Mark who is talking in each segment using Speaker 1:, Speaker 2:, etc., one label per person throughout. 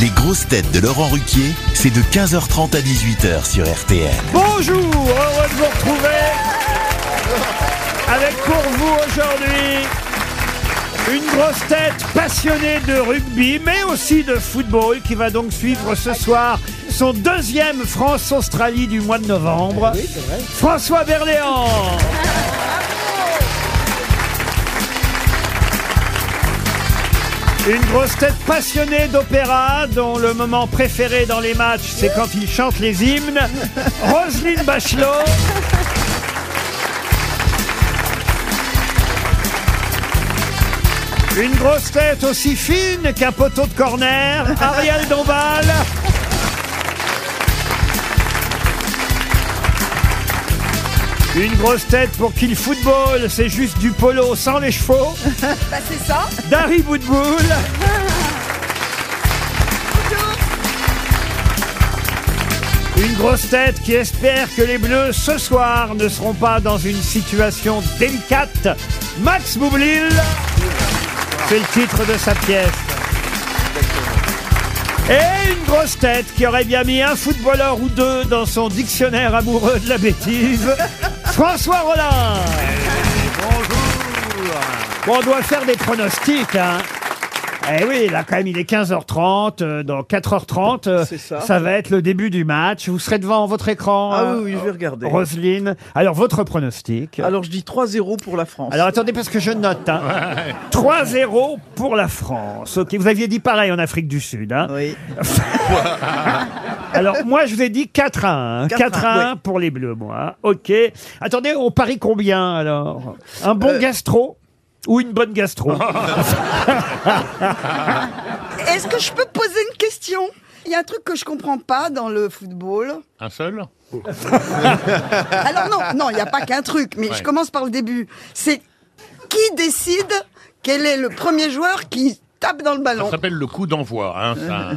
Speaker 1: Les grosses têtes de Laurent Ruquier, c'est de 15h30 à 18h sur RTL.
Speaker 2: Bonjour, heureux de vous retrouver avec pour vous aujourd'hui une grosse tête passionnée de rugby mais aussi de football qui va donc suivre ce soir son deuxième France-Australie du mois de novembre. François Berléand. Une grosse tête passionnée d'opéra, dont le moment préféré dans les matchs, c'est quand il chante les hymnes. Roselyne Bachelot. Une grosse tête aussi fine qu'un poteau de corner, Ariel Dombal. Une grosse tête pour qui le football, c'est juste du polo sans les chevaux.
Speaker 3: Bah c'est ça.
Speaker 2: Dari Boudboul. Une grosse tête qui espère que les Bleus ce soir ne seront pas dans une situation délicate. Max Boublil, c'est le titre de sa pièce. Et une grosse tête qui aurait bien mis un footballeur ou deux dans son dictionnaire amoureux de la bêtise. François Rollin. Bon, on doit faire des pronostics, hein. Eh oui, là, quand même, il est 15h30, euh, dans 4h30, euh,
Speaker 4: C'est
Speaker 2: ça.
Speaker 4: ça.
Speaker 2: va être le début du match. Vous serez devant votre écran,
Speaker 4: Ah
Speaker 2: euh,
Speaker 4: oui, oui, je vais regarder.
Speaker 2: Roselyne. Alors, votre pronostic Alors,
Speaker 4: Alors je dis 3-0 pour la France.
Speaker 2: attendez, parce que je note. hein. 3-0 pour la France. Ok, vous aviez dit pareil en Afrique du Sud. Hein.
Speaker 4: oui.
Speaker 2: Alors, moi, je vous ai dit 4-1. 4-1,
Speaker 4: 4-1,
Speaker 2: pour les Bleus, moi. Ok. Attendez, on parie combien, alors Un bon
Speaker 4: Euh.
Speaker 2: gastro ou une bonne gastro
Speaker 3: Est-ce que je peux poser une question Il y a un truc que je comprends pas dans le football.
Speaker 5: Un seul
Speaker 3: Alors non, non, il n'y a pas qu'un truc, mais
Speaker 5: Ouais.
Speaker 3: je commence par le début. C'est qui décide quel est le premier joueur qui tape dans le
Speaker 5: Ça
Speaker 3: ballon
Speaker 5: s'appelle le coup d'envoi. Hein, ça.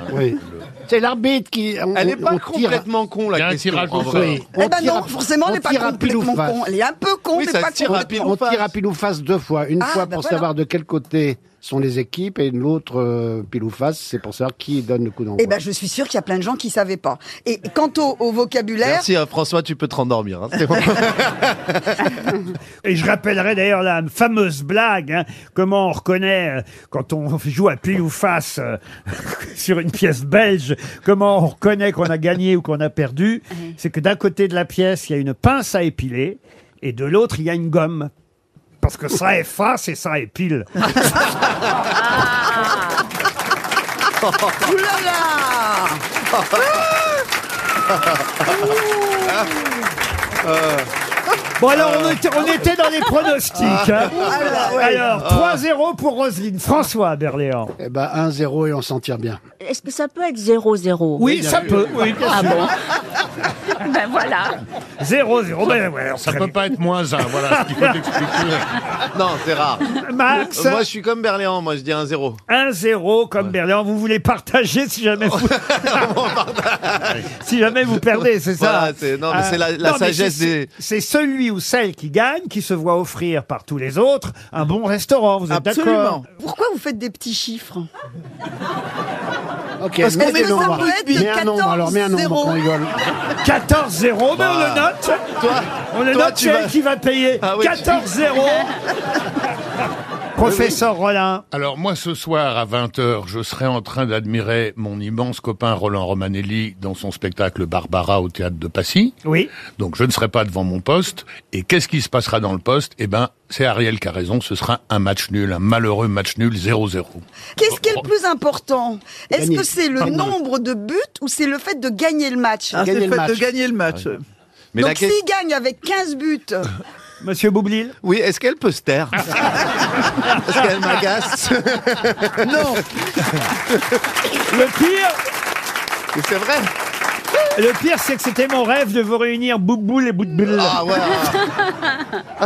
Speaker 6: C'est l'arbitre qui. euh, on-
Speaker 7: Elle n'est
Speaker 6: on-
Speaker 7: pas
Speaker 6: on tire-
Speaker 7: complètement con
Speaker 5: Il y a
Speaker 7: la
Speaker 5: un
Speaker 7: question.
Speaker 5: tirage au
Speaker 7: en
Speaker 5: sort.
Speaker 7: vrai.
Speaker 6: Oui.
Speaker 3: Eh
Speaker 6: On
Speaker 3: ben
Speaker 6: tire à-
Speaker 3: non, forcément,
Speaker 6: on
Speaker 3: elle n'est pas
Speaker 6: tire à pile ou
Speaker 3: complètement
Speaker 6: face.
Speaker 3: con. Elle est un peu con,
Speaker 7: Oui,
Speaker 3: mais
Speaker 7: ça
Speaker 3: pas
Speaker 7: tire à pile
Speaker 3: complètement.
Speaker 7: ou
Speaker 6: On
Speaker 7: face.
Speaker 6: tire à pile ou face deux fois. Une
Speaker 3: Ah,
Speaker 6: fois
Speaker 3: bah
Speaker 6: pour
Speaker 3: voilà.
Speaker 6: savoir de quel côté sont les équipes et l'autre euh, pile ou face, c'est pour savoir qui donne le coup d'envoi.
Speaker 3: Eh ben, je suis sûre qu'il y a plein de gens qui savaient pas. Et quant au, au vocabulaire,
Speaker 7: Merci euh, François, tu peux te rendormir. hein.
Speaker 2: Et je rappellerai d'ailleurs la fameuse blague, hein, comment on reconnaît euh, quand on joue à pile ou face euh, sur une pièce belge, comment on reconnaît qu'on a gagné ou qu'on a perdu, c'est que d'un côté de la pièce, il y a une pince à épiler et de l'autre, il y a une gomme. Parce que ça est face et ça est pile.
Speaker 3: oulala
Speaker 8: Ah.
Speaker 2: Bon alors, on était, on était dans les pronostics. hein.
Speaker 3: Alors, Ah, bah, ouais.
Speaker 2: Alors, 3-0 pour Roselyne. François Berléand.
Speaker 6: Ah. Eh ben, 1-0 et on s'en tire bien.
Speaker 9: Est-ce que ça peut être 0-0
Speaker 2: Oui, ça peut. Oui,
Speaker 9: Ah bon Ben voilà.
Speaker 2: 0-0. Ben ouais, on
Speaker 5: Ça
Speaker 2: serait-
Speaker 5: peut pas être moins un. Voilà ce qu'il faut expliquer.
Speaker 7: non, c'est rare. Euh,
Speaker 2: Max.
Speaker 7: Moi, je suis comme Berléand, moi, je dis 1-0.
Speaker 2: 1-0 comme Berléand. Vous voulez partager si jamais vous, si jamais vous perdez, c'est ça Euh,
Speaker 7: Voilà, c'est- non, mais c'est la- la
Speaker 2: mais
Speaker 7: sagesse
Speaker 2: c'est-
Speaker 7: des-
Speaker 2: C'est celui ou celle qui gagne qui se voit offrir par tous les autres un bon restaurant. Vous êtes d'accord
Speaker 4: Absolument.
Speaker 3: Pourquoi vous faites des petits chiffres
Speaker 6: Ok, Parce
Speaker 3: qu'on
Speaker 6: mets
Speaker 3: est
Speaker 6: des
Speaker 3: dans
Speaker 6: nombres.
Speaker 3: un rugby.
Speaker 6: Mets un nombre alors, mets un nombre
Speaker 3: 14-0.
Speaker 6: qu'on rigole.
Speaker 2: 14-0, mais on le note.
Speaker 7: Toi,
Speaker 2: On le
Speaker 7: toi,
Speaker 2: note,
Speaker 7: tu
Speaker 2: c'est
Speaker 7: vas-
Speaker 2: elle qui va payer.
Speaker 7: Ah oui, tu-
Speaker 2: 14-0. Professeur Rollin.
Speaker 5: Alors moi ce soir à 20h, je serai en train d'admirer mon immense copain Roland Romanelli dans son spectacle Barbara au théâtre de Passy.
Speaker 2: Oui.
Speaker 5: Donc je ne serai pas devant mon poste. Et qu'est-ce qui se passera dans le poste Eh ben c'est Ariel qui a raison, ce sera un match nul, un malheureux match nul 0-0.
Speaker 3: Qu'est-ce
Speaker 2: Oh.
Speaker 3: qui est le plus important Est-ce
Speaker 6: Gagner.
Speaker 3: que c'est le
Speaker 6: Pardon.
Speaker 3: nombre de buts ou c'est le fait de gagner le match
Speaker 4: Ah, c'est
Speaker 6: Gagner
Speaker 4: le
Speaker 6: le
Speaker 4: fait de
Speaker 6: match.
Speaker 4: gagner le match.
Speaker 7: Mais la
Speaker 3: Donc
Speaker 7: question.
Speaker 3: s'il gagne avec 15 buts,
Speaker 2: Monsieur Boublil.
Speaker 7: Oui, est-ce qu'elle peut se taire Parce qu'elle m'agace.
Speaker 4: Non,
Speaker 2: Le pire,
Speaker 7: Mais c'est vrai
Speaker 2: le pire, c'est que c'était mon rêve de vous réunir Bouboul et Boutboul.
Speaker 7: Ah ouais. ah.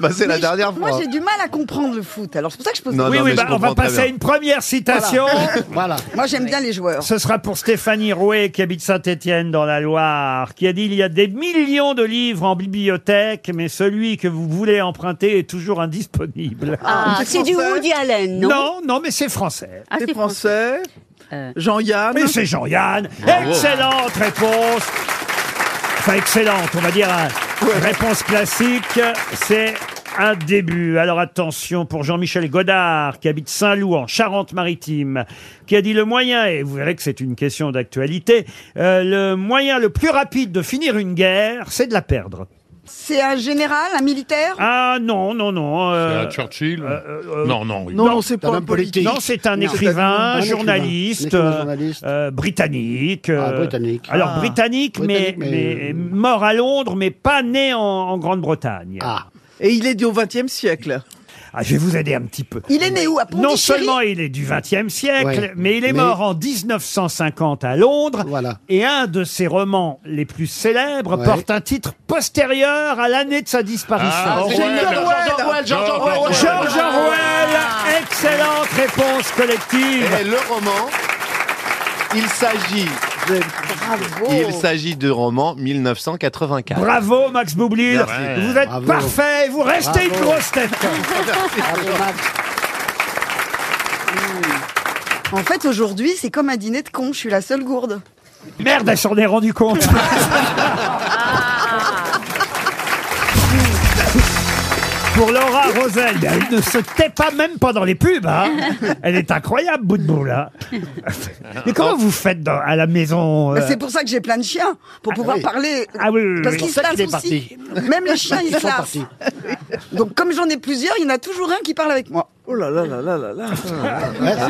Speaker 7: bah, c'est
Speaker 3: mais
Speaker 7: la
Speaker 3: je-
Speaker 7: dernière
Speaker 3: moi
Speaker 7: fois.
Speaker 3: j'ai du mal à comprendre le foot. Alors c'est pour ça que je pose.
Speaker 7: Non,
Speaker 2: oui,
Speaker 7: non,
Speaker 2: oui,
Speaker 7: mais
Speaker 2: bah,
Speaker 7: je
Speaker 2: on va
Speaker 7: comprends très
Speaker 2: passer
Speaker 7: bien.
Speaker 2: à une première citation.
Speaker 6: Voilà.
Speaker 3: Moi j'aime bien les joueurs.
Speaker 2: Ce sera pour Stéphanie Rouet, qui habite Saint-Étienne dans la Loire, qui a dit il y a des millions de livres en bibliothèque, mais celui que vous voulez emprunter est toujours indisponible.
Speaker 9: Ah,
Speaker 4: c'est
Speaker 9: c'est du
Speaker 4: français
Speaker 9: Woody Allen, non
Speaker 2: non, non, mais c'est français.
Speaker 9: Ah,
Speaker 4: c'est
Speaker 9: c'est
Speaker 4: français.
Speaker 3: Euh.
Speaker 4: Jean-Yann.
Speaker 2: Mais c'est Jean-Yann.
Speaker 4: Bravo.
Speaker 2: Excellente réponse. Enfin, excellente, on va dire. hein. Réponse classique, c'est un début. Alors attention pour Jean-Michel Godard, qui habite Saint-Loup, en Charente-Maritime, qui a dit le moyen, et vous verrez que c'est une question d'actualité, euh, le moyen le plus rapide de finir une guerre, c'est de la perdre.
Speaker 3: C'est un général, un militaire
Speaker 2: Ah non, non, non. euh,
Speaker 5: C'est à Churchill
Speaker 2: euh,
Speaker 5: Non, non. oui.
Speaker 4: Non, c'est pas un politique.
Speaker 2: Non, c'est un
Speaker 4: Non.
Speaker 2: écrivain,
Speaker 6: Un écrivain. Un
Speaker 2: journaliste,
Speaker 6: écrivain,
Speaker 2: euh,
Speaker 6: journaliste.
Speaker 2: euh, britannique. euh,
Speaker 6: Ah, britannique.
Speaker 2: Alors,
Speaker 4: Ah.
Speaker 2: britannique, mais,
Speaker 6: Britannique, mais-
Speaker 2: mais mort à Londres, mais pas né en, en Grande-Bretagne. Ah.
Speaker 6: Ah,
Speaker 4: Et il est du au XXe siècle.
Speaker 2: je vais vous aider un petit peu.
Speaker 3: Il est né où À Pondichéry
Speaker 2: Non seulement il est du XXe siècle,
Speaker 6: Ouais.
Speaker 2: mais il est
Speaker 6: Mais-
Speaker 2: mort en 1950 à Londres.
Speaker 6: Voilà.
Speaker 2: Et un de ses romans les plus célèbres
Speaker 6: Ouais.
Speaker 2: porte un titre postérieur à l'année de sa disparition.
Speaker 5: Ah,
Speaker 2: George
Speaker 5: c'est Orwell.
Speaker 7: George Orwell, George Orwell.
Speaker 5: George
Speaker 2: George Orwell, excellente réponse collective.
Speaker 7: Et le roman, il s'agit, il s'agit du roman 1984.
Speaker 2: Bravo Max Boublil,
Speaker 5: Merci.
Speaker 2: vous êtes
Speaker 6: Bravo.
Speaker 2: parfait, vous restez
Speaker 6: Bravo.
Speaker 2: une grosse tête.
Speaker 6: bravo, Max.
Speaker 3: En fait, aujourd'hui, c'est comme un dîner de con, je suis la seule gourde.
Speaker 2: Merde, elle s'en est rendue compte. Pour Laura Rosel, elle ne se tait pas même pas dans les pubs. hein. Elle est incroyable, bout de boule. hein. Mais
Speaker 7: Ah.
Speaker 2: comment vous faites dans- à la maison euh,
Speaker 3: Bah, C'est pour ça que j'ai plein de chiens, pour pouvoir
Speaker 6: oui.
Speaker 3: parler.
Speaker 2: Ah oui, oui, oui,
Speaker 3: Parce
Speaker 2: oui.
Speaker 3: qu'ils se
Speaker 6: ça qu'il
Speaker 3: lassent aussi. Même les chiens, ils
Speaker 6: Ils
Speaker 3: se
Speaker 6: sont
Speaker 3: lassent.
Speaker 6: partis.
Speaker 3: Donc, comme j'en ai plusieurs, il y en a toujours un qui parle avec moi.
Speaker 4: Oh là là là là là là.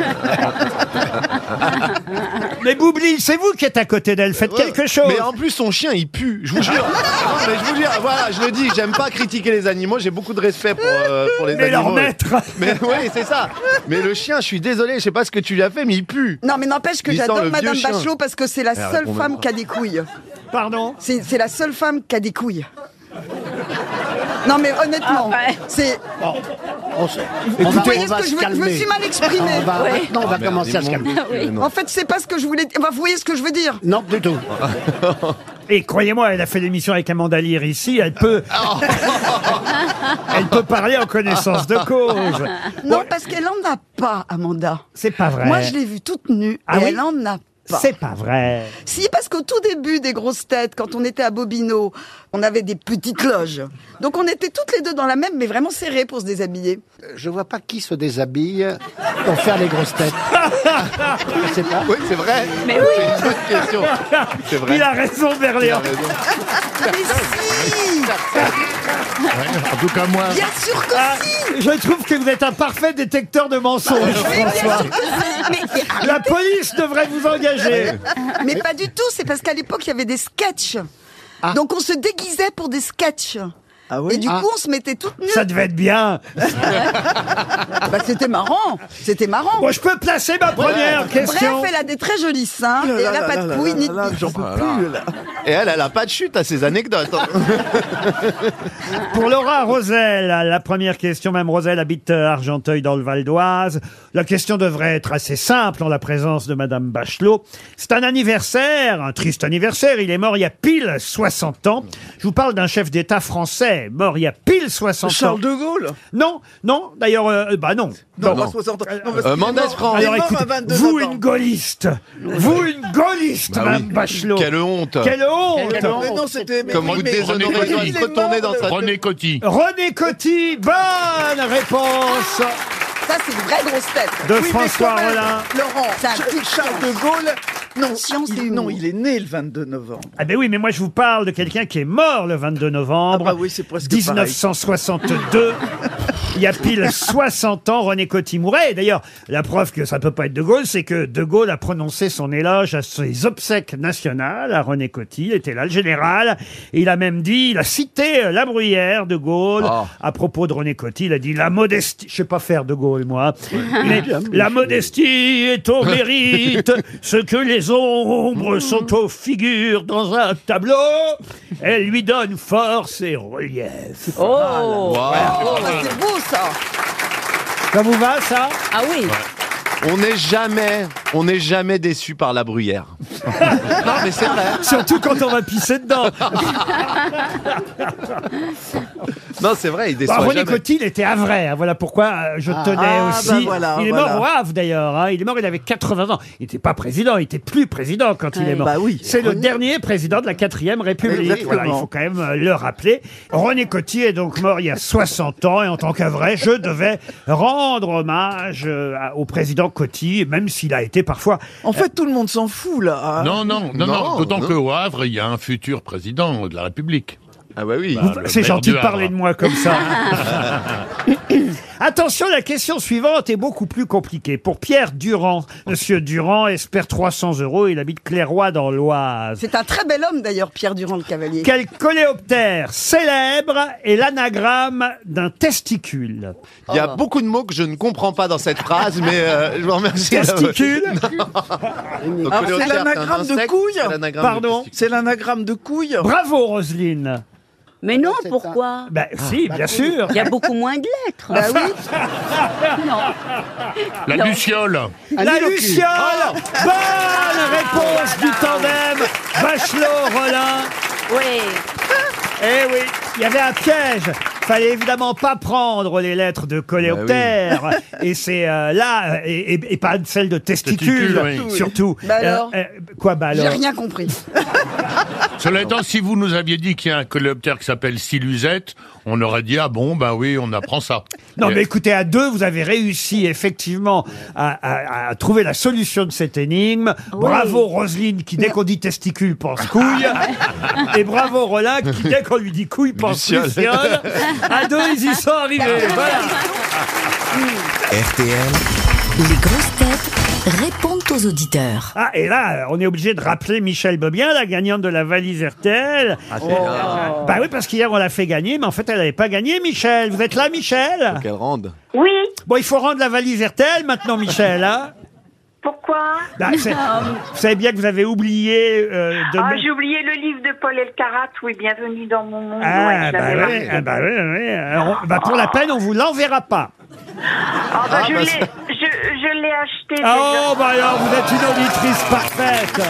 Speaker 2: Mais Boublil, c'est vous qui êtes à côté d'elle, faites quelque chose.
Speaker 7: Euh,
Speaker 2: Ah,
Speaker 7: Mais en plus, son chien, il pue. Je vous jure. Non, mais je vous jure. Voilà, je le dis. J'aime pas critiquer les animaux. J'ai beaucoup de respect pour, euh, pour les
Speaker 2: Mais leur
Speaker 7: animaux.
Speaker 2: maître.
Speaker 7: Mais oui, c'est ça. Mais le chien, je suis désolé. Je sais pas ce que tu lui as fait, mais il pue.
Speaker 3: Non, mais n'empêche que
Speaker 7: Il sent
Speaker 3: j'adore
Speaker 7: le vieux
Speaker 3: Madame
Speaker 7: chien.
Speaker 3: Bachelot parce que c'est
Speaker 6: Eh,
Speaker 3: la seule
Speaker 7: répond même
Speaker 3: femme
Speaker 7: pas.
Speaker 3: qui a des couilles.
Speaker 2: Pardon
Speaker 3: C'est c'est la seule femme qui a des couilles. Non, mais honnêtement,
Speaker 9: Ah ouais.
Speaker 3: c'est.
Speaker 6: On se- on
Speaker 3: Vous
Speaker 6: va-
Speaker 3: voyez
Speaker 6: on
Speaker 3: ce
Speaker 6: va
Speaker 3: que
Speaker 6: se
Speaker 3: je veux Je me
Speaker 6: calmer.
Speaker 3: suis mal exprimée.
Speaker 6: On va, Ah,
Speaker 9: Ouais.
Speaker 6: Maintenant, on
Speaker 4: Ah,
Speaker 6: va commencer à se calmer.
Speaker 9: Ah, Oui.
Speaker 3: En fait, c'est pas ce que je voulais. Enfin, vous voyez ce que je veux dire
Speaker 6: Non, du tout.
Speaker 2: Et croyez-moi, elle a fait l'émission avec Amanda Lear ici, elle peut... elle peut parler en connaissance de cause.
Speaker 3: Non, parce qu'elle en a pas, Amanda.
Speaker 2: C'est pas vrai.
Speaker 3: Moi, je l'ai vue toute nue
Speaker 2: Ah
Speaker 3: et
Speaker 2: oui
Speaker 3: elle en a pas.
Speaker 2: C'est pas vrai.
Speaker 3: Si, parce qu'au tout début des grosses têtes, quand on était à Bobino, on avait des petites loges. Donc, on était toutes les deux dans la même, mais vraiment serrées pour se déshabiller.
Speaker 6: Je vois pas qui se déshabille pour faire les grosses têtes. Je sais pas.
Speaker 7: Oui, c'est vrai.
Speaker 9: Mais oui.
Speaker 7: C'est une bonne question. C'est vrai.
Speaker 2: Il a raison,
Speaker 7: Il a
Speaker 2: Berléand.
Speaker 7: raison.
Speaker 3: Mais si
Speaker 5: Ouais, En tout cas, moi,
Speaker 3: Bien sûr que
Speaker 2: Ah,
Speaker 3: si
Speaker 2: je trouve que vous êtes un parfait détecteur de mensonges, François. La police devrait vous engager.
Speaker 3: Mais pas du tout, c'est parce qu'à l'époque, il y avait des sketchs.
Speaker 2: Ah.
Speaker 3: Donc, on se déguisait pour des sketchs.
Speaker 4: Ah oui
Speaker 3: et du
Speaker 6: Ah.
Speaker 3: coup, on se mettait toutes nues.
Speaker 2: Ça devait être bien.
Speaker 3: Bah, c'était marrant. C'était marrant.
Speaker 2: Bon, je peux placer ma première question.
Speaker 3: Bref, elle a des très jolis seins
Speaker 4: Oh là
Speaker 3: et
Speaker 4: là
Speaker 3: elle n'a
Speaker 4: là
Speaker 3: pas
Speaker 4: là
Speaker 3: de
Speaker 4: là
Speaker 3: couilles
Speaker 4: là
Speaker 3: ni de
Speaker 4: là,
Speaker 3: bite.
Speaker 4: J'en peux plus là.
Speaker 7: Et elle, elle a pas de chute à ses anecdotes. hein.
Speaker 2: Pour Laura Rosel, la première question, même Rosel habite euh, Argenteuil dans le Val d'Oise. La question devrait être assez simple en la présence de Madame Bachelot. C'est un anniversaire, un triste anniversaire. Il est mort il y a pile 60 ans. Je vous parle d'un chef d'État français mort il y a pile 60
Speaker 4: Charles
Speaker 2: ans.
Speaker 4: de Gaulle
Speaker 2: Non, non, d'ailleurs, euh, bah non.
Speaker 4: Non,
Speaker 2: Non.
Speaker 4: pas 60 ans. Non, parce
Speaker 7: Euh,
Speaker 4: qu'il est
Speaker 7: Mendès
Speaker 4: mort-
Speaker 7: France.
Speaker 4: il est mort
Speaker 2: Alors
Speaker 4: à
Speaker 2: écoutez,
Speaker 4: 22 ans.
Speaker 2: vous une gaulliste, vous une gaulliste,
Speaker 7: Bah oui.
Speaker 2: Madame Bachelot.
Speaker 7: Quelle honte.
Speaker 2: Euh, Quelle honte
Speaker 6: Quelle honte.
Speaker 4: Mais non, c'était. mais-
Speaker 7: Comme
Speaker 4: mais-
Speaker 7: vous
Speaker 4: mais-
Speaker 7: déshonorez,
Speaker 4: mais-
Speaker 5: doit
Speaker 4: il est mort
Speaker 7: retourner dans
Speaker 4: de-
Speaker 7: sa-
Speaker 5: René Coty.
Speaker 2: René Coty, bonne réponse
Speaker 3: Ça, c'est une vraie grosse tête.
Speaker 2: de
Speaker 4: Oui, mais
Speaker 2: François
Speaker 4: quand même,
Speaker 2: Rollin.
Speaker 4: Laurent,
Speaker 3: Ça a
Speaker 4: Ch-
Speaker 3: plus de
Speaker 4: Charles de
Speaker 3: sens.
Speaker 4: Gaulle. Non,
Speaker 3: Science
Speaker 4: il-
Speaker 3: et humour.
Speaker 4: non, il est né le 22 novembre.
Speaker 2: Ah ben oui, mais moi je vous parle de quelqu'un qui est mort le 22 novembre
Speaker 4: Ah bah oui, c'est presque
Speaker 2: 1962. Il y a pile 60 ans, René Coty mourait. Et D'ailleurs, la preuve que ça peut pas être De Gaulle, c'est que De Gaulle a prononcé son éloge à ses obsèques nationales à René Coty. Il était là, le général. Et il a même dit, il a cité euh, la bruyère De Gaulle
Speaker 7: Ah.
Speaker 2: à propos de René Coty. Il a dit la modestie. Je sais pas faire De Gaulle, moi. Mais la modestie est au mérite, ce que les ombres sont aux figures dans un tableau. Elle lui donne force et relief.
Speaker 9: Oh
Speaker 2: Ah,
Speaker 3: Oh, bah, c'est beau, ça.
Speaker 2: Ça vous va, ça
Speaker 9: Ah oui
Speaker 7: On n'est jamais, on n'est jamais déçu par la bruyère. non, mais c'est vrai.
Speaker 2: Surtout quand on va pisser dedans.
Speaker 7: Non, c'est vrai, il
Speaker 2: Bah,
Speaker 7: descend
Speaker 2: René
Speaker 7: jamais.
Speaker 2: Coty, il était à vrai. hein, Voilà pourquoi euh, je tenais
Speaker 4: Ah,
Speaker 2: aussi.
Speaker 4: bah voilà,
Speaker 2: il est
Speaker 4: voilà.
Speaker 2: mort au Havre d'ailleurs. hein, Il est mort, il avait 80 ans. Il n'était pas président, il était plus président quand il est
Speaker 9: Ouais.
Speaker 2: mort.
Speaker 4: Bah oui.
Speaker 2: C'est le
Speaker 4: René-
Speaker 2: dernier président de la 4ème République.
Speaker 4: Exactement.
Speaker 2: Voilà, il faut quand même euh, le rappeler. René Coty est donc mort il y a 60 ans et en tant qu'Avray, je devais rendre hommage euh, à- au président Coty, même s'il a été parfois. euh,
Speaker 4: En fait, tout le monde s'en fout, là.
Speaker 5: Non, non, non, non,
Speaker 7: Non,
Speaker 5: d'autant
Speaker 7: non.
Speaker 5: qu'au Havre, il y a un futur président de la République.
Speaker 7: Ah bah oui.
Speaker 5: Bah, le
Speaker 2: C'est
Speaker 5: maire
Speaker 2: gentil
Speaker 5: du
Speaker 2: de parler
Speaker 5: Havre.
Speaker 2: de moi comme ça. Attention, la question suivante est beaucoup plus compliquée. Pour Pierre Durand, Monsieur Durand espère 300 euros. Il habite Clairoy dans l'Oise.
Speaker 3: C'est un très bel homme d'ailleurs, Pierre Durand le Cavalier.
Speaker 2: Quel coléoptère célèbre est l'anagramme d'un testicule
Speaker 7: Il y a beaucoup de mots que je ne comprends pas dans cette phrase, mais euh, je vous remercie.
Speaker 2: Testicule
Speaker 7: Donc,
Speaker 4: Alors, c'est
Speaker 7: coléoptère, un
Speaker 4: l'anagramme de
Speaker 7: insecte,
Speaker 4: couille
Speaker 7: c'est l'anagramme
Speaker 2: Pardon
Speaker 7: de testicule.
Speaker 4: C'est l'anagramme de couille.
Speaker 2: Bravo, Roselyne.
Speaker 9: Mais non,
Speaker 6: C'est
Speaker 9: pourquoi
Speaker 2: Ben si, bien sûr.
Speaker 9: Il y a beaucoup moins de lettres.
Speaker 3: Bah oui,
Speaker 9: Non.
Speaker 5: La
Speaker 9: Non.
Speaker 5: Luciole
Speaker 6: Un
Speaker 2: La
Speaker 6: ilocule.
Speaker 2: Luciole
Speaker 7: Ah
Speaker 2: Bonne réponse du tandem Bachelot-Rollin
Speaker 9: Oui.
Speaker 2: Eh oui, il y avait un piège. Fallait évidemment pas prendre les lettres de coléoptère.
Speaker 3: Bah
Speaker 2: Et c'est euh, là, euh, et, et- et pas celles de testicules,
Speaker 5: Testicules, oui.
Speaker 2: surtout.
Speaker 3: Bah alors
Speaker 2: Quoi, bah
Speaker 3: j'ai
Speaker 2: alors
Speaker 3: rien compris.
Speaker 5: Cela étant, si vous nous aviez dit qu'il y a un coléoptère qui s'appelle Silusette, on aurait dit, ah bon, bah oui, on apprend ça.
Speaker 2: Non,
Speaker 5: Et-
Speaker 2: mais écoutez, à deux, vous avez réussi effectivement à, à- à trouver la solution de cette énigme. Bravo Roselyne qui, dès qu'on dit testicule, pense couille. et bravo Roland qui, dès qu'on lui dit couille, pense
Speaker 7: Luciole.
Speaker 2: luciole. À deux, ils y sont arrivés. Voilà.
Speaker 1: RTL,
Speaker 10: Les grosses têtes répondent aux auditeurs.
Speaker 2: Ah, et là, on est obligé de rappeler Michel Bobien, la gagnante de la valise RTL.
Speaker 7: Ah,
Speaker 2: Bah oui, parce qu'hier, on l'a fait gagner, mais en fait, elle n'avait pas gagné, Michel. Vous êtes là, Michel
Speaker 7: Quelle rende
Speaker 9: Oui.
Speaker 2: Bon, il faut rendre la valise RTL maintenant, Michel. Hein
Speaker 11: Pourquoi
Speaker 2: Bah, c'est- vous savez bien que vous avez oublié euh, de...
Speaker 11: Ah,
Speaker 2: me-
Speaker 11: j'ai oublié le livre de Paul Elkarat, oui, bienvenue dans mon monde. Ouais,
Speaker 2: Ah,
Speaker 11: je
Speaker 2: bah
Speaker 11: l'avais
Speaker 2: oui,
Speaker 11: marqué.
Speaker 2: ah, bah oui, oui. Alors, on- bah, pour la peine, on vous l'enverra pas.
Speaker 11: Ah, bah,
Speaker 7: Ah,
Speaker 11: je
Speaker 7: bah,
Speaker 11: l'ai,
Speaker 7: c'est-
Speaker 11: je, je l'ai acheté. déjà.
Speaker 2: Ah, Oh, bah alors, vous êtes une auditrice parfaite.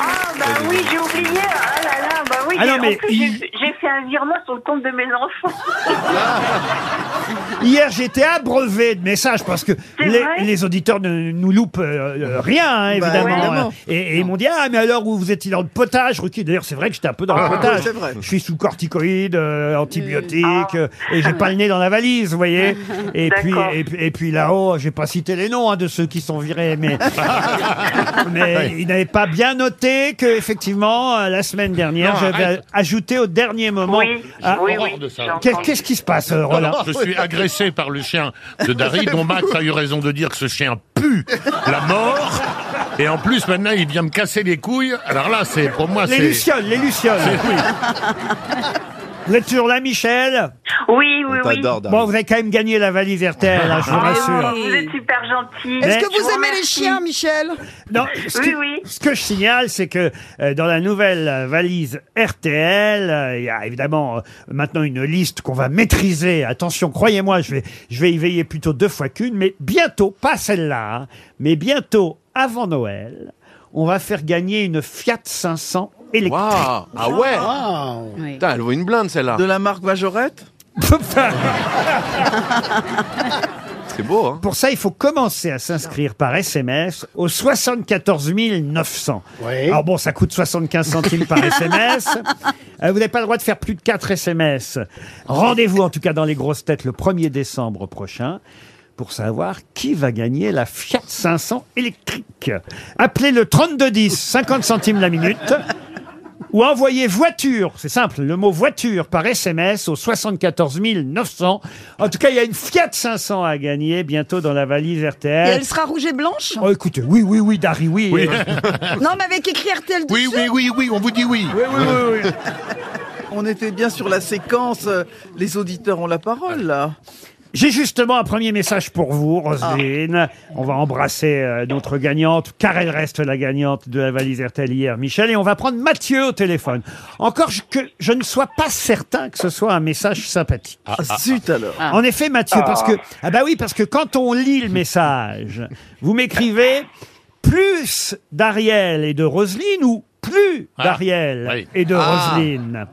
Speaker 11: Ah, bah oui, j'ai oublié. Ah là là, bah oui.
Speaker 2: Ah non,
Speaker 11: j'ai-
Speaker 2: mais
Speaker 11: En plus,
Speaker 2: il-
Speaker 11: j'ai- j'ai fait un virement sur le compte de mes enfants.
Speaker 2: Ah, Hier, j'étais abreuvé de messages parce que
Speaker 11: C'est
Speaker 2: les,
Speaker 11: vrai
Speaker 2: les auditeurs ne nous loupent euh, euh, rien, hein,
Speaker 4: Bah,
Speaker 2: évidemment.
Speaker 4: évidemment.
Speaker 2: Et, et ils m'ont dit Ah, mais alors, où vous étiez dans le potage, Ruki D'ailleurs, c'est vrai que j'étais un peu dans
Speaker 11: Ah,
Speaker 2: le potage.
Speaker 4: oui, c'est vrai.
Speaker 2: Je suis sous corticoïdes, euh, antibiotiques, euh, et j'ai pas le nez dans la valise, vous voyez. Et puis,
Speaker 11: Ah. D'accord.
Speaker 2: et, puis- et puis là-haut, j'ai pas cité les noms hein, de ceux qui sont virés, mais, mais ils n'avaient pas bien noté que, effectivement, euh, la semaine dernière,
Speaker 5: Non,
Speaker 2: j'avais
Speaker 5: arrête.
Speaker 2: ajouté au dernier moment.
Speaker 11: oui,
Speaker 2: Ah,
Speaker 11: oui,
Speaker 5: horreur
Speaker 11: oui.
Speaker 5: de ça.
Speaker 11: j'ai
Speaker 2: qu'est-
Speaker 11: entendu.
Speaker 2: Qu'est-ce qui se passe, euh, Roland
Speaker 5: Je suis agressé par le chien de Dari, dont Max a eu raison de dire que ce chien pue la mort. Et en plus, maintenant, il vient me casser les couilles. Alors là, c'est pour moi,
Speaker 2: Les
Speaker 5: c'est.
Speaker 2: lucioles, les lucioles. Vous êtes toujours là, Michel
Speaker 11: Oui, oui,
Speaker 7: On
Speaker 11: oui.
Speaker 7: t'adore, Dari.
Speaker 2: Bon, vous avez quand même gagné la valise RTL, hein, je vous
Speaker 11: Ah,
Speaker 2: rassure.
Speaker 11: vous êtes super gentil.
Speaker 2: Mais-
Speaker 3: Est-ce que
Speaker 11: Je
Speaker 3: vous aimez les
Speaker 11: remercie.
Speaker 3: chiens, Michel
Speaker 2: Non, ce,
Speaker 11: Oui,
Speaker 2: que,
Speaker 11: oui.
Speaker 2: ce que je signale, c'est que euh, dans la nouvelle euh, valise RTL, euh, il y a évidemment euh, maintenant une liste qu'on va maîtriser. Attention, croyez-moi, je vais, je vais y veiller plutôt deux fois qu'une, mais bientôt, pas celle-là, hein, mais bientôt, avant Noël, on va faire gagner une Fiat 500 électrique.
Speaker 7: Waouh Ah ouais
Speaker 6: Wow.
Speaker 9: Oui.
Speaker 7: Putain, elle vaut une blinde celle-là.
Speaker 4: De la marque Majorette
Speaker 7: C'est beau, hein
Speaker 2: Pour ça, il faut commencer à s'inscrire par SMS au 74 900.
Speaker 6: Oui.
Speaker 2: Alors bon, ça coûte 75 centimes par SMS. Euh, vous n'avez pas le droit de faire plus de 4 SMS. Rendez-vous en tout cas dans les grosses têtes le 1er décembre prochain pour savoir qui va gagner la Fiat 500 électrique. Appelez le 3210, 50 centimes la minute. Ou envoyez voiture, c'est simple, le mot voiture par SMS au 74 900. En tout cas, il y a une Fiat 500 à gagner bientôt dans la valise
Speaker 3: Et
Speaker 2: RTL.
Speaker 3: elle sera rouge et blanche
Speaker 2: Oh, écoutez, oui, oui, oui, Dari, oui.
Speaker 5: Oui.
Speaker 3: Non, mais avec écrit RTL dessus.
Speaker 5: Oui, oui, oui, oui, on vous dit oui.
Speaker 4: On était bien sur la séquence. euh, Les auditeurs ont la parole, là.
Speaker 2: J'ai justement un premier message pour vous,
Speaker 4: Ah.
Speaker 2: Roselyne. On va embrasser euh, notre gagnante, car elle reste la gagnante de la valise RTL hier, Michel. Et on va prendre Mathieu au téléphone. Encore je- que je ne sois pas certain que ce soit un message sympathique.
Speaker 4: Ah, zut alors.
Speaker 2: En effet, Mathieu, parce que ah bah oui, parce que quand on lit le message, vous m'écrivez plus d'Ariel et de Roselyne ou plus
Speaker 5: Ah,
Speaker 2: d'Ariel
Speaker 5: oui.
Speaker 2: et de
Speaker 7: Ah.
Speaker 2: Roselyne.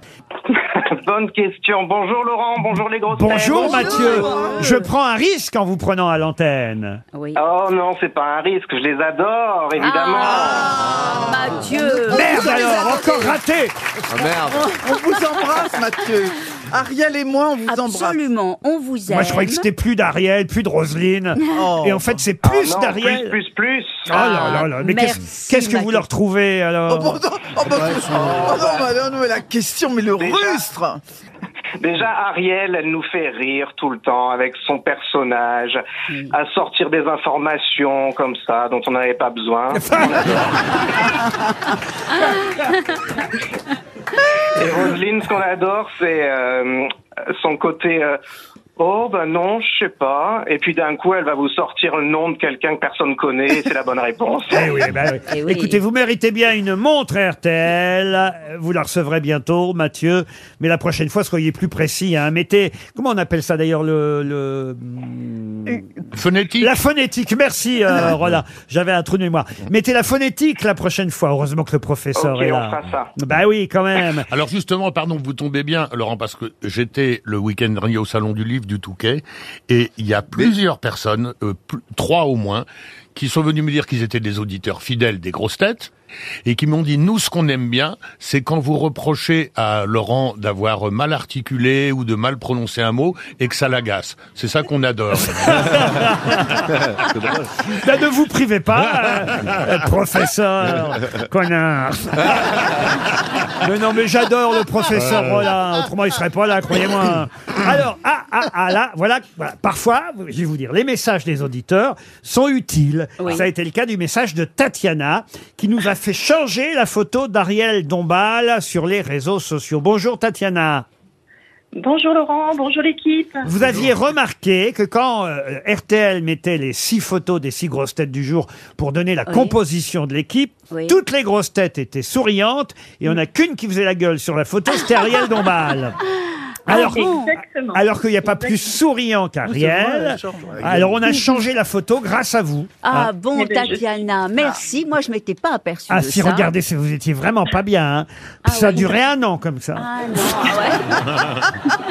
Speaker 8: bonne question. Bonjour Laurent, bonjour les grosses
Speaker 2: Bonjour
Speaker 8: têtes.
Speaker 2: Mathieu, je prends un risque en vous prenant à l'antenne.
Speaker 8: Oh non, c'est pas un risque, je les adore, évidemment.
Speaker 2: Ah.
Speaker 3: Ah,
Speaker 9: Mathieu
Speaker 2: Merde alors, encore raté
Speaker 7: Ah,
Speaker 2: Ah,
Speaker 4: On vous embrasse, Mathieu. Ariel et moi, on vous embrasse.
Speaker 9: Absolument, on vous aime.
Speaker 2: Moi je croyais que c'était plus d'Ariel, plus de Roselyne.
Speaker 9: Oh.
Speaker 2: Et en fait c'est
Speaker 9: Ah
Speaker 2: plus
Speaker 9: non,
Speaker 2: d'Ariel.
Speaker 8: Plus, plus, plus.
Speaker 2: Oh là là là, mais qu'est-ce
Speaker 4: Merci,
Speaker 2: qu'est-ce que vous leur trouvez alors
Speaker 4: Oh, pardon, oh, pardon. Oh, non, bah, non, non, mais la question, mais le rustre
Speaker 8: Déjà, Ariel, elle nous fait rire tout le temps avec son personnage,
Speaker 2: Hmm.
Speaker 8: à sortir des informations comme ça dont on n'avait pas besoin. Et Roselyne, ce qu'on adore, c'est euh, son côté. euh, Oh ben non, je sais pas. Et puis d'un coup, elle va vous sortir le nom de quelqu'un que personne connaît. et C'est la bonne réponse.
Speaker 2: Eh oui, eh ben oui. Écoutez, vous méritez bien une montre RTL. Vous la recevrez bientôt, Mathieu. Mais la prochaine fois, soyez plus précis. Hein. Mettez, comment on appelle ça d'ailleurs le, le... hmm,
Speaker 5: Phonétique.
Speaker 2: La phonétique. Merci, euh, Roland. J'avais un trou de mémoire. Mettez la phonétique la prochaine fois. Heureusement que le professeur
Speaker 5: Ok,
Speaker 2: est
Speaker 5: on
Speaker 2: là.
Speaker 5: fera ça.
Speaker 2: Bah oui, quand même.
Speaker 5: Alors justement, pardon, vous tombez bien, Laurent, parce que j'étais le week-end dernier au Salon du Livre du Touquet, et il y a plusieurs personnes, euh, pl- trois au moins, qui sont venues me dire qu'ils étaient des auditeurs fidèles des grosses têtes, et qui m'ont dit, nous, ce qu'on aime bien, c'est quand vous reprochez à Laurent d'avoir mal articulé ou de mal prononcer un mot, et que ça l'agace. C'est ça qu'on adore.
Speaker 2: Là, ne vous privez pas, euh, euh, professeur. Connard. non, non, mais j'adore le professeur
Speaker 12: Ouais.
Speaker 2: Roland. Autrement, il serait pas là, croyez-moi. Alors, ah, ah, ah, là, voilà, voilà. Parfois, je vais vous dire, les messages des auditeurs sont utiles.
Speaker 12: Oui.
Speaker 2: Ça a été le cas du message de Tatiana, qui nous a fait changer la photo d'Ariel Dombal sur les réseaux sociaux. Bonjour, Tatiana.
Speaker 13: Bonjour Laurent, bonjour l'équipe.
Speaker 2: Vous aviez remarqué que quand euh, RTL mettait les six photos des six grosses têtes du jour pour donner la
Speaker 12: Oui.
Speaker 2: composition de l'équipe,
Speaker 12: Oui.
Speaker 2: toutes les grosses têtes étaient souriantes et on n'a qu'une qui faisait la gueule sur la photo, c'était Ariel
Speaker 9: Ah,
Speaker 2: Dombal. Ah, Alors,
Speaker 13: Exactement.
Speaker 2: alors qu'il n'y a pas plus souriant qu'Ariel. Alors on a changé la photo grâce à vous.
Speaker 9: Ah
Speaker 2: Hein.
Speaker 13: Eh
Speaker 9: bon,
Speaker 13: ben,
Speaker 9: Tatiana, merci. Moi, je m'étais pas aperçue
Speaker 2: Ah
Speaker 9: de
Speaker 2: si,
Speaker 9: ça.
Speaker 2: regardez, si vous étiez vraiment pas bien. hein. ça durait un an comme ça.
Speaker 9: Ah non, ah ouais.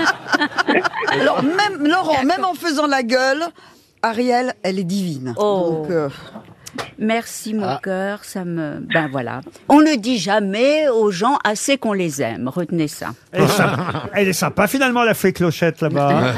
Speaker 3: Alors, même, Laurent, même en faisant la gueule, Ariel, elle est divine. Donc, euh,
Speaker 9: Merci mon cœur, ça me... Ben voilà. On ne dit jamais aux gens assez qu'on les aime, retenez ça.
Speaker 2: Elle est, sympa. Elle est sympa. Finalement, elle a fait clochette là-bas.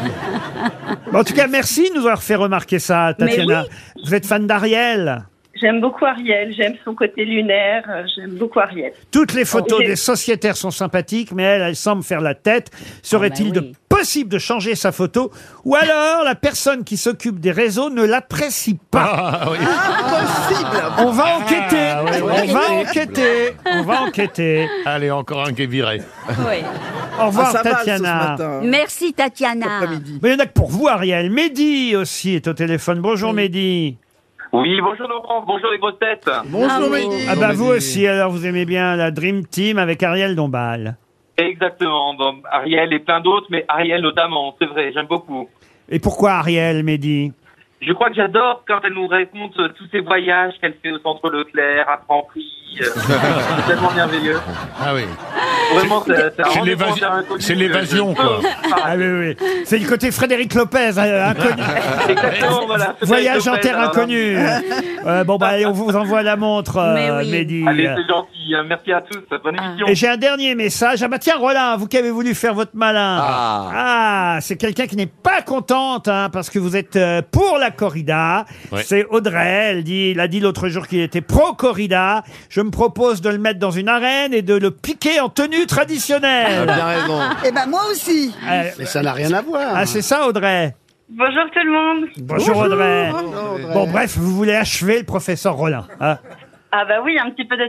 Speaker 2: Bon, en tout cas, merci de nous avoir fait remarquer ça,
Speaker 13: Mais
Speaker 2: Tatiana. Vous êtes fan d'Ariel
Speaker 13: J'aime beaucoup Ariel, j'aime son côté lunaire, euh, j'aime beaucoup Ariel.
Speaker 2: toutes les photos
Speaker 13: Et-
Speaker 2: des sociétaires sont sympathiques, mais elle, elle semble faire la tête. Serait-il de possible de changer sa photo Ou alors, la personne qui s'occupe des réseaux ne l'apprécie pas On va enquêter
Speaker 5: Ah, ouais, ouais.
Speaker 2: On va enquêter On va enquêter
Speaker 5: Allez, encore un qui est viré.
Speaker 2: Au revoir, Tatiana.
Speaker 9: Merci Tatiana.
Speaker 2: Mais il y en a que pour vous, Ariel. Mehdi aussi est au téléphone. Bonjour, Mehdi.
Speaker 8: Oui, bonjour Laurent, bonjour les grosses têtes.
Speaker 2: Bravo. Ah bah vous aussi, alors vous aimez bien la Dream Team avec Ariel Dombal.
Speaker 8: Exactement, bon, Ariel et plein d'autres, mais Ariel notamment, c'est vrai, j'aime beaucoup.
Speaker 2: Et pourquoi Ariel, Mehdi
Speaker 8: Je crois que j'adore quand elle nous raconte euh, tous ces voyages qu'elle fait au centre Leclerc, à Franprix. euh, c'est tellement merveilleux.
Speaker 5: Ah oui.
Speaker 8: Vraiment, c'est- c'est un
Speaker 5: C'est
Speaker 8: rendez-vous
Speaker 5: l'évasion-
Speaker 8: vers l'inconnu.
Speaker 5: c'est l'évasion, quoi.
Speaker 2: Ah oui, oui, oui. C'est le côté Frédéric Lopez, euh, inconnu.
Speaker 8: Exactement, voilà.
Speaker 2: Voyage en
Speaker 8: Lopez,
Speaker 2: terre
Speaker 8: alors. hein.
Speaker 2: inconnue. Euh, bon, bah, allez, on vous envoie la montre, euh, Mehdi.
Speaker 8: Allez, c'est gentil. hein, Merci à tous. Bonne émission.
Speaker 2: Et j'ai un dernier message. Ah bah tiens, Roland, vous qui avez voulu faire votre malin.
Speaker 8: Ah.
Speaker 2: Ah, c'est quelqu'un qui n'est pas contente, hein, parce que vous êtes euh, pour la corrida.
Speaker 12: Ouais.
Speaker 2: C'est Audrey, elle dit, il a dit l'autre jour qu'il était pro-corrida. Je me propose de le mettre dans une arène et de le piquer en tenue traditionnelle. Euh,
Speaker 6: Elle a Ah, bien raison.
Speaker 3: Eh ben moi aussi.
Speaker 6: Mais ça n'a rien à voir.
Speaker 2: Ah, c'est ça, Audrey
Speaker 13: Bonjour tout le monde.
Speaker 2: Bonjour, Audrey. Bon, bref, vous voulez achever le professeur Rollin. hein.
Speaker 13: Ah bah oui, un petit peu de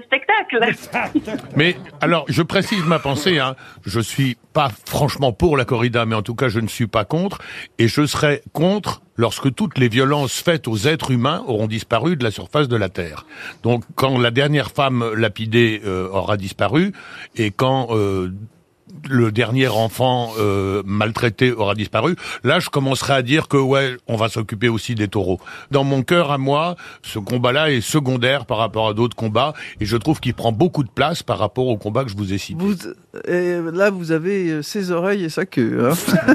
Speaker 13: spectacle.
Speaker 5: Mais alors, je précise ma pensée. Hein. Je suis pas franchement pour la corrida, mais en tout cas, je ne suis pas contre. Et je serai contre lorsque toutes les violences faites aux êtres humains auront disparu de la surface de la Terre. Donc, quand la dernière femme lapidée euh, aura disparu, et quand euh, le dernier enfant euh, maltraité aura disparu, là je commencerai à dire que ouais, on va s'occuper aussi des taureaux. Dans mon cœur à moi, ce combat-là est secondaire par rapport à d'autres combats et je trouve qu'il prend beaucoup de place par rapport au combat que je vous ai cité.
Speaker 4: Vous, euh, là, vous avez euh, ses oreilles et sa queue. hein.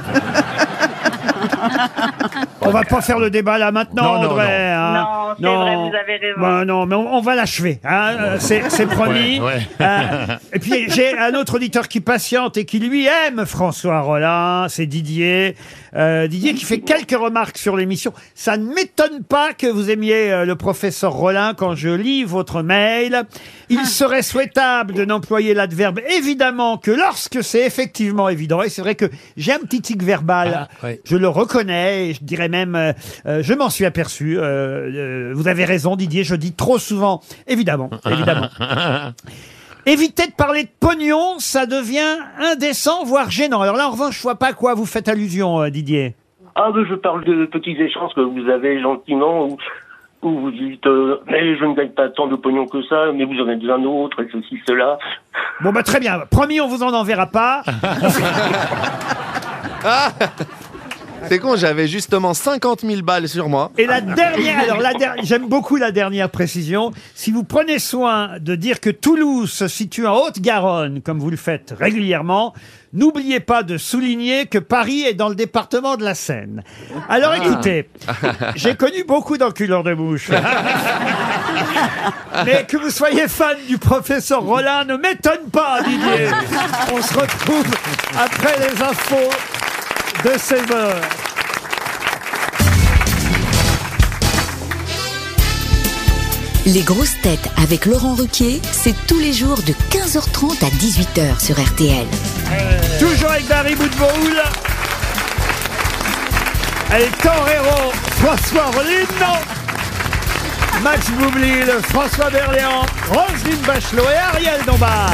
Speaker 2: On va pas faire le débat là maintenant,
Speaker 4: Non, non,
Speaker 2: Audrey.
Speaker 4: non.
Speaker 2: hein.
Speaker 4: Non, c'est vrai, vous avez raison.
Speaker 2: Bah, non, mais on, on va l'achever. hein, euh, C'est c'est promis.
Speaker 5: Ouais, ouais.
Speaker 2: Euh, et puis j'ai un autre auditeur qui patiente et qui lui aime François Rollin. C'est Didier. Euh, Didier qui fait quelques remarques sur l'émission. Ça ne m'étonne pas que vous aimiez euh, le professeur Rollin quand je lis votre mail.
Speaker 4: Ah.
Speaker 2: Il serait souhaitable de n'employer l'adverbe évidemment que lorsque c'est effectivement évident. Et c'est vrai que j'ai un petit tic verbal.
Speaker 5: Ah, ouais.
Speaker 2: Je le reconnais, et je dirais même, euh, euh, je m'en suis aperçu. euh, euh, vous avez raison, Didier, je dis trop souvent. Évidemment,
Speaker 14: Ah.
Speaker 2: évidemment. Évitez de parler de pognon, ça devient indécent, voire gênant. Alors là, en revanche, je vois pas à quoi vous faites allusion, euh, Didier.
Speaker 12: Ah, ben, je parle de petits échanges que vous avez gentiment où, où vous dites euh, Eh, je ne gagne pas tant de pognon que ça, mais vous en êtes un autre, et ceci, cela.
Speaker 2: Bon, bah très bien. Promis, on vous en enverra pas.
Speaker 7: Ah C'est con, j'avais justement 50 000 balles sur moi.
Speaker 2: Et la dernière, alors la der- j'aime beaucoup la dernière précision. Si vous prenez soin de dire que Toulouse se situe en Haute-Garonne, comme vous le faites régulièrement, n'oubliez pas de souligner que Paris est dans le département de la Seine. Alors
Speaker 14: Ah.
Speaker 2: écoutez, j'ai connu beaucoup d'enculeurs de bouche. Mais que vous soyez fan du professeur Rollin ne m'étonne pas, Didier. On se retrouve après les infos de 16 heures.
Speaker 10: Les grosses têtes avec Laurent Ruquier, c'est tous les jours de 15h30 à 18h sur RTL.
Speaker 2: Toujours avec Barry Boudboul. El Torero, François Rollin. Max Boublil, François Berléand, Roselyne Bachelot et Ariel Dombal.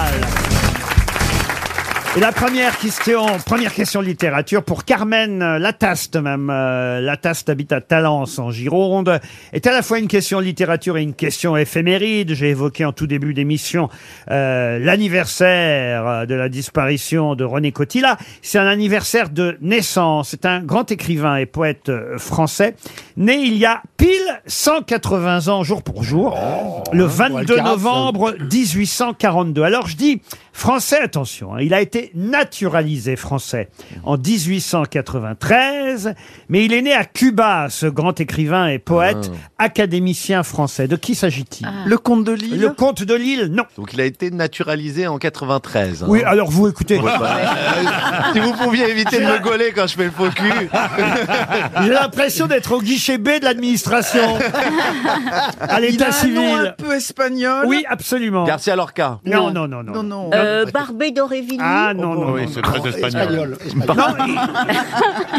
Speaker 2: Et la première question, première question littérature pour Carmen euh, Lataste, même euh, Lataste habite à Talence en Gironde, est à la fois une question littérature et une question éphéméride. J'ai évoqué en tout début d'émission euh, l'anniversaire euh, de la disparition de René Cotilla. C'est un anniversaire de naissance. C'est un grand écrivain et poète euh, français, né il y a pile 180 ans jour pour jour, le
Speaker 6: Walter
Speaker 2: 22
Speaker 6: Haas,
Speaker 2: novembre novembre 1842. Alors je dis français, attention, hein, il a été naturalisé français en 1893, mais il est né à Cuba, ce grand écrivain et poète,
Speaker 7: Ah.
Speaker 2: académicien français. De qui s'agit-il Le comte de Lille Le comte de Lille, non.
Speaker 7: Donc il a été naturalisé en 93. hein.
Speaker 2: Oui, alors vous écoutez.
Speaker 7: Ouais, bah, euh, si vous pouviez éviter de me gauler quand je fais le faux cul.
Speaker 2: J'ai l'impression d'être au guichet B de l'administration. À
Speaker 4: Il a
Speaker 2: l'état
Speaker 4: un
Speaker 2: civil.
Speaker 4: nom un peu espagnol.
Speaker 2: Oui, absolument.
Speaker 7: Garcia Lorca.
Speaker 2: Non, non, non, non.
Speaker 4: Non, Oh, non.
Speaker 9: Euh, Barbé d'Aurevilly.
Speaker 2: Ah non, non,
Speaker 5: Oui,
Speaker 2: non,
Speaker 5: c'est
Speaker 2: non. Oh,
Speaker 5: très espagnol.
Speaker 2: Non,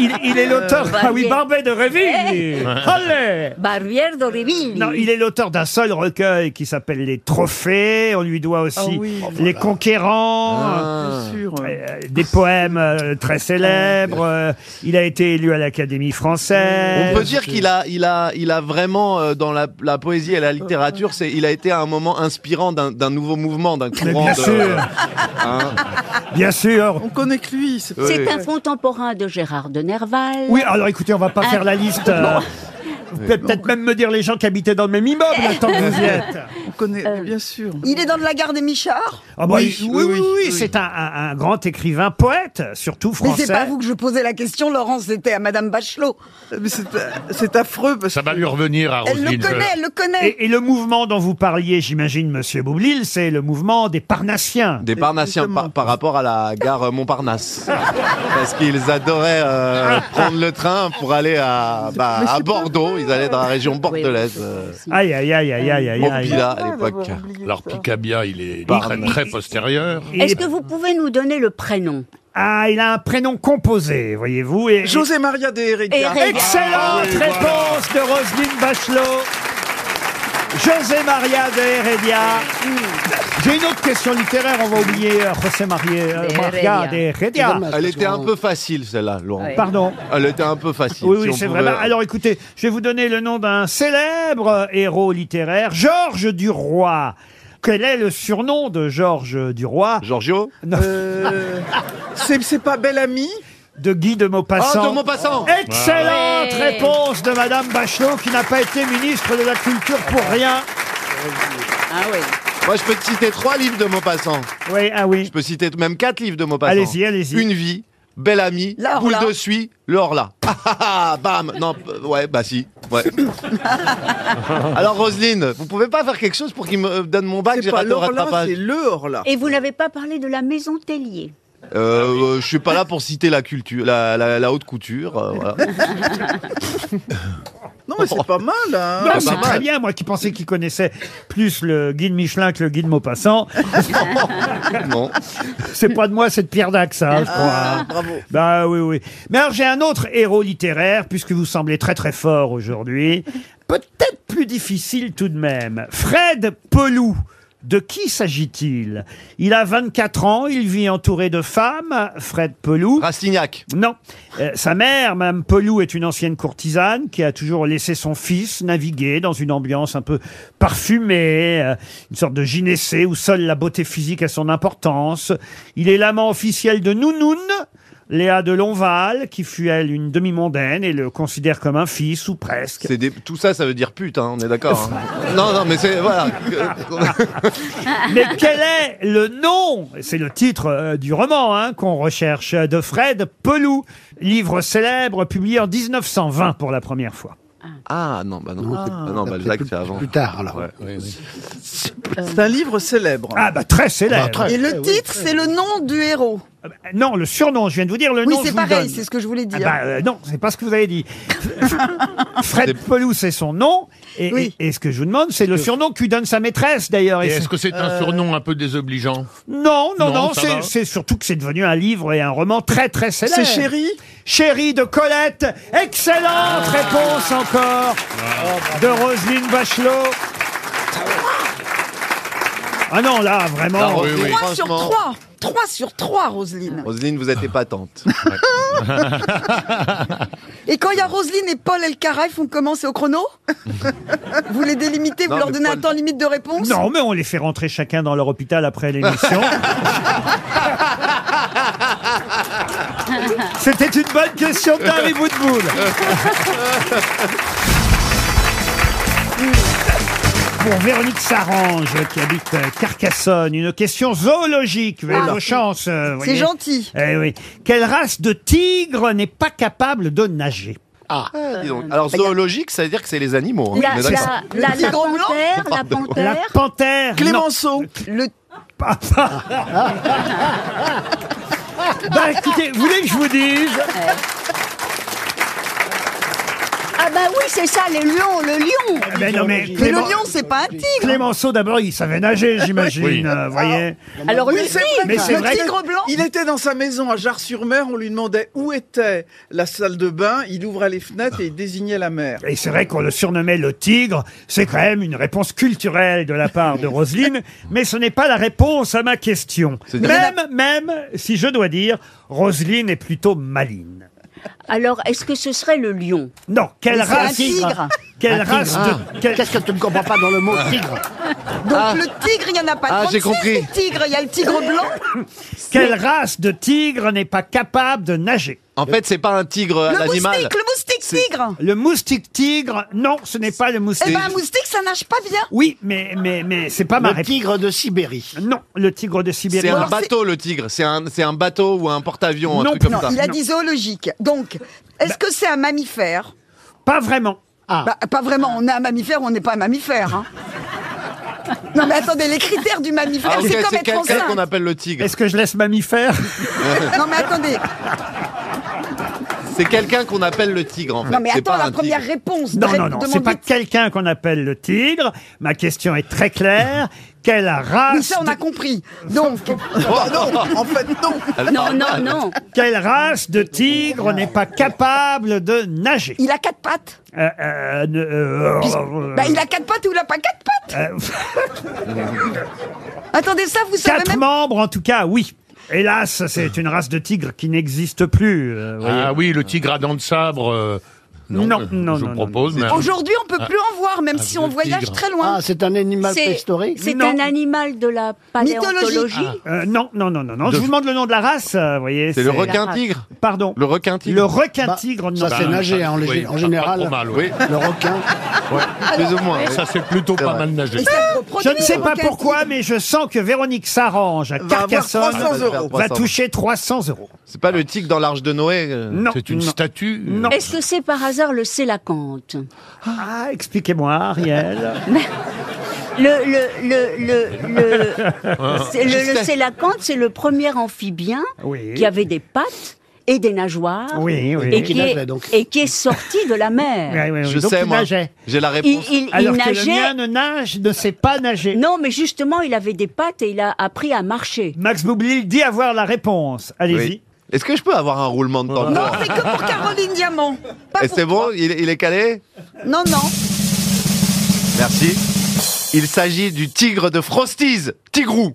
Speaker 2: il, il- il est l'auteur.
Speaker 9: Euh,
Speaker 2: ah oui,
Speaker 9: Barbet.
Speaker 2: Barbet de Réville.
Speaker 9: Eh.
Speaker 2: Allez
Speaker 9: Barbière d'Aurevilly.
Speaker 2: Non, il est l'auteur d'un seul recueil qui s'appelle Les Trophées. On lui doit aussi
Speaker 4: Ah oui.
Speaker 2: Les Conquérants,
Speaker 4: Bien sûr.
Speaker 2: euh, des poèmes euh, très célèbres. Euh, il a été élu à l'Académie française.
Speaker 7: On peut dire qu'il a, il a, il a vraiment euh, dans la, la poésie et la littérature, c'est, il a été à un moment inspirant d'un d'un nouveau mouvement, d'un
Speaker 2: Mais
Speaker 7: courant.
Speaker 2: bien
Speaker 7: de-
Speaker 2: sûr,
Speaker 7: hein.
Speaker 2: bien sûr.
Speaker 4: On connaît que lui. c'est-
Speaker 9: C'est
Speaker 7: Oui.
Speaker 9: un contemporain de Gérard de Nerval.
Speaker 2: Oui, alors écoutez, on va pas faire la liste. euh, Vous pouvez peut-être même me dire les gens qui habitaient dans le même immeuble, tant que vous y êtes.
Speaker 4: On connaît, bien sûr.
Speaker 3: Il est dans de la gare des Michards
Speaker 2: Ah bah,
Speaker 4: Oui,
Speaker 2: il- oui,
Speaker 4: oui,
Speaker 2: oui,
Speaker 4: oui,
Speaker 2: oui,
Speaker 4: oui.
Speaker 2: c'est un, un- un grand écrivain, poète, surtout
Speaker 3: Mais
Speaker 2: français.
Speaker 3: c'est pas à vous que je posais la question, Laurent, c'était à Madame Bachelot.
Speaker 4: Euh, Mais c'est- c'est affreux parce
Speaker 5: Ça va lui revenir
Speaker 7: Ah,
Speaker 5: à
Speaker 3: Elle le
Speaker 5: Roselyne.
Speaker 3: connaît, elle le connaît.
Speaker 2: Et, et le mouvement dont vous parliez, j'imagine, Monsieur Boublil, c'est le mouvement des Parnassiens.
Speaker 7: Des Parnassiens par, par rapport à la gare Montparnasse. Parce qu'ils adoraient euh, prendre le train pour aller à, bah, à Bordeaux. Ils allaient dans la région bordelaise. euh,
Speaker 2: Aïe, aïe, aïe, aïe, aïe, aïe, aïe.
Speaker 7: Montpila à l'époque.
Speaker 5: Alors Picabia, il est
Speaker 7: Barbe.
Speaker 5: très, très postérieur.
Speaker 9: Est-ce que vous pouvez nous donner le prénom
Speaker 2: Ah, il a un prénom composé, voyez-vous. Et...
Speaker 4: José Maria de Heredia.
Speaker 9: Heredia.
Speaker 2: Excellente
Speaker 7: Ah
Speaker 2: réponse de Roselyne Bachelot. José Maria de Heredia. J'ai une autre question littéraire, on va oublier euh, José Maria euh,
Speaker 9: De
Speaker 2: Maria de
Speaker 9: Heredia.
Speaker 6: C'est
Speaker 2: Heredia.
Speaker 6: dommage,
Speaker 7: Elle
Speaker 6: parce
Speaker 7: était un
Speaker 6: qu'on-
Speaker 7: peu facile, celle-là, Laurent.
Speaker 2: Pardon.
Speaker 7: Elle était un peu facile.
Speaker 2: Oui,
Speaker 7: si
Speaker 2: oui,
Speaker 7: on
Speaker 2: c'est
Speaker 7: pouvait-
Speaker 2: vrai. Bah, Alors écoutez, euh, je vais vous donner le nom d'un célèbre héros littéraire, Georges Duroy. Quel est le surnom de Georges Duroy
Speaker 7: Giorgio
Speaker 2: Euh, C'est pas belle amie de Guy de Maupassant.
Speaker 7: Ah, de Maupassant.
Speaker 2: Excellente
Speaker 7: Ouais.
Speaker 2: réponse de Madame Bachelot qui n'a pas été ministre de la Culture pour rien.
Speaker 9: Ah oui.
Speaker 7: Moi, je peux te citer trois livres de Maupassant.
Speaker 2: Oui, ah oui.
Speaker 7: Je peux citer même quatre livres de Maupassant.
Speaker 2: Allez-y, allez-y.
Speaker 7: Une vie, Belle Amie,
Speaker 2: L'Orla.
Speaker 7: Boule de suie, L'Orla. Ah, ah, ah, bam Non, euh, ouais, bah si. Ouais. Alors, Roselyne, vous pouvez pas faire quelque chose pour qu'il me euh, donne mon bac J'ai raté au rattrapage.
Speaker 4: L'Orla.
Speaker 9: Et vous n'avez pas parlé de la maison Tellier.
Speaker 7: Euh, je suis pas là pour citer la culture, la, la- la haute couture. euh, voilà.
Speaker 4: Non, mais c'est pas mal. Hein.
Speaker 2: Non, c'est très bien, moi qui pensais qu'il connaissait plus le guide Michelin que le guide Maupassant.
Speaker 7: non.
Speaker 2: C'est pas de moi, c'est de Pierre Dax, hein, je crois.
Speaker 4: Ah, bravo.
Speaker 2: Bah oui, oui. Mais alors j'ai un autre héros littéraire, puisque vous semblez très très fort aujourd'hui. Peut-être plus difficile tout de même. Fred Pelou. De qui s'agit-il Il a 24 ans, il vit entouré de femmes. Fred Pelou.
Speaker 7: Rastignac.
Speaker 2: Non. Euh, sa mère, Mme Pelou, est une ancienne courtisane qui a toujours laissé son fils naviguer dans une ambiance un peu parfumée, euh, une sorte de gynécée où seule la beauté physique a son importance. Il est l'amant officiel de Nounoun. Léa de Lonval, qui fut elle une demi-mondaine et le considère comme un fils ou presque.
Speaker 7: C'est des- Tout ça, ça veut dire pute, hein, on est d'accord. hein. non, non, mais c'est. Voilà.
Speaker 2: Mais quel est le nom C'est le titre euh, du roman hein, qu'on recherche euh, de Fred Pelou, livre célèbre publié en 1920 pour la première fois.
Speaker 7: Ah non, bah non.
Speaker 2: Ah.
Speaker 7: Ah, non, bah, Jacques, c'est avant.
Speaker 2: plus
Speaker 6: tard, alors.
Speaker 4: C'est un livre célèbre.
Speaker 2: Ah bah très célèbre. Euh,
Speaker 3: Et le titre, c'est le nom du héros.
Speaker 2: Non, le surnom, je viens de vous dire Ah bah, le
Speaker 3: Oui,
Speaker 2: nom.
Speaker 3: c'est
Speaker 2: je vous
Speaker 3: pareil,
Speaker 2: le donne.
Speaker 3: c'est ce que je voulais dire.
Speaker 2: Ah bah, euh, non, c'est pas ce que vous avez dit. Fred Pelou, c'est son nom. Et, et- et ce que je vous demande, c'est le surnom que lui donne sa maîtresse d'ailleurs.
Speaker 5: Et
Speaker 2: Et
Speaker 5: est-ce que c'est un
Speaker 2: Euh,
Speaker 5: surnom un peu désobligeant
Speaker 2: Non, non,
Speaker 5: Non,
Speaker 2: non,
Speaker 5: ça
Speaker 2: c'est-
Speaker 5: va.
Speaker 2: c'est surtout que c'est devenu un livre et un roman très très célèbre.
Speaker 4: C'est Chéri
Speaker 2: Chéri de Colette. Excellente réponse encore de Roselyne Bachelot. Ah non, là, vraiment.
Speaker 7: Ah, oui, oui.
Speaker 3: 3 sur
Speaker 7: Franchement.
Speaker 3: 3 3 sur 3, Roselyne
Speaker 7: Roselyne, vous êtes épatante.
Speaker 3: Et quand il y a Roselyne et Paul Elkaraïf, on commence au chrono Vous les délimitez, vous
Speaker 2: Non,
Speaker 3: leur
Speaker 2: mais
Speaker 3: donnez un temps limite de réponse
Speaker 2: Non, mais on les fait rentrer chacun dans leur hôpital après l'émission. C'était une bonne question de Harry Boutboul. Pour Véronique Sarange, qui habite euh, Carcassonne, une question zoologique. Vous avez
Speaker 3: Ah.
Speaker 2: vos chances. euh, vous
Speaker 3: C'est
Speaker 2: voyez.
Speaker 3: gentil.
Speaker 2: Eh oui. Quelle race de tigre n'est pas capable de nager
Speaker 7: Ah, dis
Speaker 9: Euh,
Speaker 7: donc.
Speaker 9: bah,
Speaker 7: Alors, zoologique, ça veut dire que c'est les animaux. hein.
Speaker 9: La,
Speaker 7: On est d'accord.
Speaker 9: la, la, la
Speaker 3: Tigre blanc
Speaker 9: panthère, la
Speaker 2: La
Speaker 7: Pardon.
Speaker 9: panthère.
Speaker 2: panthère.
Speaker 4: Clémenceau.
Speaker 3: Le...
Speaker 7: Oh,
Speaker 2: Bah écoutez, vous voulez que je vous dise
Speaker 9: Euh, Ah bah oui, c'est ça, les lions, le lion.
Speaker 2: Ah ben non, mais
Speaker 3: Mais le
Speaker 2: Clément-
Speaker 3: lion, c'est pas un tigre
Speaker 2: Clémenceau, d'abord, il savait nager, j'imagine.
Speaker 5: Oui.
Speaker 2: euh, voyez.
Speaker 9: Alors,
Speaker 4: Ah oui,
Speaker 9: le
Speaker 4: c'est
Speaker 9: tigre.
Speaker 4: vrai.
Speaker 2: Mais c'est
Speaker 4: Le
Speaker 2: vrai que-
Speaker 4: tigre blanc. Il était dans sa maison à Jars-sur-Mer. On lui demandait où était la salle de bain. Il ouvrait les fenêtres et il désignait la mer.
Speaker 2: Et c'est vrai qu'on le surnommait le tigre. C'est quand même une réponse culturelle de la part de Roselyne, mais ce n'est pas la réponse à ma question. Même, même si je dois dire, Roselyne est plutôt maligne.
Speaker 9: Alors, est-ce que ce serait le lion
Speaker 2: Non, quelle
Speaker 9: Mais c'est un
Speaker 2: race
Speaker 9: tigre.
Speaker 2: Quelle
Speaker 6: Un
Speaker 2: race
Speaker 6: tigre.
Speaker 2: de quelle-
Speaker 6: Qu'est-ce que tu ne comprends pas dans le mot tigre
Speaker 3: Donc
Speaker 2: Ah.
Speaker 3: le tigre, il n'y en a pas
Speaker 7: Ah,
Speaker 3: 36
Speaker 7: j'ai compris.
Speaker 3: des tigres. Il y a le tigre blanc,
Speaker 2: quelle race de tigre n'est pas capable de nager
Speaker 7: En fait, c'est pas un tigre à
Speaker 3: le
Speaker 7: l'animal.
Speaker 3: moustique, le moustique tigre
Speaker 2: Le moustique tigre Non, ce n'est pas le moustique.
Speaker 3: Eh ben un moustique, ça nage pas bien
Speaker 2: Oui, mais mais mais c'est pas ma
Speaker 6: Le
Speaker 2: réponse.
Speaker 6: tigre de Sibérie.
Speaker 2: Non, le tigre de Sibérie.
Speaker 7: C'est un
Speaker 3: Alors, c'est-
Speaker 7: bateau, le tigre. C'est un, c'est un bateau ou un porte-avions, un
Speaker 2: Non,
Speaker 7: truc comme
Speaker 2: non,
Speaker 7: ça.
Speaker 3: Il a
Speaker 2: Non. Bah-
Speaker 3: dit zoologique. Donc, est-ce que c'est un mammifère
Speaker 2: Pas vraiment. Ah.
Speaker 3: Bah, Pas vraiment, on est un mammifère, on n'est pas un mammifère. hein. non mais attendez, les critères du mammifère,
Speaker 7: Ah, ok,
Speaker 3: c'est comme
Speaker 7: c'est
Speaker 3: être
Speaker 7: quelqu'un
Speaker 3: enceinte.
Speaker 7: qu'on appelle le tigre.
Speaker 2: Est-ce que je laisse mammifère
Speaker 3: Non mais attendez,
Speaker 7: C'est quelqu'un qu'on appelle le tigre, en fait.
Speaker 3: non mais
Speaker 7: C'est
Speaker 3: attends,
Speaker 7: pas
Speaker 3: la
Speaker 7: un
Speaker 3: première
Speaker 7: tigre.
Speaker 3: réponse.
Speaker 2: Non,
Speaker 3: Dre-
Speaker 2: non, non, c'est
Speaker 3: demande
Speaker 2: pas
Speaker 3: vite.
Speaker 2: quelqu'un qu'on appelle le tigre. Ma question est très claire. Quelle
Speaker 3: Mais
Speaker 2: race, Oh,
Speaker 3: ça, on a compris. Donc,
Speaker 4: Ah non, en fait, non.
Speaker 7: Elle
Speaker 9: Non,
Speaker 7: parle
Speaker 9: non,
Speaker 7: mal.
Speaker 9: non.
Speaker 2: quelle race de tigre n'est pas capable de nager
Speaker 3: il a quatre pattes.
Speaker 2: Euh, euh, ne- euh,
Speaker 3: Puisque-
Speaker 2: euh,
Speaker 3: Bah, il a quatre pattes ou il a pas quatre pattes
Speaker 2: euh,
Speaker 3: Attendez, ça, vous savez
Speaker 2: Quatre
Speaker 3: même.
Speaker 2: membres, en tout cas, oui. Hélas, c'est une race de tigre qui n'existe plus. euh, vous voyez.
Speaker 5: Ah oui, le tigre à dents de sabre. euh, Non,
Speaker 2: Non,
Speaker 5: euh,
Speaker 2: non,
Speaker 5: je
Speaker 2: non,
Speaker 5: propose. mais- Ah.
Speaker 3: Aujourd'hui, on peut plus en voir, même
Speaker 5: un
Speaker 3: si on
Speaker 5: vieux
Speaker 3: voyage
Speaker 5: tigre.
Speaker 3: très loin.
Speaker 6: Ah, c'est un animal
Speaker 9: C'est-
Speaker 6: préhistorique
Speaker 9: C'est
Speaker 6: Non.
Speaker 9: un animal de la paléontologie.
Speaker 2: Euh, non, non, non, non, non. Je vous demande le nom de la race, euh, vous voyez.
Speaker 7: C'est le requin-tigre
Speaker 2: Pardon.
Speaker 7: Le requin tigre.
Speaker 2: Le requin-tigre, non.
Speaker 6: Bah, Ça, c'est nager, hein, en, lég-
Speaker 5: Ah, oui, Ah, pas-
Speaker 6: en
Speaker 5: pas
Speaker 6: général.
Speaker 5: trop mal, oui.
Speaker 6: Le requin.
Speaker 7: plus ou moins.
Speaker 5: Ça, c'est plutôt pas mal nagé.
Speaker 3: Et ça reproduit,
Speaker 2: Je ne sais pas
Speaker 3: requin-tigre.
Speaker 2: pourquoi, mais je sens que Véronique S'arrange à
Speaker 4: Va avoir
Speaker 2: Carcassonne
Speaker 4: 300 euros.
Speaker 2: va toucher 300 euros.
Speaker 7: C'est pas le tigre dans l'arche de Noé euh,
Speaker 2: Non.
Speaker 5: C'est une
Speaker 2: non.
Speaker 5: statue.
Speaker 2: Non.
Speaker 9: Est-ce que c'est par hasard le sélacanthe
Speaker 2: Ah, expliquez-moi, Ariel.
Speaker 9: Le, le, le, le, le,
Speaker 5: Ah.
Speaker 9: c'est- le- le
Speaker 2: Juste-
Speaker 9: sélacanthe, c'est le premier amphibien
Speaker 2: Oui.
Speaker 9: qui avait des pattes et des nageoires
Speaker 2: Oui, oui.
Speaker 9: et,
Speaker 2: Et qui
Speaker 9: qui est,
Speaker 2: nageait, donc.
Speaker 9: et qui est sorti de la mer.
Speaker 2: Ouais, ouais, ouais.
Speaker 7: Je
Speaker 2: Donc,
Speaker 7: sais,
Speaker 2: il
Speaker 7: moi.
Speaker 2: nageait.
Speaker 7: J'ai la
Speaker 9: Il,
Speaker 7: réponse.
Speaker 9: il-
Speaker 2: Alors
Speaker 9: il
Speaker 2: que le
Speaker 9: nageait.
Speaker 2: mien ne nage, ne sait pas nager.
Speaker 9: Non, mais justement, il avait des pattes et il a appris à marcher.
Speaker 2: Max Boublil dit avoir la réponse. Allez-y.
Speaker 7: Oui. Est-ce que je peux avoir un roulement de tambour
Speaker 3: Non, c'est que pour Caroline Diamant. Pas
Speaker 7: Et
Speaker 3: pour
Speaker 7: c'est bon
Speaker 3: toi.
Speaker 7: il, il est calé
Speaker 3: Non, non.
Speaker 7: Merci. Il s'agit du tigre de Frosties, Tigrou.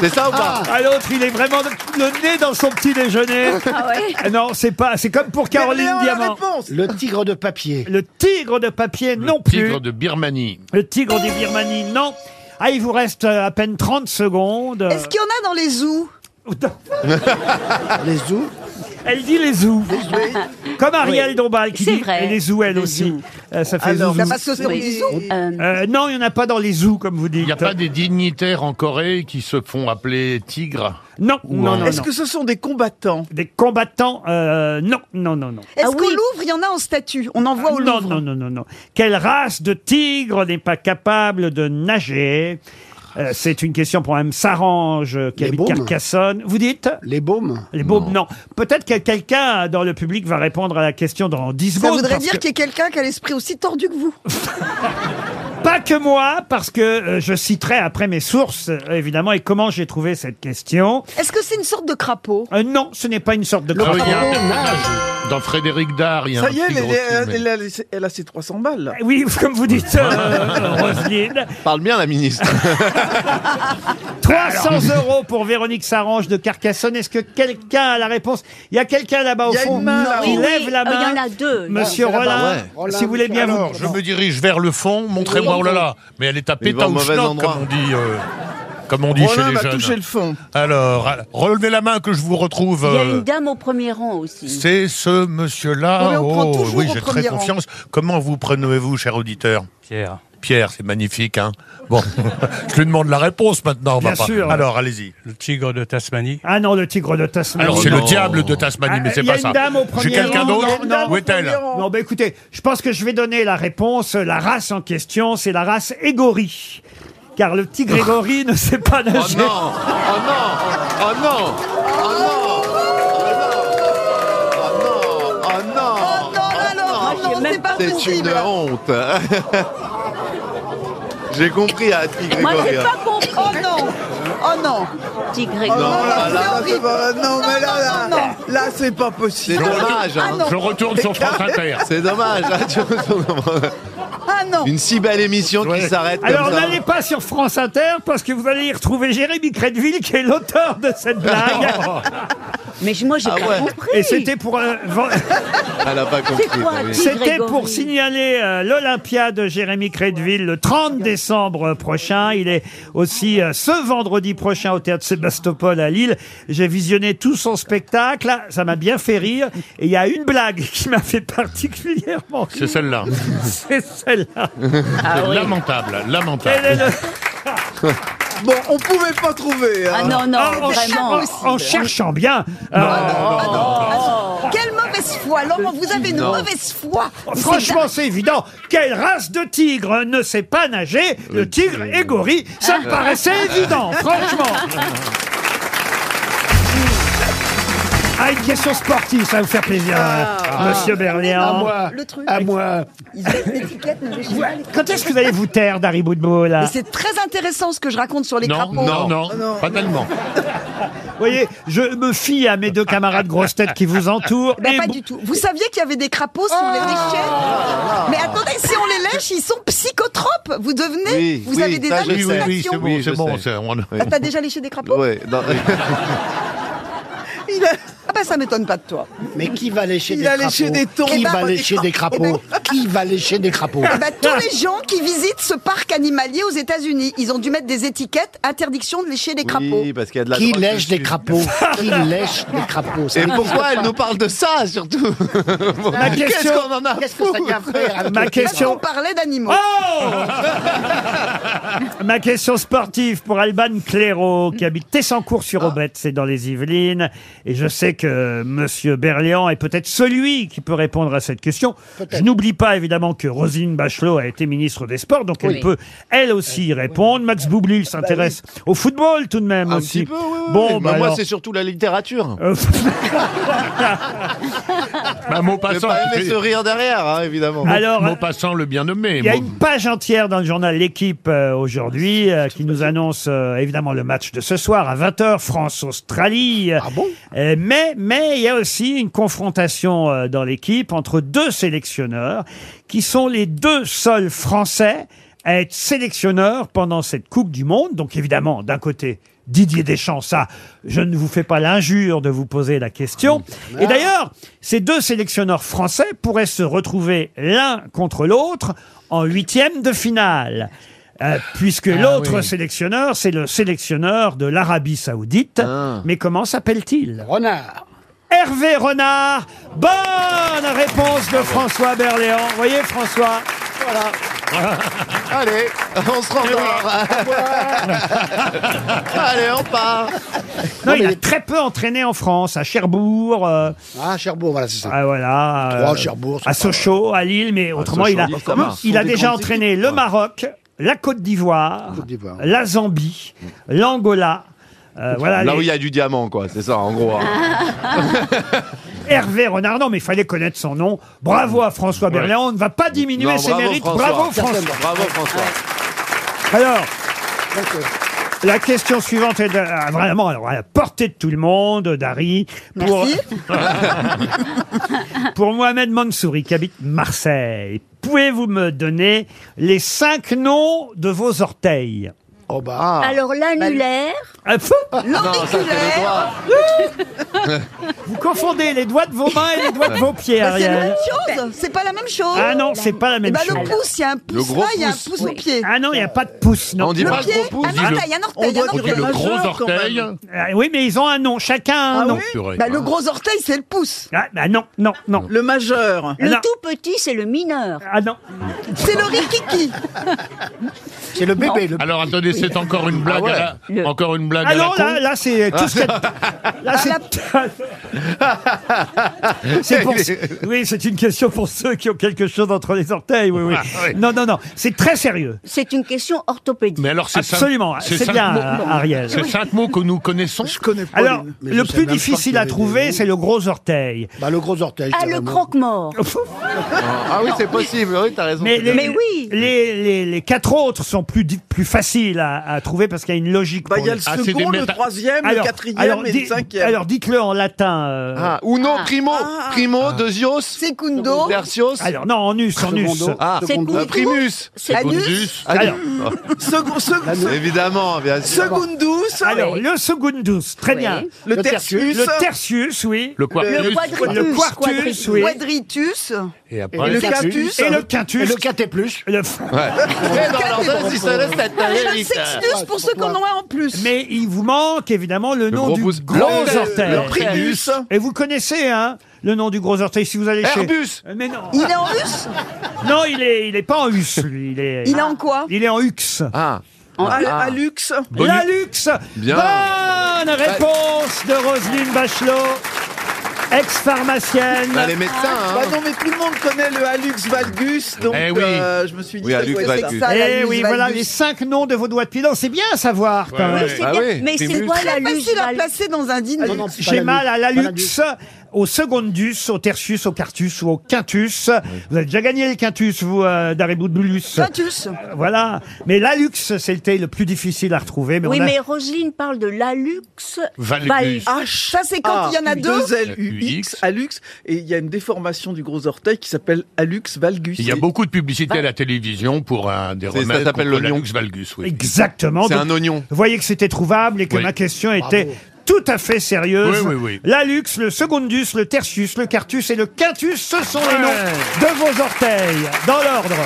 Speaker 7: c'est ça ou pas
Speaker 2: Ah, À l'autre, il est vraiment le nez dans son petit déjeuner.
Speaker 9: Ah ouais.
Speaker 2: Non, c'est pas. C'est comme pour Caroline
Speaker 4: Caroline
Speaker 2: Diamant.
Speaker 6: Le tigre de papier.
Speaker 2: Le tigre de papier, non plus.
Speaker 5: Tigre de Birmanie.
Speaker 2: Le tigre des Birmanies, non. Ah, il vous reste euh, à peine 30 secondes.
Speaker 3: Est-ce qu'il y en a dans les zoos
Speaker 6: Les zoos.
Speaker 2: Elle dit les zoos. Comme Ariel Dombal qui
Speaker 9: C'est
Speaker 2: dit
Speaker 9: vrai.
Speaker 2: et les zoos, elle aussi. Euh, ça fait
Speaker 4: Alors,
Speaker 2: zouzou.
Speaker 3: Ça passe autour des zoos.
Speaker 9: Euh,
Speaker 2: Euh, non, il n'y en a pas dans les zoos, comme vous dites.
Speaker 5: Il n'y a pas des dignitaires en Corée qui se font appeler tigres
Speaker 2: Non,
Speaker 5: Ou
Speaker 2: non,
Speaker 5: en-
Speaker 2: non,
Speaker 4: Est-ce
Speaker 2: non.
Speaker 4: que ce sont des combattants
Speaker 2: Des combattants, euh, non, non, non, non.
Speaker 3: Est-ce
Speaker 9: Ah
Speaker 3: qu'au
Speaker 9: oui.
Speaker 3: Louvre, il y en a en statue On en voit au
Speaker 2: Non,
Speaker 3: Louvre.
Speaker 2: non, non, non, non. Quelle race de tigre n'est pas capable de nager Euh, C'est une question pour Mme Sarange euh, qui
Speaker 6: Les
Speaker 2: habite
Speaker 6: baumes.
Speaker 2: Carcassonne. Vous dites
Speaker 6: Les baumes.
Speaker 2: Les baumes, non. Peut-être que quelqu'un dans le public va répondre à la question dans 10
Speaker 3: Ça
Speaker 2: secondes.
Speaker 3: voudrait
Speaker 2: parce
Speaker 3: dire
Speaker 2: que-
Speaker 3: qu'il y a quelqu'un qui a l'esprit aussi tordu que vous.
Speaker 2: Pas que moi, parce que euh, je citerai après mes sources, euh, évidemment, et comment j'ai trouvé cette question.
Speaker 3: Est-ce que c'est une sorte de crapaud
Speaker 2: Euh, non, ce n'est pas une sorte de...
Speaker 5: Ah oui, il y a-
Speaker 6: crapaud
Speaker 5: Dans Frédéric Dard, il y a
Speaker 4: Ça
Speaker 5: un
Speaker 4: y est, elle,
Speaker 5: tigre aussi,
Speaker 4: elle-
Speaker 5: mais-
Speaker 4: elle a, les- elle a ses 300 balles.
Speaker 2: Oui, comme vous dites, euh, Roselyne.
Speaker 7: Parle bien la ministre.
Speaker 2: 300 euros pour Véronique Sarange de Carcassonne. Est-ce que quelqu'un a la réponse Il y a quelqu'un là-bas au
Speaker 4: Il y a
Speaker 2: fond
Speaker 4: une main, là.
Speaker 2: qui
Speaker 9: oui,
Speaker 2: lève
Speaker 9: oui,
Speaker 2: la
Speaker 9: euh,
Speaker 2: main.
Speaker 9: Il y en a deux.
Speaker 2: Monsieur
Speaker 6: Ah, c'est là-bas,
Speaker 2: Rollin,
Speaker 6: ouais.
Speaker 2: si vous voulez bien vous...
Speaker 5: Alors, je me dirige vers le fond, montrez-moi, oh là là, mais elle est tapée
Speaker 7: Il va
Speaker 5: péta
Speaker 7: au
Speaker 5: ou
Speaker 7: mauvais
Speaker 5: schnock,
Speaker 7: endroit.
Speaker 5: comme on dit, euh, comme on dit
Speaker 4: Roland
Speaker 5: chez les
Speaker 4: va
Speaker 5: jeunes.
Speaker 4: toucher le fond.
Speaker 5: Alors, à- relevez la main que je vous retrouve.
Speaker 9: Il y a
Speaker 5: euh,
Speaker 9: une dame au premier rang aussi.
Speaker 5: C'est ce
Speaker 3: Non, mais
Speaker 5: monsieur-là.
Speaker 3: on prend
Speaker 5: Oh,
Speaker 3: toujours
Speaker 5: oui,
Speaker 3: au
Speaker 5: j'ai très
Speaker 3: premier rang.
Speaker 5: confiance. Comment vous prenez-vous, cher auditeur
Speaker 15: Pierre.
Speaker 5: Pierre, c'est magnifique, hein Bon, je lui demande la réponse maintenant, on va
Speaker 2: Bien
Speaker 5: pas.
Speaker 2: sûr.
Speaker 5: Alors, allez-y.
Speaker 15: Le tigre de Tasmanie.
Speaker 2: Ah non, le tigre de Tasmanie.
Speaker 5: Alors, c'est
Speaker 7: non.
Speaker 5: le diable de Tasmanie,
Speaker 2: Ah,
Speaker 5: mais c'est
Speaker 2: il y a
Speaker 5: pas
Speaker 2: une
Speaker 5: ça.
Speaker 2: dame au premier
Speaker 5: J'ai quelqu'un
Speaker 2: rang,
Speaker 5: d'autre
Speaker 2: il y a une dame
Speaker 5: Où
Speaker 2: au
Speaker 5: est-elle
Speaker 2: Non, bah écoutez, je pense que je vais donner la réponse. La race en question, c'est la race Égori. Car le
Speaker 5: Oh.
Speaker 2: petit Grégory ne sait pas
Speaker 7: Oh
Speaker 2: nager.
Speaker 7: non Oh non Oh non Oh non Oh non Oh non
Speaker 3: Oh non, alors,
Speaker 9: j'ai
Speaker 3: non,
Speaker 9: même
Speaker 3: c'est pas
Speaker 7: C'est une
Speaker 3: possible.
Speaker 7: honte J'ai compris à Tigre
Speaker 9: Moi, j'ai
Speaker 7: Grégory. Ah.
Speaker 9: pas compris.
Speaker 3: Oh non Oh non
Speaker 9: Tigre
Speaker 4: Oh
Speaker 9: Grégory.
Speaker 4: non, là,
Speaker 3: c'est
Speaker 4: là,
Speaker 3: horrible.
Speaker 4: c'est pas- non, mais là, là,
Speaker 3: Non, non, non.
Speaker 4: là, c'est pas
Speaker 7: C'est
Speaker 4: possible.
Speaker 7: dommage,
Speaker 3: Ah
Speaker 7: hein.
Speaker 3: non
Speaker 5: Je retourne sur France Inter.
Speaker 7: C'est dommage, hein, tu vois.
Speaker 3: Ah non
Speaker 7: Une si belle émission qui
Speaker 5: Ouais.
Speaker 7: s'arrête comme
Speaker 2: Alors
Speaker 7: ça.
Speaker 2: n'allez pas sur France Inter parce que vous allez y retrouver Jérémy Crédville qui est l'auteur de cette blague.
Speaker 5: Oh.
Speaker 9: Mais moi, j'ai
Speaker 7: Ah
Speaker 9: pas
Speaker 7: ouais.
Speaker 9: compris.
Speaker 2: Et c'était pour euh, ven-
Speaker 7: Elle a pas compris.
Speaker 9: quoi,
Speaker 7: oui.
Speaker 9: Tigre
Speaker 2: c'était pour
Speaker 9: Grégory.
Speaker 2: signaler euh, l'Olympia de Jérémy Crédville le 30 décembre prochain. Il est aussi euh, ce vendredi prochain au théâtre Sébastopol à Lille. J'ai visionné tout son spectacle, Ah, ça m'a bien fait rire et il y a une blague qui m'a fait particulièrement
Speaker 5: C'est
Speaker 2: rire.
Speaker 5: celle-là.
Speaker 2: C'est celle-là.
Speaker 5: C'est Lamentable, lamentable.
Speaker 2: Quel est le-
Speaker 4: Bon, on pouvait pas trouver. hein.
Speaker 9: Ah non, non,
Speaker 2: Ah, en,
Speaker 9: vraiment.
Speaker 2: cher- en cherchant bien. euh,
Speaker 3: Ah, Quelle mauvaise foi Laurent, vous avez une
Speaker 7: Non.
Speaker 3: mauvaise foi
Speaker 2: Franchement, c'est évident. Quelle race de tigre ne sait pas nager Le tigre égori, ça
Speaker 9: Ah.
Speaker 2: me paraissait évident, franchement. Ah, une question sportive, ça va vous faire plaisir,
Speaker 3: Ah.
Speaker 2: euh, monsieur
Speaker 6: À
Speaker 2: Berléand.
Speaker 6: moi.
Speaker 3: Le truc.
Speaker 6: À moi.
Speaker 3: Ils ont une étiquette, mais je sais pas les-
Speaker 2: Quand est-ce que vous allez vous taire, Dari Boudbo, là
Speaker 3: Mais c'est très intéressant ce que je raconte sur les
Speaker 5: Non,
Speaker 3: crapauds.
Speaker 5: non,
Speaker 7: Ah,
Speaker 4: Oh
Speaker 5: non,
Speaker 4: non.
Speaker 5: pas tellement.
Speaker 2: Vous voyez, je me fie à mes deux camarades grosses têtes qui vous entourent.
Speaker 3: Ben,
Speaker 2: Et
Speaker 3: pas
Speaker 2: bon-
Speaker 3: du tout. Vous saviez qu'il y avait des crapauds sur les déchets Mais attendez, si on les lèche, ils sont psychotropes. Vous devenez,
Speaker 7: Oui,
Speaker 3: vous
Speaker 7: oui,
Speaker 3: avez des
Speaker 7: ça, je
Speaker 5: Oui, oui,
Speaker 7: sais.
Speaker 5: oui, c'est
Speaker 3: hallucinations.
Speaker 5: bon,
Speaker 7: Oui,
Speaker 5: c'est
Speaker 7: je
Speaker 5: bon.
Speaker 7: sais.
Speaker 5: c'est- on-
Speaker 3: Ah, T'as déjà léché des crapauds
Speaker 7: Ouais, non.
Speaker 4: Il a-
Speaker 3: Ah ben ça m'étonne pas de toi.
Speaker 6: Mais qui va lécher
Speaker 3: Il
Speaker 6: des
Speaker 3: a
Speaker 6: crapauds
Speaker 3: léché des thons.
Speaker 6: Qui
Speaker 3: Eh ben,
Speaker 6: va
Speaker 3: des
Speaker 6: lécher
Speaker 3: crapauds.
Speaker 6: des crapauds
Speaker 3: Eh ben-
Speaker 6: Qui va lécher des crapauds
Speaker 3: Eh ben, tous les gens qui visitent ce parc animalier aux États-Unis, ils ont dû mettre des étiquettes interdiction de lécher des crapauds.
Speaker 2: bah,
Speaker 7: Oui, parce qu'il y a de la
Speaker 6: Qui
Speaker 7: drogue
Speaker 6: lèche des
Speaker 7: dessus.
Speaker 6: crapauds Qui lèche des crapauds Ça
Speaker 7: Et
Speaker 6: n'existe
Speaker 7: pourquoi elle
Speaker 6: pas.
Speaker 7: nous parle de ça, surtout
Speaker 3: Ah,
Speaker 6: Ma
Speaker 7: Qu'est-ce
Speaker 6: question-
Speaker 7: qu'on en a
Speaker 6: qu'est-ce que ça vient faire avec
Speaker 2: Ma question.
Speaker 3: On parlait d'animaux.
Speaker 2: Oh Ma question sportive pour Alban Cléraud, qui habite Tessancourt-sur-Aubette, c'est dans les Yvelines. Et je sais que Monsieur Berlian est peut-être celui qui peut répondre à cette question. Je n'oublie pas évidemment que Rosine Bachelot a été ministre des Sports, donc
Speaker 15: Oui.
Speaker 2: elle peut elle aussi y répondre. Max Boublil s'intéresse au football tout de même
Speaker 7: Bah Un
Speaker 2: aussi.
Speaker 7: petit peu, oui, oui, oui.
Speaker 2: Bon,
Speaker 7: Bah,
Speaker 2: bah
Speaker 7: moi,
Speaker 2: alors-
Speaker 7: c'est surtout la littérature.
Speaker 2: Euh,
Speaker 5: Bah, Maupassant.
Speaker 7: pas
Speaker 5: qui
Speaker 7: aimer
Speaker 5: fait-
Speaker 7: ce rire derrière, hein, évidemment.
Speaker 2: Alors,
Speaker 5: Maupassant, le bien nommé.
Speaker 2: Il y a
Speaker 5: Mau-
Speaker 2: une page entière dans le journal L'équipe euh, aujourd'hui euh, qui nous annonce euh, évidemment le match de ce soir à 20h, France-Australie. Ah bon Mais mais il y a aussi une confrontation euh, dans l'équipe entre deux sélectionneurs qui sont les deux seuls Français à être sélectionneurs pendant cette Coupe du Monde. Donc évidemment, d'un côté, Didier Deschamps, ça, je ne vous fais pas l'injure de vous poser la question. Et d'ailleurs, ces deux sélectionneurs français pourraient se retrouver l'un contre l'autre en huitième de finale. Euh, puisque
Speaker 7: Ah
Speaker 2: l'autre sélectionneur, c'est le sélectionneur de l'Arabie Saoudite.
Speaker 7: Ah.
Speaker 2: Mais comment s'appelle-t-il Renard. Hervé Renard. Bonne réponse de François Berléand. Vous voyez, François Voilà.
Speaker 7: Allez, on se rendort. Allez, on part.
Speaker 2: Non, il a très peu entraîné en France, à Cherbourg. Ah, Cherbourg, voilà, c'est ça. Ah, voilà.
Speaker 6: Trois, Cherbourg, c'est
Speaker 2: à
Speaker 6: pas-
Speaker 2: Sochaux, à Lille, mais autrement,
Speaker 6: Sochaux,
Speaker 2: il a,
Speaker 6: Lille, ça marche.
Speaker 2: il a
Speaker 6: Ce sont des
Speaker 2: déjà
Speaker 6: grandes
Speaker 2: entraîné le Maroc, la Côte d'Ivoire, la Zambie, l'Angola. euh, voilà,
Speaker 7: Là
Speaker 2: les-
Speaker 7: où il y a du diamant, quoi, c'est ça, en gros. hein.
Speaker 2: Hervé Renard, non, mais il fallait connaître son nom. Bravo à François Berléand, on ne va pas diminuer
Speaker 7: Non,
Speaker 2: ses
Speaker 7: bravo,
Speaker 2: mérites.
Speaker 7: François.
Speaker 2: Bravo François.
Speaker 7: Bravo François.
Speaker 2: Alors, la question suivante est de- ah, vraiment alors, à la portée de tout le monde, Dari. Pour, pour Mohamed Mansouri, qui habite Marseille, pouvez-vous me donner les cinq noms de vos orteils Ah, Oh bah.
Speaker 9: Alors
Speaker 3: Ben,
Speaker 9: l'annulaire.
Speaker 2: L'ambiculaire. Vous confondez les doigts de vos mains et les doigts de vos pieds,
Speaker 3: Bah, c'est la
Speaker 2: Ariel.
Speaker 3: même chose, c'est pas la même chose.
Speaker 2: Ah non, c'est pas la même
Speaker 3: Eh ben,
Speaker 2: chose.
Speaker 3: Le pouce, il y a un pouce là, il y a un pouce au pied.
Speaker 2: Ah non, il n'y a pas de pouce. Non.
Speaker 3: On dit Le pas le pied ah gros pouce. Un orteil, un orteil,
Speaker 2: On
Speaker 3: un orteil.
Speaker 2: doit-
Speaker 3: On dit le gros
Speaker 2: majeur, quand
Speaker 5: orteil.
Speaker 2: même. Ah oui, mais ils ont un nom. Chacun a un
Speaker 5: Ah
Speaker 2: nom.
Speaker 5: oui Purée. Bah, le
Speaker 2: gros orteil, c'est le pouce. Ah bah non, non, non. Le majeur.
Speaker 9: Le tout petit, c'est le mineur.
Speaker 2: Ah non.
Speaker 9: C'est le rikiki.
Speaker 2: C'est le
Speaker 9: bébé, le-
Speaker 5: Alors attendez, c'est encore une blague.
Speaker 2: Ah ouais.
Speaker 5: à la- Encore une blague.
Speaker 2: Ah
Speaker 5: à la
Speaker 2: non, là,
Speaker 5: con.
Speaker 2: là c'est tout ce qu'il y a- Là, c'est- C'est pour- Oui, c'est une question pour ceux qui ont quelque chose entre les orteils. Oui, oui.
Speaker 7: Ah,
Speaker 2: Non, non, non. C'est très sérieux.
Speaker 9: C'est une question orthopédique.
Speaker 5: Mais alors, c'est cinq-
Speaker 2: Absolument,
Speaker 5: c'est
Speaker 2: c'est
Speaker 5: cinq
Speaker 2: bien,
Speaker 5: mots-
Speaker 2: Ariel.
Speaker 5: C'est cinq mots que nous connaissons. Je connais
Speaker 2: Alors, le plus difficile à trouver, c'est le gros orteil. Bah, le gros orteil.
Speaker 9: Ah, le croque-mort.
Speaker 7: Ah oui, c'est possible, oui, t'as raison.
Speaker 2: Mais, les, Les, les- les quatre autres sont plus, di- plus faciles à, à trouver parce qu'il y a une logique.
Speaker 4: Bah, il y a le
Speaker 2: pour
Speaker 7: Ah,
Speaker 2: les-
Speaker 4: second, le troisième, le quatrième et le
Speaker 2: di-
Speaker 4: cinquième.
Speaker 2: Alors dites-le en latin. euh.
Speaker 7: Ah, uno, primo, primo, deusios,
Speaker 3: secundo,
Speaker 7: tertios.
Speaker 2: Alors non, en us, en us.
Speaker 7: Ah,
Speaker 2: Secundo.
Speaker 7: euh, primus.
Speaker 2: Secundus. Alors-
Speaker 7: Second, Évidemment, bien sûr.
Speaker 4: Secundus.
Speaker 2: Alors, le secundus, très
Speaker 4: Oui.
Speaker 2: bien.
Speaker 4: Le tertius.
Speaker 2: Le tertius, oui.
Speaker 5: Le quartus.
Speaker 3: Le quadritus.
Speaker 2: Le quartus, oui.
Speaker 3: Quadritus.
Speaker 5: Et
Speaker 2: Et
Speaker 5: après,
Speaker 2: le quintus. Et le quintus. Et le
Speaker 6: quintéplus.
Speaker 2: Le...
Speaker 7: Ouais, dans l'ordre, si ça laisse cette
Speaker 3: Et le
Speaker 7: vite.
Speaker 3: sextus pour ceux qu'on en a en plus.
Speaker 2: Mais il vous manque évidemment le, nom
Speaker 7: gros
Speaker 2: du
Speaker 7: pouce.
Speaker 2: gros
Speaker 7: Le-
Speaker 2: orteil.
Speaker 7: le prépuce.
Speaker 2: Et vous connaissez hein, le nom du gros orteil si vous allez Eh, chez. Euh,
Speaker 7: Airbus.
Speaker 2: Mais non.
Speaker 3: Il est en russe
Speaker 2: Non, il est, il est pas en us, lui. Il est,
Speaker 3: Il est en quoi
Speaker 2: Il est en ux.
Speaker 7: Ah.
Speaker 4: Ah. Alux.
Speaker 2: La luxe.
Speaker 4: Bien.
Speaker 2: Bonne réponse de Roselyne Bachelot, ex-pharmacienne.
Speaker 7: hein.
Speaker 4: Bah non, mais tout le monde connaît le Hallux valgus, donc
Speaker 2: Eh oui.
Speaker 4: euh, je me suis dit.
Speaker 7: Oui,
Speaker 4: ça
Speaker 7: Hallux
Speaker 4: doit être
Speaker 7: valgus.
Speaker 4: ça.
Speaker 2: Eh oui, voilà les cinq noms de vos doigts de pied. Non, C'est bien à savoir quand même.
Speaker 7: Ouais, ouais. Mais c'est Ah bien, oui, mais c'est Primus. quoi la
Speaker 3: Très
Speaker 7: luge,
Speaker 3: facile à
Speaker 7: la-
Speaker 3: placer dans un
Speaker 6: Ah
Speaker 3: dîner.
Speaker 5: Ah,
Speaker 2: J'ai mal à l'alux, au secondus, au tertius, au quartus ou au quintus. Vous avez déjà gagné le quintus, vous, euh, Dariboudoulus.
Speaker 3: Quintus.
Speaker 2: Voilà. Mais l'alux, c'était le plus difficile à retrouver. Mais
Speaker 9: oui,
Speaker 2: on a-
Speaker 9: mais Roselyne parle de l'alux
Speaker 2: Valgus.
Speaker 9: valgus.
Speaker 4: Ah,
Speaker 3: Bah, ça c'est quand il y en a deux.
Speaker 4: L U X Alux et il y a une déformation du gros orteil qui s'appelle Alux valgus.
Speaker 5: il y a beaucoup de publicité
Speaker 2: Ah.
Speaker 5: à la télévision pour un des
Speaker 7: C'est- ça
Speaker 5: remèdes.
Speaker 7: s'appelle
Speaker 5: contre
Speaker 7: l'oignon.
Speaker 5: la Lux valgus, oui.
Speaker 2: Exactement.
Speaker 7: C'est
Speaker 2: Donc,
Speaker 7: un oignon.
Speaker 2: Vous voyez que c'était trouvable et que
Speaker 5: Oui.
Speaker 2: ma question était tout à fait sérieuse.
Speaker 5: Oui, oui, oui.
Speaker 2: La luxe, le secondus, le tertius, le cartus et le quintus, ce sont les noms de vos orteils, dans l'ordre.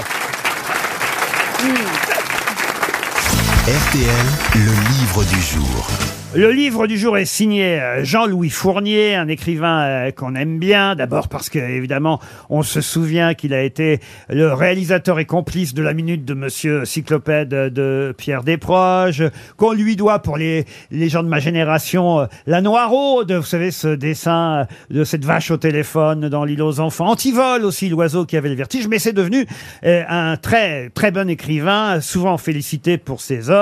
Speaker 1: RTL, le livre du jour.
Speaker 5: Mmh.
Speaker 2: Le livre du jour est signé euh, Jean-Louis Fournier, un écrivain euh, qu'on aime bien. D'abord parce que, évidemment, on se souvient qu'il a été le réalisateur et complice de la minute de Monsieur Cyclopède euh, de Pierre Desproges, qu'on lui doit pour les, les gens de ma génération, euh, la Noiraude, vous savez, ce dessin euh, de cette vache au téléphone dans l'île aux enfants. Antivol aussi, l'oiseau qui avait le vertige, mais c'est devenu euh, un très, très bon écrivain, souvent félicité pour ses œuvres,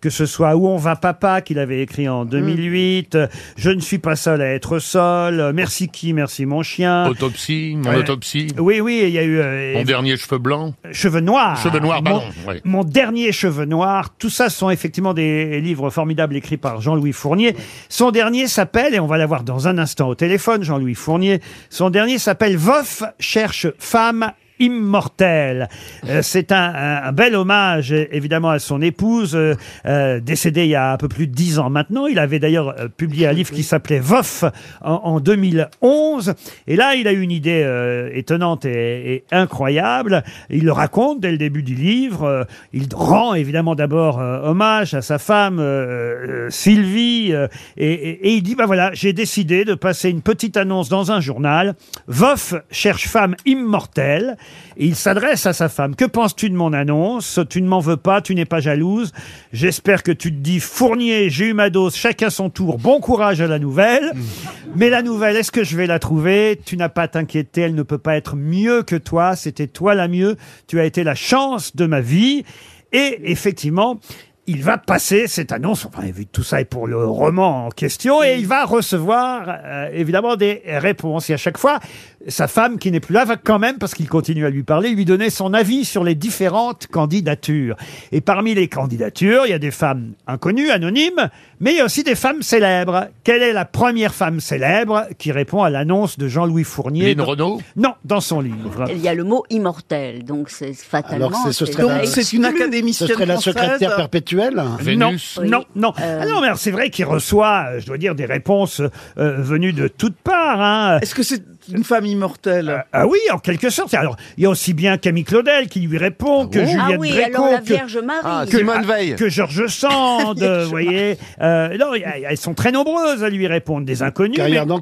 Speaker 2: que ce soit Où on va papa, qu'il avait écrit
Speaker 5: Mm.
Speaker 2: en 2008, euh, Je ne suis pas seul à être seul, euh, Merci qui, merci mon chien.
Speaker 5: Autopsie, mon
Speaker 2: Ouais.
Speaker 5: autopsie,
Speaker 2: Oui, oui, il y a eu... euh,
Speaker 5: mon dernier cheveu blanc.
Speaker 2: Cheveux noirs.
Speaker 5: Cheveux noirs,
Speaker 2: mon,
Speaker 5: pardon, ouais.
Speaker 2: Mon dernier cheveu noir. Tout ça sont effectivement des livres formidables écrits par Jean-Louis Fournier. Son dernier s'appelle, et on va l'avoir dans un instant au téléphone, Jean-Louis Fournier, son dernier s'appelle Veuf cherche femme immortelle. Euh, c'est un, un- un bel hommage euh, évidemment à son épouse euh, euh, décédée il y a un peu plus de dix ans maintenant. Il avait d'ailleurs euh, publié un livre qui s'appelait Veuf en, en 2011. Et là, il a eu une idée euh, étonnante et, et incroyable. Il le raconte dès le début du livre. Euh, il rend évidemment d'abord euh, hommage à sa femme euh, euh, Sylvie euh, et, et- et il dit bah voilà, j'ai décidé de passer une petite annonce dans un journal. Veuf cherche femme immortelle. Et il s'adresse à sa femme. Que penses-tu de mon annonce Tu ne m'en veux pas, tu n'es pas jalouse. J'espère que tu te dis Fournier, j'ai eu ma dose, chacun son tour. Bon courage à la nouvelle. Mais la nouvelle, est-ce que je vais la trouver Tu n'as pas à t'inquiéter, elle ne peut pas être mieux que toi. C'était toi la mieux. Tu as été la chance de ma vie. Et effectivement, il va passer cette annonce, enfin, vu que tout ça est pour le roman en question, et il va recevoir euh, évidemment des réponses. Et à chaque fois, sa femme, qui n'est plus là, va quand même, parce qu'il continue à lui parler, lui donner son avis sur les différentes candidatures. Et parmi les candidatures, il y a des femmes inconnues, anonymes, mais il y a aussi des femmes célèbres. Quelle est la première femme célèbre qui répond à l'annonce de Jean-Louis Fournier
Speaker 5: Lynn
Speaker 2: dans-
Speaker 5: Renaud
Speaker 2: Non, dans son livre.
Speaker 9: Il y a le mot immortel, donc c'est fatalement.
Speaker 6: Ce serait la secrétaire perpétuelle
Speaker 5: Vénus.
Speaker 2: Non, non, non.
Speaker 9: Euh.
Speaker 2: Ah non, mais alors, c'est vrai qu'il reçoit, euh, je dois dire, des réponses euh, venues de toutes parts. Est-ce que c'est une femme immortelle Ah oui, en quelque sorte. Alors, il y a aussi bien Camille Claudel qui lui répond, que
Speaker 9: bon
Speaker 2: Juliette
Speaker 9: Ah oui,
Speaker 2: Gréco,
Speaker 9: alors la
Speaker 2: que-
Speaker 9: Vierge Marie. Ah,
Speaker 2: que,
Speaker 9: Simone Veil.
Speaker 2: que Georges Sand, euh, vous voyez. Euh, non, il y a- elles sont très nombreuses à lui répondre, des inconnues.
Speaker 6: Carrière
Speaker 2: mais-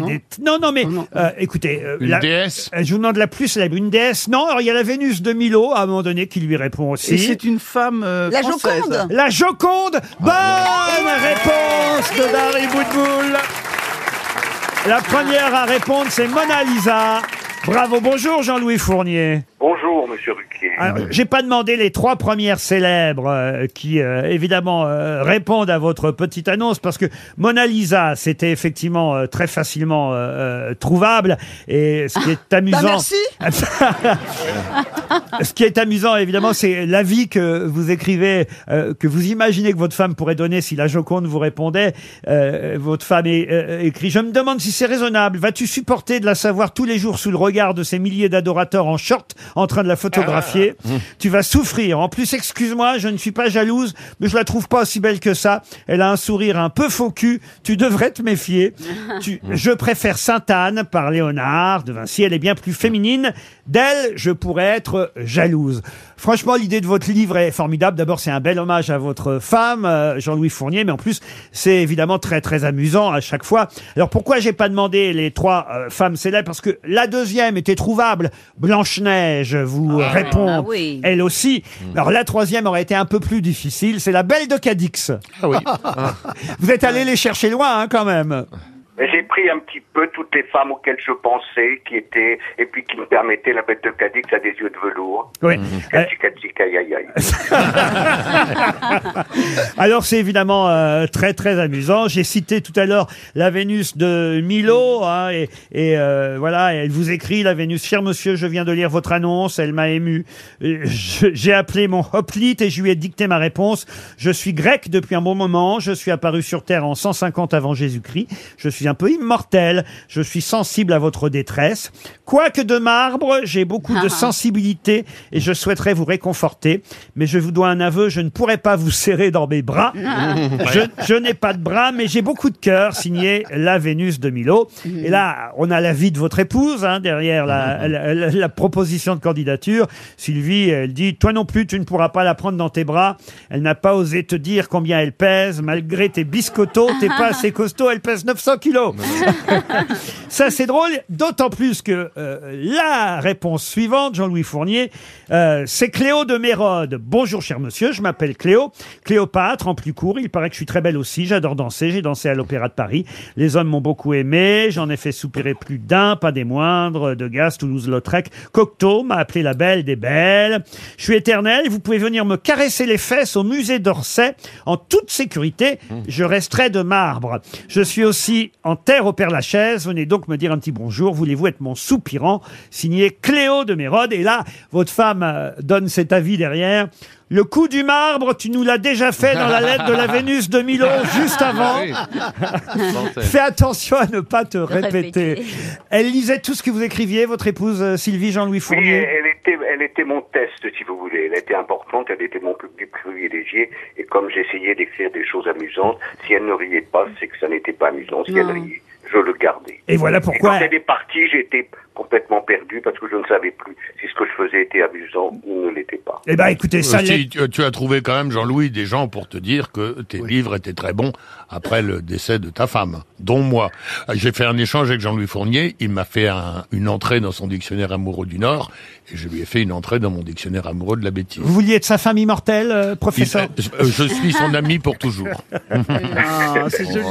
Speaker 2: mais des- non, non, mais euh, écoutez, euh,
Speaker 5: Une
Speaker 2: la-
Speaker 5: déesse
Speaker 2: euh, Je vous demande la plus célèbre, une déesse. Non, alors il y a la Vénus de Milo à un moment donné qui lui répond aussi.
Speaker 4: Et c'est une femme euh,
Speaker 2: La
Speaker 4: française.
Speaker 2: Joconde La Joconde Bonne
Speaker 5: Ah,
Speaker 2: réponse de Dari Boudboul La première à répondre, c'est Mona Lisa. Bravo, bonjour Jean-Louis Fournier.
Speaker 15: Bonjour, monsieur Ruquier. Euh,
Speaker 2: Alors, J'ai pas demandé les trois premières célèbres euh, qui, euh, évidemment, euh, répondent à votre petite annonce parce que Mona Lisa, c'était effectivement euh, très facilement euh, euh, trouvable et ce qui est amusant.
Speaker 3: merci.
Speaker 2: Ce qui est amusant, évidemment, c'est l'avis que vous écrivez, euh, que vous imaginez que votre femme pourrait donner si la Joconde vous répondait. Euh, votre femme é- euh, écrit Je me demande si c'est raisonnable. Vas-tu supporter de la savoir tous les jours sous le regard de ces milliers d'adorateurs en short en train de la photographier Tu vas souffrir. En plus, excuse-moi, je ne suis pas jalouse, mais je la trouve pas aussi belle que ça. Elle a un sourire un peu faux cul. Tu devrais te méfier. Tu- je préfère Sainte-Anne par Léonard de Vinci. Elle est bien plus féminine. D'elle, je pourrais être jalouse. Franchement, l'idée de votre livre est formidable. D'abord, c'est un bel hommage à votre femme, euh, Jean-Louis Fournier, mais en plus, c'est évidemment très très amusant à chaque fois. Alors pourquoi j'ai pas demandé les trois euh, femmes célèbres Parce que la deuxième était trouvable. Blanche-Neige vous
Speaker 9: Ah, ah
Speaker 2: répond,
Speaker 9: oui. Hmm.
Speaker 2: elle aussi. Alors la troisième aurait été un peu plus difficile. C'est la Belle de Cadix.
Speaker 9: Ah
Speaker 5: oui.
Speaker 2: Vous êtes allé les chercher loin hein, quand même.
Speaker 15: Mais J'ai pris un petit peu toutes les femmes auxquelles je pensais, qui étaient, et puis qui me permettaient la bête de Cadix à des yeux de velours.
Speaker 2: Oui. Euh,
Speaker 15: Catchy, catchy, aïe, aïe, aïe.
Speaker 2: Alors c'est évidemment euh, très très amusant. J'ai cité tout à l'heure la Vénus de Milo hein, et, et, euh, voilà, elle vous écrit la Vénus cher monsieur, je viens de lire votre annonce, elle m'a ému. Euh, je- J'ai appelé mon hoplite et je lui ai dicté ma réponse. Je suis grec depuis un bon moment, je suis apparu sur terre en 150 avant Jésus-Christ. Je suis un peu immortel. Je suis sensible à votre détresse. Quoique de marbre, j'ai beaucoup de sensibilité et je souhaiterais vous réconforter. Mais je vous dois un aveu, je ne pourrai pas vous serrer dans mes bras. Je, je n'ai pas de bras, mais j'ai beaucoup de cœur, signé La Vénus de Milo. Et là, on a l'avis de votre épouse hein, derrière la, la- la- la proposition de candidature. Sylvie, elle dit, toi non plus, tu ne pourras pas la prendre dans tes bras. Elle n'a pas osé te dire combien elle pèse. Malgré tes biscottos, t'es pas assez costaud, elle pèse 900 kilos. Ça, c'est drôle, d'autant plus que euh, la réponse suivante, Jean-Louis Fournier, euh, c'est Cléo de Mérode. Bonjour, cher monsieur, je m'appelle Cléo. Cléopâtre, en plus court, il paraît que je suis très belle aussi, j'adore danser, j'ai dansé à l'Opéra de Paris. Les hommes m'ont beaucoup aimé, j'en ai fait soupirer plus d'un, pas des moindres, de Gas, Toulouse-Lautrec. Cocteau m'a appelé la belle des belles. Je suis éternel, vous pouvez venir me caresser les fesses au musée d'Orsay en toute sécurité, je resterai de marbre. Je suis aussi en terre au Père-Lachaise, venez donc me dire un petit bonjour, voulez-vous être mon soupirant Signé Cléo de Mérode, et là, votre femme euh, donne cet avis derrière. Le coup du marbre, tu nous l'as déjà fait dans la lettre de la Vénus de Milo, juste avant. Fais attention à ne pas te répéter.
Speaker 11: répéter.
Speaker 2: Elle lisait tout ce que vous écriviez, votre épouse euh, Sylvie Jean-Louis
Speaker 15: Oui,
Speaker 2: Fournier.
Speaker 15: elle elle était, elle était mon test, si vous voulez. Elle était importante, elle était mon public privilégié. Et comme j'essayais d'écrire des choses amusantes, si elle ne riait pas, c'est que ça n'était pas amusant. Si elle
Speaker 2: Non.
Speaker 15: riait, je le gardais.
Speaker 2: Et voilà pourquoi-
Speaker 15: quand elle est partie, j'étais complètement perdu parce que je ne savais plus si ce que je faisais était amusant ou ne l'était pas.
Speaker 2: Eh ben, écoutez, ça
Speaker 15: Euh,
Speaker 2: l'est-
Speaker 15: si,
Speaker 5: Et tu, tu as trouvé quand même, Jean-Louis, des gens pour te dire que tes livres étaient très bons après le décès de ta femme, dont moi. Euh, J'ai fait un échange avec Jean-Louis Fournier, il m'a fait un- une entrée dans son dictionnaire amoureux du Nord, et je lui ai fait une entrée dans mon dictionnaire amoureux de la bêtise.
Speaker 2: Vous vouliez être sa femme immortelle, euh,
Speaker 5: Il-
Speaker 2: professeur
Speaker 5: euh, je suis son ami pour toujours. Oh,
Speaker 2: Ah, c'est joli,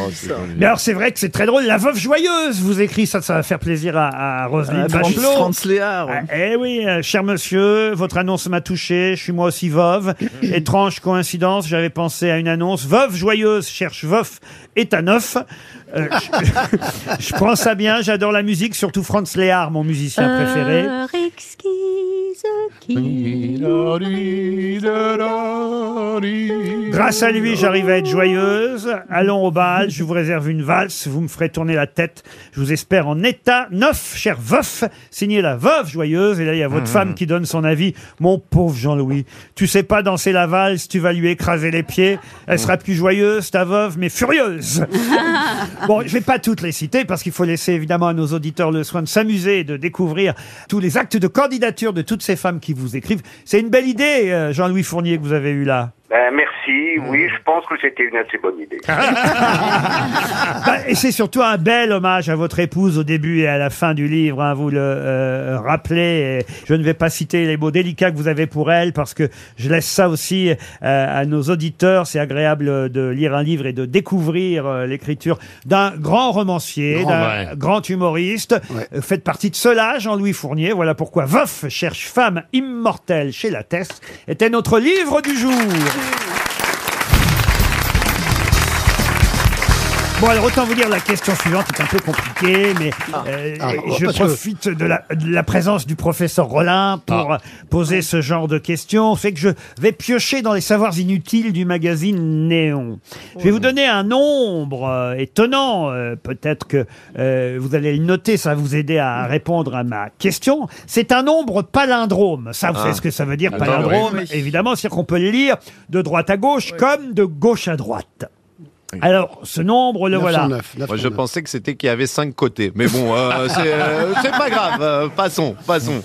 Speaker 2: Mais alors c'est vrai que c'est très drôle. La veuve joyeuse vous écrit ça, ça va faire plaisir à, à Roselyne
Speaker 4: Ah, Franz-
Speaker 2: Bachelot.
Speaker 4: Franz Léard, ouais.
Speaker 2: Ah, eh oui, euh, cher monsieur, votre annonce m'a touché. Je suis moi aussi veuve. Étrange coïncidence, j'avais pensé à une annonce. Veuve joyeuse cherche veuf est à neuf. Euh, je, je prends ça bien. J'adore la musique, surtout Franz Léard, mon musicien
Speaker 14: Euh,
Speaker 2: préféré.
Speaker 11: Heure
Speaker 2: Grâce à lui, j'arrive à être joyeuse. Allons au bal, je vous réserve une valse, vous me ferez tourner la tête. Je vous espère en état neuf, cher veuf. Signé la veuve joyeuse. Et là, il y a votre
Speaker 16: Mhm.
Speaker 2: femme qui donne son avis. Mon pauvre Jean-Louis, tu sais pas danser la valse, tu vas lui écraser les pieds. Elle sera plus joyeuse, ta veuve, mais furieuse. Bon, je vais pas toutes les citer parce qu'il faut laisser évidemment à nos auditeurs le soin de s'amuser et de découvrir tous les actes de candidature de toutes ces femmes qui vous écrivent. C'est une belle idée, euh, Jean-Louis Fournier, que vous avez eu là.
Speaker 15: Ben, merci, oui,
Speaker 2: Mmh.
Speaker 15: je pense que c'était une assez bonne idée.
Speaker 2: Ah, Bah, et c'est surtout un bel hommage à votre épouse au début et à la fin du livre. hein, vous le euh, rappelez. Et je ne vais pas citer les mots délicats que vous avez pour elle parce que je laisse ça aussi euh, à nos auditeurs. C'est agréable de lire un livre et de découvrir euh, l'écriture d'un grand romancier,
Speaker 5: Grand,
Speaker 2: d'un
Speaker 5: ouais.
Speaker 2: grand humoriste. Euh, Faites partie de cela, Jean-Louis Fournier. Voilà pourquoi Veuf cherche femme immortelle chez la Teste était notre livre du jour. Bon, alors autant vous dire, la question suivante est un peu compliquée, mais euh,
Speaker 16: Ah,
Speaker 2: je
Speaker 16: parce que-
Speaker 2: profite de, la, de la présence du professeur Rollin pour
Speaker 16: Ah.
Speaker 2: euh, poser ce genre de questions. Fait que je vais piocher dans les savoirs inutiles du magazine Néon. Je vais vous donner un nombre euh, étonnant, euh, peut-être que euh, vous allez le noter, ça va vous aider à répondre à ma question. C'est un nombre palindrome. Ça, vous
Speaker 16: Ah.
Speaker 2: savez ce que ça veut dire,
Speaker 16: Attends,
Speaker 2: palindrome
Speaker 16: oui.
Speaker 2: Évidemment, c'est-à-dire qu'on peut le lire de droite à gauche comme de gauche à droite. Alors, ce nombre, le voilà.
Speaker 7: Moi, je pensais que c'était qu'il y avait cinq côtés. Mais bon, euh, c'est euh, c'est pas grave. euh, passons, passons.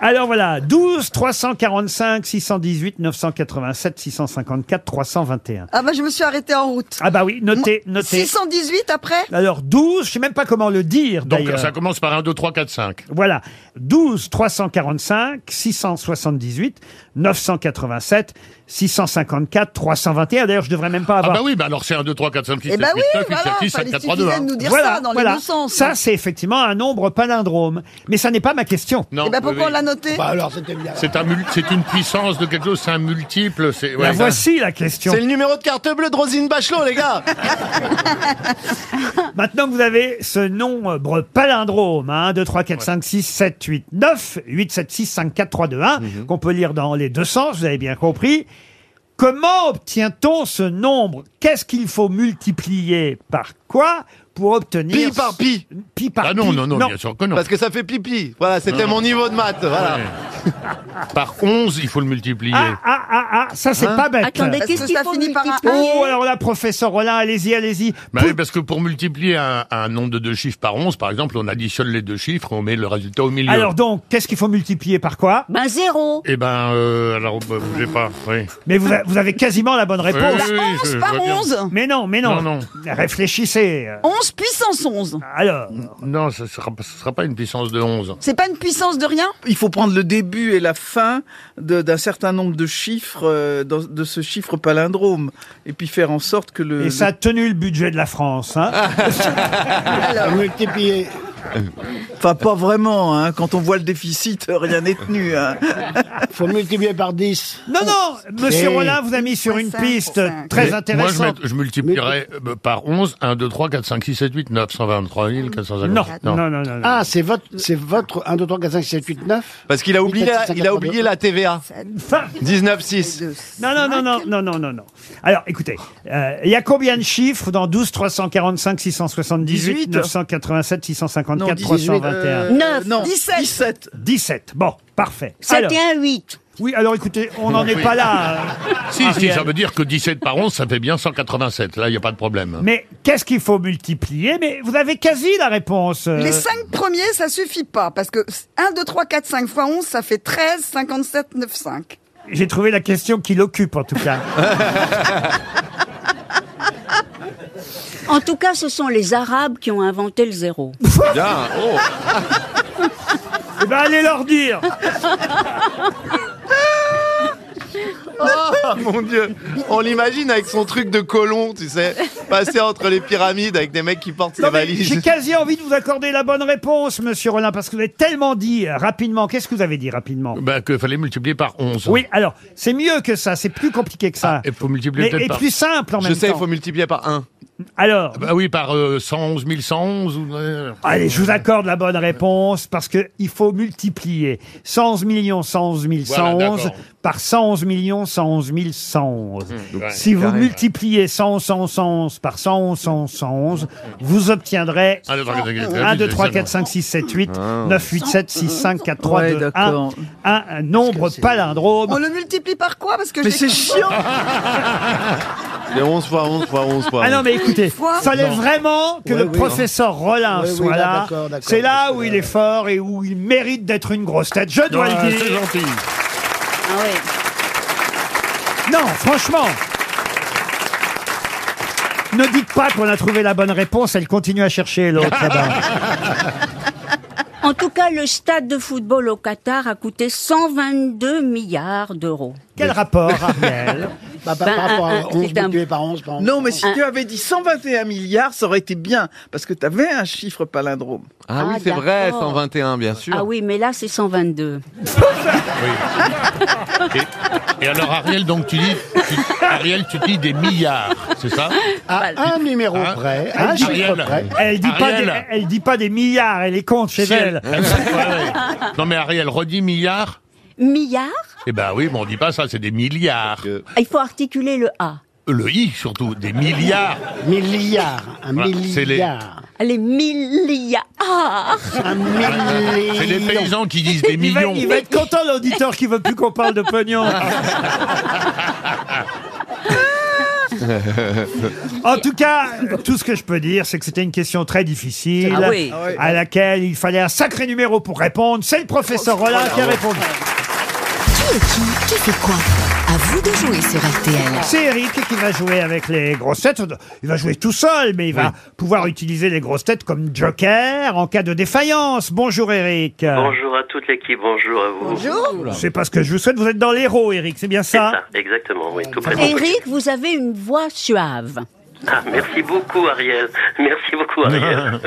Speaker 2: Alors voilà, 12, 345, 618, 987, 654, 321.
Speaker 3: Ah bah je me suis arrêtée en route.
Speaker 2: Ah bah oui, notez, notez.
Speaker 3: 618 après
Speaker 2: Alors 12, je sais même pas comment le dire
Speaker 5: Donc
Speaker 2: d'ailleurs.
Speaker 5: ça commence par 1, 2, 3, 4, 5.
Speaker 2: Voilà, 12, 345, 678, 987, 654, 321. D'ailleurs, je devrais même pas
Speaker 5: Ah
Speaker 2: avoir...
Speaker 5: bah oui, bah alors c'est 1, 2, 3, 4, 5, 6, 7,
Speaker 2: Eh ben
Speaker 5: 8,
Speaker 2: oui,
Speaker 5: 9, 8,
Speaker 2: voilà,
Speaker 5: 7, 6, 7,
Speaker 2: fallait
Speaker 5: 4, 3, 2.
Speaker 2: suffisait de nous dire Voilà, ça dans les voilà. deux sens. Ça, c'est effectivement un nombre palindrome. Mais ça n'est pas ma question.
Speaker 5: Non, Eh ben, pourquoi oui, oui. on l'a noté Bah alors, c'était C'est un mul- c'est une puissance de quelque chose, c'est un multiple. c'est- ouais.
Speaker 2: La voici la question.
Speaker 7: C'est le numéro de carte bleue de Rosine Bachelot, les gars.
Speaker 2: Maintenant que vous avez ce nombre palindrome, hein, 1, 2, 3, 4, 5, 6, 7, 8, 9, 8, 7, 6, 5, 4, 3, 2, 1,
Speaker 5: Mhm.
Speaker 2: qu'on peut lire dans les deux sens, vous avez bien compris. Comment obtient-on ce nombre Qu'est-ce qu'il faut multiplier par quoi pour obtenir...
Speaker 7: Pi par pi
Speaker 2: Pi par
Speaker 5: Ah non,
Speaker 2: pi.
Speaker 5: non, non, bien sûr que non.
Speaker 7: Parce que ça fait pipi. Voilà, c'était
Speaker 5: Non.
Speaker 7: mon niveau de maths. Voilà.
Speaker 5: Par 11, il faut le multiplier.
Speaker 2: Ah, ah, ah, ça c'est
Speaker 5: Hein
Speaker 2: pas bête.
Speaker 5: Attendez,
Speaker 3: Parce qu'est-ce que qu'il ça faut finit par un multiplier
Speaker 2: Oh, alors là, professeur Rollin, allez-y, allez-y.
Speaker 5: Bah oui, parce que pour multiplier un, un nombre de deux chiffres par 11, par exemple, on additionne les deux chiffres, on met le résultat au milieu.
Speaker 2: Alors donc, qu'est-ce qu'il faut multiplier par quoi
Speaker 9: Ben zéro
Speaker 5: Eh ben, euh, alors, bah, bougez pas, oui.
Speaker 2: Mais vous, a- vous avez quasiment la bonne réponse.
Speaker 5: Oui, oui, oui, je- je vois bien.
Speaker 2: Mais non, mais non.
Speaker 5: Non, non.
Speaker 2: Réfléchissez.
Speaker 3: 11 puissance 11.
Speaker 2: Alors
Speaker 5: Non, ce sera, ce sera pas une puissance de 11.
Speaker 3: C'est pas une puissance de rien
Speaker 4: Il faut prendre le début et la fin de- d'un certain nombre de chiffres, euh, dans- de ce chiffre palindrome, et puis faire en sorte que le...
Speaker 7: Euh,
Speaker 2: Et ça a tenu le budget de la France. Hein
Speaker 7: Ah,
Speaker 4: Multiplier. Enfin, pas vraiment, hein. quand on voit le déficit, rien n'est tenu. Hein. faut multiplier par 10.
Speaker 2: Non, non, monsieur
Speaker 4: Eh.
Speaker 2: Rollin vous a mis sur une piste très
Speaker 5: Mais
Speaker 2: intéressante.
Speaker 5: Moi, je, mets- je multiplierais euh, par 11, 1, 2, 3, 4, 5, 6, 7, 8, 9, 123 450.
Speaker 6: Ah, c'est votre, c'est votre 1, 2, 3, 4, 5, 6, 8, 9
Speaker 7: Parce qu'il a oublié, la, il a oublié la TVA.
Speaker 2: 19,6. Non, non, non, non, non, non, non, non. Alors, écoutez, euh, il y a combien de chiffres dans 12, 345, 678,
Speaker 4: 18?
Speaker 2: 987, 654,
Speaker 7: euh,
Speaker 2: 321
Speaker 4: non, 17.
Speaker 2: 17. Bon, parfait. Alors-
Speaker 9: C'était un 8.
Speaker 2: Oui, alors écoutez, on n'en est
Speaker 5: Oui.
Speaker 2: pas là. euh,
Speaker 5: Si, si,
Speaker 2: Ariel.
Speaker 5: ça veut dire que 17 par 11, ça fait bien 187. Là, il n'y a pas de problème.
Speaker 2: Mais qu'est-ce qu'il faut multiplier Mais vous avez quasi la réponse. euh.
Speaker 3: Les 5 premiers, ça suffit pas, parce que 1, 2, 3, 4, 5 fois 11, ça fait 13, 57, 9, 5.
Speaker 2: J'ai trouvé la question qui l'occupe, en tout cas.
Speaker 9: En tout cas, ce sont les Arabes qui ont inventé le zéro.
Speaker 2: Eh ben, allez leur dire
Speaker 9: Ah
Speaker 7: Oh mon dieu, on l'imagine avec son truc de colon, tu sais, passer entre les pyramides avec des mecs qui portent ses
Speaker 2: Non, mais J'ai
Speaker 7: valises.
Speaker 2: quasi envie de vous accorder la bonne réponse, monsieur Rollin, parce que vous avez tellement dit euh, rapidement. Qu'est-ce que vous avez dit rapidement
Speaker 5: Ben, que fallait multiplier par 11.
Speaker 2: Oui, alors, c'est mieux que ça, c'est plus compliqué que ça.
Speaker 5: Il faut multiplier
Speaker 2: Mais-
Speaker 5: peut-être
Speaker 2: et
Speaker 5: par-
Speaker 2: plus simple en même
Speaker 5: Je sais, il
Speaker 2: temps.
Speaker 5: faut
Speaker 7: multiplier par 1.
Speaker 2: Alors
Speaker 5: Bah oui, par euh, 111 111 ou...
Speaker 2: Allez, je vous accorde la bonne réponse parce que il faut multiplier 111 millions 111
Speaker 5: Voilà,
Speaker 2: 111
Speaker 5: d'accord.
Speaker 2: par 111 millions 111 111.
Speaker 5: Mmh, ouais,
Speaker 2: si vous
Speaker 5: carré.
Speaker 2: multipliez 111 111 111 par 111 111 111, vous obtiendrez
Speaker 5: 1, 2, 3, 4, 5,
Speaker 2: 1 2 3 4 5 6 7 8
Speaker 5: Ah.
Speaker 2: 9 8 7 6 5 4 3
Speaker 4: Ouais,
Speaker 2: 2 1
Speaker 4: d'accord.
Speaker 2: un nombre
Speaker 3: On
Speaker 5: Oh,
Speaker 2: palindrome.
Speaker 3: le multiplie par quoi Parce que
Speaker 2: Mais
Speaker 3: j'ai-
Speaker 2: c'est chiant.
Speaker 7: Les 11 fois 11 fois 11 fois.
Speaker 2: Ah non mais écoutez,
Speaker 3: Fois.
Speaker 2: fallait
Speaker 7: Non.
Speaker 2: vraiment que
Speaker 7: Ouais,
Speaker 2: le
Speaker 7: oui.
Speaker 2: professeur Rollin
Speaker 7: Ouais, oui,
Speaker 2: soit
Speaker 7: là,
Speaker 2: là.
Speaker 7: d'accord, d'accord,
Speaker 2: C'est là où il est fort et où il mérite d'être une grosse tête. Je dois
Speaker 5: Ouais,
Speaker 2: le dire.
Speaker 5: c'est gentil.
Speaker 9: Ah ouais.
Speaker 2: Non, franchement. Ne dites pas qu'on a trouvé la bonne réponse, elle continue à chercher l'autre là-bas.
Speaker 9: En tout cas, le stade de football au Qatar a coûté 122 milliards d'euros.
Speaker 2: Quel rapport, Ariel
Speaker 6: bah, par,
Speaker 9: Ben,
Speaker 6: par rapport
Speaker 9: un,
Speaker 6: à
Speaker 9: un,
Speaker 6: 11
Speaker 9: c'est un-
Speaker 6: multiplié par 11 par 11.
Speaker 4: Non, mais si tu avais dit 121 milliards, ça aurait été bien, parce que tu avais un chiffre palindrome.
Speaker 7: Ah oui,
Speaker 9: Ah,
Speaker 7: c'est vrai,
Speaker 9: d'accord.
Speaker 7: 121 bien sûr.
Speaker 9: Ah oui, mais là, c'est 122.
Speaker 5: Et alors, Ariel, donc, tu dis... tu- Ariel, tu dis des milliards, c'est ça
Speaker 6: À Ah, un numéro près, à un
Speaker 5: Ah. Ariel.
Speaker 6: chiffre près.
Speaker 2: Elle dit pas des,
Speaker 5: Ariel.
Speaker 2: elle dit pas des milliards, elle les compte chez
Speaker 5: Si,
Speaker 2: elle.
Speaker 5: elle- Ouais, ouais. Non mais Ariel, redis milliards
Speaker 9: Milliards
Speaker 5: Eh ben oui, mais on dit pas ça, c'est des milliards.
Speaker 9: Il faut articuler le A.
Speaker 5: Le I surtout, des milliards.
Speaker 6: Milliard, un
Speaker 5: Voilà, c'est les-
Speaker 6: milliard.
Speaker 9: Les milliards.
Speaker 5: C'est les paysans qui disent des
Speaker 2: Il va,
Speaker 5: millions.
Speaker 2: il va être content l'auditeur qui veut plus qu'on parle de pognon.
Speaker 5: Ah.
Speaker 2: En tout cas, euh, tout ce que je peux dire, c'est que c'était une question très difficile,
Speaker 11: Ah oui.
Speaker 2: à laquelle il fallait un sacré numéro pour répondre. C'est le
Speaker 11: Oh,
Speaker 2: professeur Rollin qui a répondu.
Speaker 10: Qui est qui Qui fait quoi À vous de jouer sur RTL.
Speaker 2: C'est Eric qui va jouer avec les grosses têtes. Il va jouer tout seul, mais il va pouvoir utiliser les grosses têtes comme joker en cas de défaillance. Bonjour Eric.
Speaker 16: Bonjour à toute l'équipe, bonjour à vous.
Speaker 2: C'est pas ce que je vous souhaite. Vous êtes dans l'héros, Eric, c'est bien ça,
Speaker 16: Exactement, oui,
Speaker 6: Ah,
Speaker 16: tout près de mon
Speaker 9: Eric, vous avez une voix suave.
Speaker 16: coach. Ah, merci beaucoup, Ariel. Merci beaucoup, Ariel.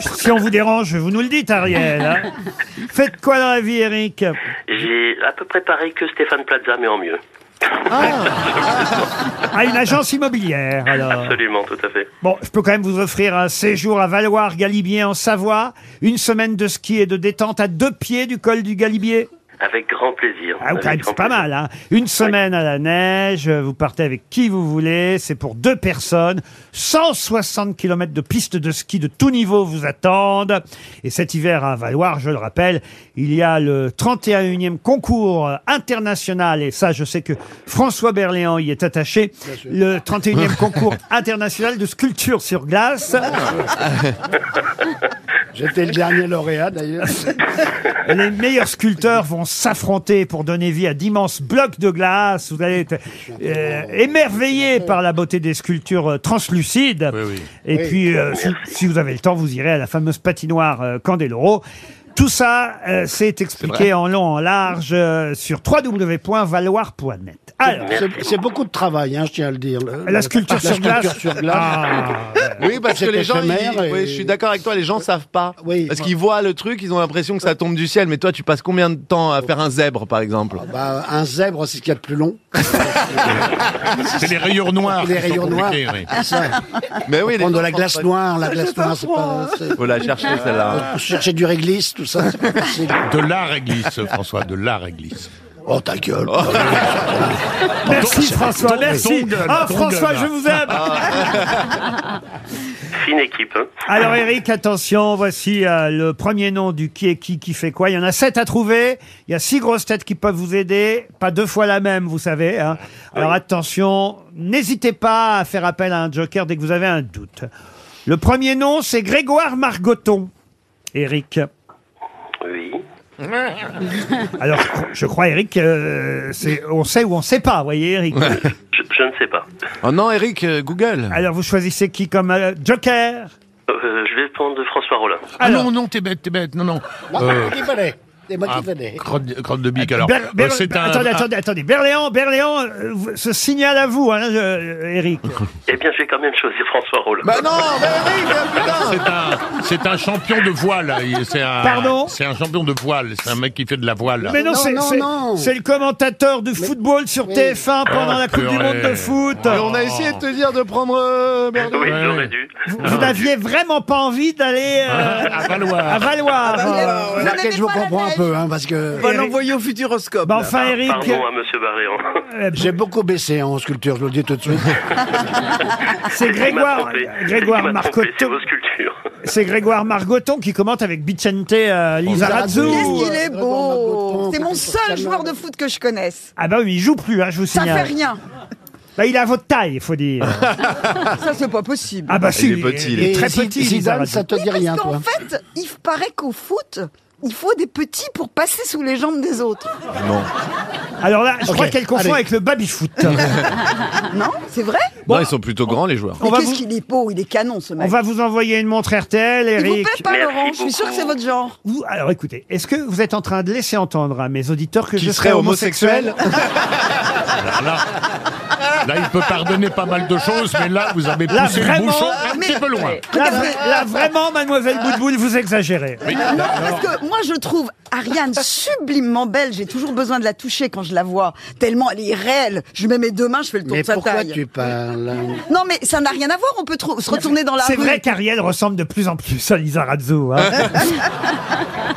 Speaker 2: Si on vous dérange, vous nous le dites, Ariel. hein. Faites quoi dans la vie, Eric
Speaker 16: J'ai à peu près pareil que Stéphane Plaza, mais en mieux.
Speaker 6: Ah.
Speaker 2: À Ah, une agence immobilière, alors.
Speaker 16: Absolument, tout à fait.
Speaker 2: Bon, je peux quand même vous offrir un séjour à Valoir-Galibier en Savoie, une semaine de ski et de détente à deux pieds du col du Galibier.
Speaker 16: Avec grand plaisir.
Speaker 2: Ah, ou quand même,
Speaker 16: Avec grand
Speaker 2: c'est pas mal, hein. Une semaine à la neige, euh, vous partez avec qui vous voulez, c'est pour deux personnes. 160 km de pistes de ski de tous niveaux vous attendent. Et cet hiver à Valoir, je le rappelle, il y a le 31e concours euh, international, et ça, je sais que François Berléand y est attaché, le 31e concours international de sculpture sur glace.
Speaker 16: Ah,
Speaker 3: Oh.
Speaker 6: J'étais le dernier lauréat d'ailleurs.
Speaker 2: Les meilleurs sculpteurs vont s'affronter pour donner vie à d'immenses blocs de glace. Vous allez être euh, émerveillés par la beauté des sculptures euh, translucides. Et
Speaker 17: Oui.
Speaker 2: puis, euh, si, si vous avez le temps, vous irez à la fameuse patinoire euh, Candeloro. Tout ça, euh, c'est
Speaker 6: vrai.
Speaker 2: expliqué en long, en large euh, sur www.valoir.net. Alors,
Speaker 6: C'est- c'est beaucoup de travail, hein, je tiens à le dire. Le-
Speaker 2: La sculpture sur glace.
Speaker 6: sculpture sur glace.
Speaker 2: Ah.
Speaker 7: Oui, parce que
Speaker 6: C'est
Speaker 7: les gens, ils-
Speaker 6: éphémère et-
Speaker 7: oui, je suis d'accord avec toi, les gens savent pas. Parce qu'ils voient le truc, ils ont l'impression que ça tombe du ciel. Mais toi, tu passes combien de temps à faire un zèbre, par exemple
Speaker 6: Bah, un zèbre, c'est ce qu'il y a de plus long.
Speaker 5: C'est les rayures noires.
Speaker 6: Les
Speaker 5: qui sont
Speaker 6: rayures noires.
Speaker 5: compliquées, oui.
Speaker 6: Ça.
Speaker 7: Mais oui, les
Speaker 6: Prendre de
Speaker 7: gens
Speaker 6: la
Speaker 7: pensent
Speaker 6: glace
Speaker 7: pas-
Speaker 6: noire, la glace noire, c'est pas. c'est-
Speaker 7: Faut la chercher, celle-là.
Speaker 6: Faut chercher du réglisse, tout ça. c'est pas possible.
Speaker 5: De l'art réglisse, François, de l'art réglisse.
Speaker 6: Oh, ta gueule.
Speaker 2: Merci François,
Speaker 5: Ton-
Speaker 2: merci.
Speaker 5: ton gueule,
Speaker 2: Ah
Speaker 5: ton
Speaker 2: François,
Speaker 5: gueule.
Speaker 2: je vous aime.
Speaker 16: Fine équipe. hein.
Speaker 2: Alors Eric, attention, voici euh, le premier nom du qui est qui, qui fait quoi. Il y en a sept à trouver, il y a six grosses têtes qui peuvent vous aider, pas deux fois la même, vous savez. hein. Alors attention, n'hésitez pas à faire appel à un joker dès que vous avez un doute. Le premier nom, c'est Grégoire Margoton. Eric.
Speaker 16: Oui.
Speaker 2: Alors, je cro- je crois, Eric, euh, c'est- on sait ou on sait pas, voyez, Eric.
Speaker 16: Je, je ne sais pas.
Speaker 7: Oh non, Eric, euh, Google.
Speaker 2: Alors, vous choisissez qui comme euh, joker
Speaker 16: Euh, je vais prendre François Rollin.
Speaker 5: Ah non, non, t'es bête, t'es bête, non, non. Euh,
Speaker 6: Qui venait C'est moi
Speaker 5: ah,
Speaker 6: qui venais.
Speaker 5: crotte, de- crotte de bique, alors.
Speaker 2: Eh, Ber- Ber-
Speaker 5: Euh, c'est un.
Speaker 2: Attendez, attendez, attendez. Berléand, Berléand, euh, vous- ce signal à vous, hein, je- euh, Eric.
Speaker 16: Eh bien, je vais quand même choisir François Rollin.
Speaker 7: Bah non, mais Eric,
Speaker 5: un- C'est un, c'est un champion de voile. il- C'est un,
Speaker 2: Pardon
Speaker 5: C'est un champion de voile. C'est un mec qui fait de la voile.
Speaker 2: Mais non, c'est- c'est c'est le commentateur de football sur TF1 pendant
Speaker 5: Ah,
Speaker 2: la Coupe du
Speaker 5: purée. Ah.
Speaker 2: Monde de foot.
Speaker 7: Mais on a essayé de te dire de prendre. euh, merde.
Speaker 16: Oui, j'aurais dû.
Speaker 2: Vous euh, n'aviez vraiment pas envie d'aller euh,
Speaker 5: À Valoir.
Speaker 2: à
Speaker 5: Ah,
Speaker 2: Valoir.
Speaker 5: bah,
Speaker 6: Vous Laquelle je vous comprends un peu, hein, parce que.
Speaker 4: va l'envoyer au futuroscope.
Speaker 6: Bah,
Speaker 4: là.
Speaker 6: enfin, Eric.
Speaker 16: Pardon à Monsieur Barréon.
Speaker 2: Eh ben.
Speaker 6: J'ai beaucoup baissé en sculpture, je le dis tout de suite.
Speaker 2: C'est Grégoire, Grégoire Marcotto.
Speaker 16: C'est vos sculptures.
Speaker 2: C'est Grégoire Margoton qui commente avec Vicente euh, Lizarazu.
Speaker 3: Qu'est-ce qu'il est beau C'est mon seul joueur de foot que je connaisse.
Speaker 2: Ah bah oui, il joue plus, hein, je vous
Speaker 3: Ça
Speaker 2: signale.
Speaker 3: fait rien. Ah.
Speaker 2: Bah, il a votre taille, il faut dire.
Speaker 3: Ça, c'est pas possible.
Speaker 2: Ah bah si,
Speaker 7: Il est petit, il est
Speaker 2: il est très
Speaker 6: Et Zid-
Speaker 2: petit.
Speaker 6: Zidane,
Speaker 2: Lizarazu.
Speaker 6: ça te dit rien,
Speaker 3: En
Speaker 6: toi
Speaker 3: fait, il paraît qu'au foot, il faut des petits pour passer sous les jambes des autres.
Speaker 7: Non.
Speaker 2: Alors là, je
Speaker 6: Ok,
Speaker 2: crois qu'elle confond
Speaker 6: allez.
Speaker 2: avec le baby-foot.
Speaker 3: Non C'est vrai
Speaker 7: Non, ils sont plutôt grands, les joueurs.
Speaker 2: On
Speaker 3: Mais
Speaker 2: va
Speaker 3: qu'est-ce
Speaker 2: vous-
Speaker 3: qu'il est beau, il est canon ce
Speaker 2: On
Speaker 3: mec.
Speaker 2: va vous envoyer une montre RTL,
Speaker 3: Il vous plaît
Speaker 2: Eric.
Speaker 3: pas,
Speaker 16: Merci
Speaker 3: Laurent Je suis sûre que
Speaker 16: beaucoup.
Speaker 3: c'est votre genre.
Speaker 2: Vous- alors écoutez, est-ce que vous êtes en train de laisser entendre à mes auditeurs que
Speaker 7: Qui
Speaker 2: je
Speaker 7: serait
Speaker 2: serais homosexuel,
Speaker 7: homosexuel
Speaker 5: Alors là, là, il peut pardonner pas mal de choses, mais là, vous avez
Speaker 2: Là,
Speaker 5: poussé le
Speaker 2: vraiment,
Speaker 5: bouchon un
Speaker 3: mais-
Speaker 5: petit peu loin.
Speaker 2: là, vra- là, vraiment, mademoiselle Boutboul, vous exagérez.
Speaker 3: Non, parce que moi je trouve Ariane sublimement belle. J'ai toujours besoin de la toucher quand je la vois. Tellement elle est réelle. Je mets mes deux mains, je fais le tour
Speaker 6: Mais
Speaker 3: de sa
Speaker 6: pourquoi
Speaker 3: taille.
Speaker 6: tu parles
Speaker 3: Non, mais ça n'a rien à voir. On peut trou- se retourner dans la
Speaker 2: C'est
Speaker 3: rue.
Speaker 2: vrai qu'Ariel ressemble de plus en plus à Lisa Razzo. hein.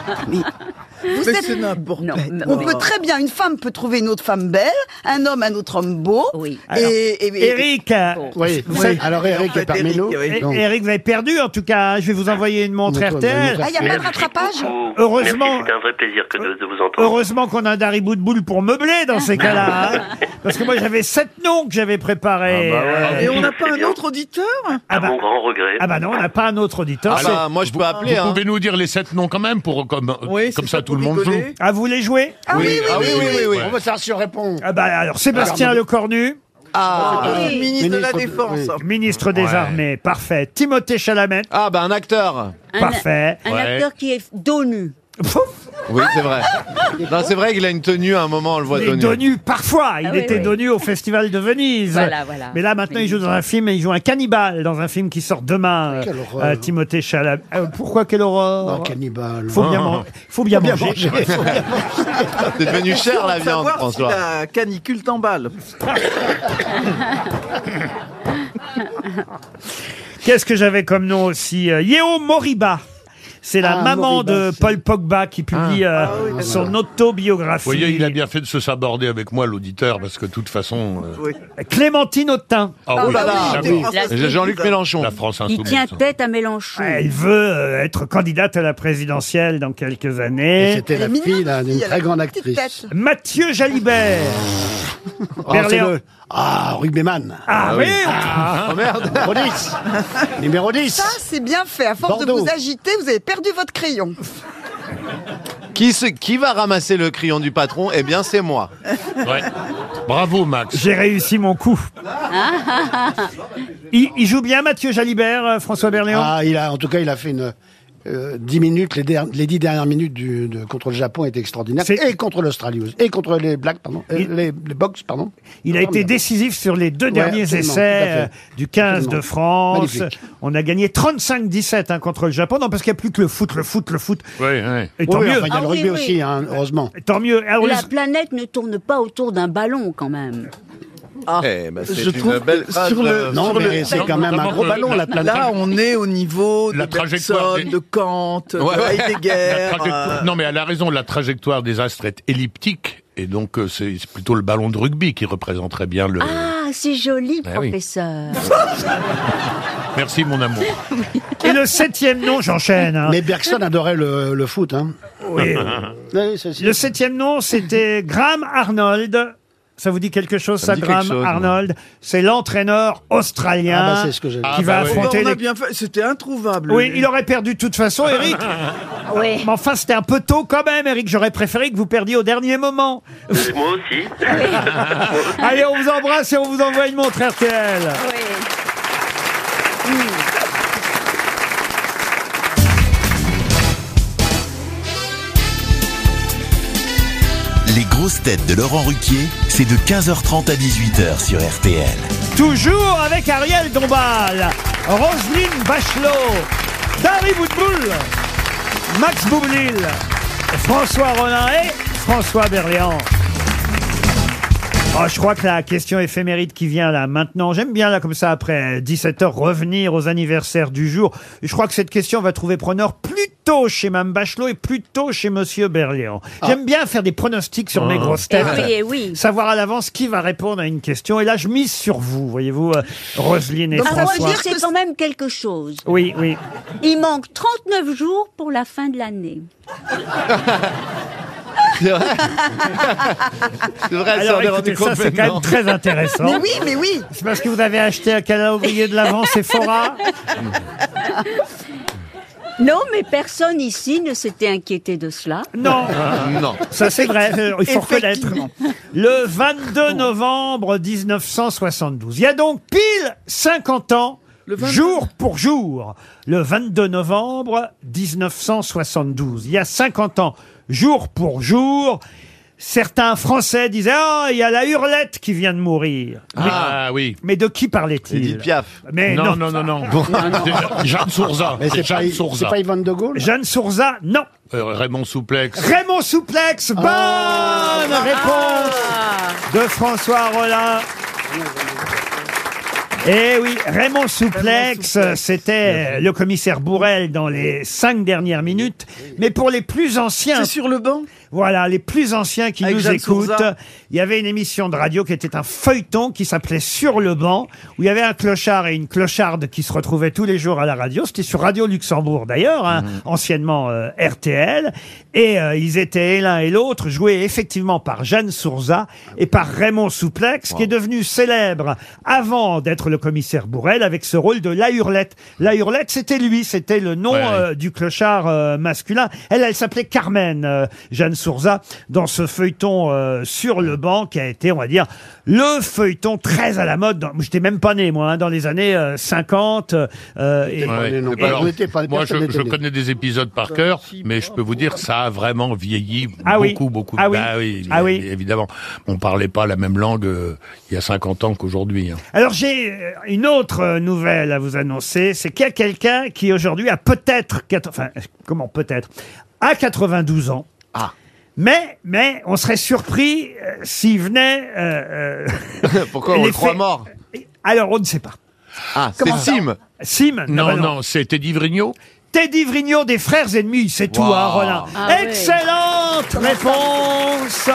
Speaker 3: Vous
Speaker 4: Mais
Speaker 3: êtes-
Speaker 4: c'est n'importe
Speaker 9: Non,
Speaker 4: quoi.
Speaker 9: non,
Speaker 3: On
Speaker 9: mais-
Speaker 3: peut très bien, une femme peut trouver une autre femme belle, un homme un autre homme beau.
Speaker 9: Oui.
Speaker 3: Et, et- et-
Speaker 2: Eric, euh,
Speaker 6: Oui,
Speaker 2: Vous savez-
Speaker 6: alors Eric est parmi nous.
Speaker 4: Eric,
Speaker 2: Eh,
Speaker 6: Donc,
Speaker 2: Eric, vous avez perdu en tout cas. hein. Je vais vous envoyer une montre
Speaker 6: Une montre, une
Speaker 2: RTL.
Speaker 6: montre.
Speaker 3: Ah, il n'y a pas de
Speaker 16: Merci
Speaker 3: rattrapage
Speaker 16: beaucoup.
Speaker 2: Heureusement-
Speaker 16: Merci, C'était un vrai plaisir que de, de vous entendre.
Speaker 2: Heureusement qu'on a un Dari Boutboul pour meubler dans ces cas-là. hein. Parce que moi j'avais sept noms que j'avais préparés.
Speaker 5: Ah bah ouais.
Speaker 4: Et on n'a
Speaker 16: C'est
Speaker 4: pas un
Speaker 16: bien.
Speaker 4: autre auditeur
Speaker 2: Ah
Speaker 16: À
Speaker 2: bah-
Speaker 16: mon grand regret.
Speaker 2: Ah bah non, on n'a pas un autre auditeur.
Speaker 7: Ah
Speaker 2: c'est-
Speaker 7: bah, moi, je peux appeler.
Speaker 5: Vous
Speaker 7: hein.
Speaker 5: pouvez nous dire les sept noms quand même pour comme
Speaker 4: Oui,
Speaker 5: comme
Speaker 4: c'est
Speaker 5: ça
Speaker 4: pas
Speaker 5: tout le
Speaker 4: pour
Speaker 5: monde
Speaker 4: rigoler.
Speaker 5: joue.
Speaker 2: Ah, vous voulez jouer
Speaker 3: Ah oui, oui,
Speaker 7: Ah oui, oui, oui, oui.
Speaker 6: On veut savoir si on répond.
Speaker 2: Ah bah alors Sébastien Lecornu,
Speaker 4: Ah,
Speaker 9: oui.
Speaker 4: le ministre de la
Speaker 6: Ministre de-
Speaker 4: Défense.
Speaker 2: hein. ministre des
Speaker 5: Ouais.
Speaker 2: Armées, parfait. Timothée Chalamet,
Speaker 7: Ah, bah, un acteur.
Speaker 9: Un-
Speaker 2: parfait.
Speaker 9: Un
Speaker 5: Ouais.
Speaker 9: acteur qui est dos nu.
Speaker 7: Oui, c'est vrai. Non, c'est vrai qu'il a une tenue à un moment, on le voit
Speaker 2: Il est
Speaker 7: donner.
Speaker 2: donu parfois, il
Speaker 9: Ah oui,
Speaker 2: était
Speaker 9: oui.
Speaker 2: donu au Festival de Venise.
Speaker 9: Voilà, voilà.
Speaker 2: Mais là maintenant il joue dans un film et il joue un cannibale dans un film qui sort demain. euh,
Speaker 6: Quelle
Speaker 2: euh,
Speaker 6: horreur.
Speaker 2: Timothée Chalamet. Euh, pourquoi quelle horreur
Speaker 6: Oh, cannibale.
Speaker 2: Faut bien, man- Ah, faut bien manger.
Speaker 7: C'est devenu cher, la
Speaker 4: Faut
Speaker 7: viande,
Speaker 4: savoir si
Speaker 7: François.
Speaker 4: la canicule t'emballe.
Speaker 2: Qu'est-ce que j'avais comme nom aussi euh, Yeo Moriba. C'est la
Speaker 5: Ah,
Speaker 2: maman
Speaker 5: Moribas,
Speaker 2: de Paul Pogba qui publie euh, son autobiographie.
Speaker 5: Vous voyez, il a bien fait de se saborder avec moi, l'auditeur, parce que de toute façon. euh,
Speaker 2: Clémentine Autain.
Speaker 5: Ah oui, j'avoue.
Speaker 9: La-
Speaker 5: La France
Speaker 9: Il
Speaker 5: insoumise.
Speaker 9: tient tête à Mélenchon.
Speaker 2: Elle veut euh, être candidate à la présidentielle dans quelques années.
Speaker 9: Et c'était la Elle est mignonne, fille
Speaker 6: d'une elle a très une grande petite
Speaker 2: actrice. Mathieu Jalibert. Oh,
Speaker 6: Ah, c'est
Speaker 2: Berléand.
Speaker 6: le- ah, rugbyman.
Speaker 2: Ah, oui.
Speaker 6: Ah,
Speaker 2: Oh, merde.
Speaker 6: Numéro 10. Numéro 10.
Speaker 3: Ça, c'est bien fait. À force de
Speaker 6: Bordeaux.
Speaker 3: vous agiter, vous avez perdu votre crayon.
Speaker 7: Qui, se- qui va ramasser le crayon du patron Eh bien, c'est moi.
Speaker 5: Ouais. Bravo, Max.
Speaker 2: J'ai réussi mon coup.
Speaker 9: Ah,
Speaker 2: Il, il joue bien Mathieu Jalibert, euh, François Berléand
Speaker 6: Ah, il a, en tout cas, il a fait une. euh, 10 minutes, les, der- les 10 dernières minutes du, de- contre le Japon étaient extraordinaires. Et contre l'Australie aussi. Et contre les Blacks, pardon. euh, les, les Box, pardon.
Speaker 2: Il a été décisif sur les deux
Speaker 6: Ouais,
Speaker 2: derniers
Speaker 6: absolument,
Speaker 2: essais
Speaker 6: tout à fait.
Speaker 2: euh, du 15 de
Speaker 6: Absolument.
Speaker 2: France.
Speaker 6: Magnifique.
Speaker 2: On a gagné 35-17 hein, contre le Japon. Non, parce qu'il n'y a plus que le foot, le foot, le foot. Et tant
Speaker 6: Oui,
Speaker 2: mieux.
Speaker 6: enfin, il y a le
Speaker 9: Ah oui,
Speaker 6: rugby
Speaker 9: oui.
Speaker 6: aussi, hein, heureusement.
Speaker 2: Tant mieux. Ah, Alors,
Speaker 9: La
Speaker 2: les-
Speaker 9: planète ne tourne pas autour d'un ballon quand même.
Speaker 7: Eh ben, c'est une belle phrase euh,
Speaker 4: sur
Speaker 7: de-
Speaker 4: le,
Speaker 7: Non,
Speaker 4: sur
Speaker 7: mais
Speaker 4: le-
Speaker 7: c'est quand même un gros ballon, la planète.
Speaker 4: Là, on est au niveau de
Speaker 5: La trajectoire
Speaker 4: Bergson,
Speaker 5: des-
Speaker 4: de Kant,
Speaker 5: Ouais, ouais.
Speaker 4: de
Speaker 5: La
Speaker 4: Heidegger.
Speaker 5: trajectoire-
Speaker 4: euh,
Speaker 5: Non, mais elle a raison, la trajectoire des astres est elliptique, et donc euh, c'est c'est plutôt le ballon de rugby qui représenterait bien le.
Speaker 9: Ah, c'est joli,
Speaker 5: Ah oui.
Speaker 9: professeur.
Speaker 5: Merci, mon amour.
Speaker 2: Et le septième nom, j'enchaîne. hein.
Speaker 6: Mais Bergson adorait le, le foot. Hein.
Speaker 2: Oui. Le septième nom, c'était Graham Arnold. Ça vous dit quelque chose, ça,
Speaker 6: Ça me dit
Speaker 2: Graham
Speaker 6: quelque chose,
Speaker 2: Arnold C'est l'entraîneur australien
Speaker 4: Hein
Speaker 6: Ah bah, c'est ce que j'avais.
Speaker 2: qui
Speaker 6: Ah
Speaker 2: va
Speaker 6: bah oui.
Speaker 2: affronter
Speaker 4: on a
Speaker 2: les...
Speaker 4: bien fait. C'était introuvable.
Speaker 2: Oui,
Speaker 4: le-
Speaker 2: il aurait perdu de toute façon, Eric. Mais enfin, c'était un peu tôt quand même, Eric. J'aurais préféré que vous perdiez au dernier moment.
Speaker 16: Euh, Moi aussi.
Speaker 2: Allez, on vous embrasse et on vous envoie une montre RTL.
Speaker 1: Les grosses têtes de Laurent Ruquier, c'est de 15h30 à 18h sur RTL.
Speaker 2: Toujours avec Ariel Dombal, Roselyne Bachelot, Dari Boudboul, Max Boublil, François Rollin et François Berléand. Oh, je crois que la question éphéméride qui vient là maintenant, j'aime bien là comme ça après 17h revenir aux anniversaires du jour. Je crois que cette question va trouver preneur plutôt chez Mme Bachelot et plutôt chez Monsieur Berléand. J'aime bien faire des pronostics sur mes
Speaker 17: Ah.
Speaker 2: grosses
Speaker 17: Eh
Speaker 2: têtes.
Speaker 17: oui, eh
Speaker 2: Savoir à l'avance qui va répondre à une question. Et là, je mise sur vous, voyez-vous, euh, Roselyne et
Speaker 9: Donc on va
Speaker 2: François.
Speaker 9: dire c'est quand même quelque chose.
Speaker 2: Oui, oui.
Speaker 9: Il manque 39 jours pour la fin de l'année.
Speaker 7: C'est vrai, elle s'en
Speaker 2: Alors,
Speaker 7: est rendue
Speaker 2: écoutez, ça,
Speaker 7: compte
Speaker 2: c'est quand même
Speaker 7: maintenant.
Speaker 2: très intéressant.
Speaker 3: Mais oui, mais oui.
Speaker 2: C'est parce que vous avez acheté un calendrier de l'avant Sephora
Speaker 9: Non, mais personne ici ne s'était inquiété de cela.
Speaker 2: Non.
Speaker 7: Non.
Speaker 2: Ça, c'est vrai, euh, il faut reconnaître.
Speaker 9: Effectivement.
Speaker 2: Le 22 novembre 1972. Il y a donc pile 50 ans, jour pour jour. Le 22 novembre 1972. Il y a 50 ans, jour pour jour. Certains Français disaient Ah, il y a la hurlette qui vient de mourir.
Speaker 5: Ah oui.
Speaker 2: Mais de qui parlait-il
Speaker 5: Édith Piaf.
Speaker 2: Mais
Speaker 5: Non,
Speaker 2: non,
Speaker 5: non, non, non. Bon. C'est Jeanne Sourzat.
Speaker 6: Mais c'est
Speaker 5: C'est
Speaker 6: pas,
Speaker 5: Jeanne
Speaker 6: c'est
Speaker 5: Sourzat.
Speaker 6: pas Yvonne de Gaulle
Speaker 2: Jeanne Sourzat, non.
Speaker 5: Euh, Raymond Souplex.
Speaker 2: Raymond Souplex, bonne réponse de François Rollin. Eh oui, Raymond Souplex, c'était le commissaire Bourrel dans les cinq dernières minutes. Mais pour les plus anciens. C'est
Speaker 4: sur le banc
Speaker 2: Voilà, les plus anciens qui
Speaker 4: Avec
Speaker 2: nous
Speaker 4: Jeanne
Speaker 2: écoutent.
Speaker 4: Souza.
Speaker 2: Il y avait une émission de radio qui était un feuilleton qui s'appelait Sur le banc, où il y avait un clochard et une clocharde qui se retrouvaient tous les jours à la radio. C'était sur Radio Luxembourg d'ailleurs, hein,
Speaker 4: Mhm.
Speaker 2: anciennement euh, RTL. Et euh, ils étaient l'un et l'autre joués effectivement par Jeanne Sourzat et par Raymond Souplex, qui est devenu célèbre avant d'être le commissaire Bourrel avec ce rôle de La Hurlette. La Hurlette, c'était lui, c'était le nom euh, du clochard euh, masculin. Elle, elle s'appelait Carmen, euh, Jeanne Sourzat, dans ce feuilleton euh, sur le banc qui a été, on va dire, le feuilleton très à la mode. dans- J'étais même pas né, moi, hein, dans les années euh, 50. euh,
Speaker 5: Ouais.
Speaker 2: et-
Speaker 5: Eh ben
Speaker 2: et-
Speaker 5: Alors,
Speaker 2: et-
Speaker 5: moi, je, je connais des épisodes par cœur, mais je peux vous dire, ça a vraiment vieilli
Speaker 2: Ah oui.
Speaker 5: beaucoup, beaucoup.
Speaker 2: Ah oui.
Speaker 5: Bah oui,
Speaker 2: Ah oui.
Speaker 5: évi- évidemment. On parlait pas la même langue euh, il y a 50 ans qu'aujourd'hui. hein.
Speaker 2: Alors j'ai euh, une autre euh, nouvelle à vous annoncer, c'est qu'il y a quelqu'un qui aujourd'hui a peut-être, quat- enfin euh, comment peut-être, à 92 ans. Ah. Mais mais on serait surpris euh, s'il venait. euh, euh,
Speaker 7: Pourquoi on
Speaker 2: les
Speaker 7: le croit
Speaker 2: faits- Euh,
Speaker 7: mort
Speaker 2: Alors on ne sait pas.
Speaker 7: Ah, c'est Sim.
Speaker 2: Sim
Speaker 5: Non,
Speaker 2: bah
Speaker 5: non, c'était Divrigno
Speaker 2: Teddy Vrigno des frères ennemis, c'est tout,
Speaker 17: Wow.
Speaker 2: hein, Roland.
Speaker 17: Ah oui.
Speaker 2: Excellente réponse.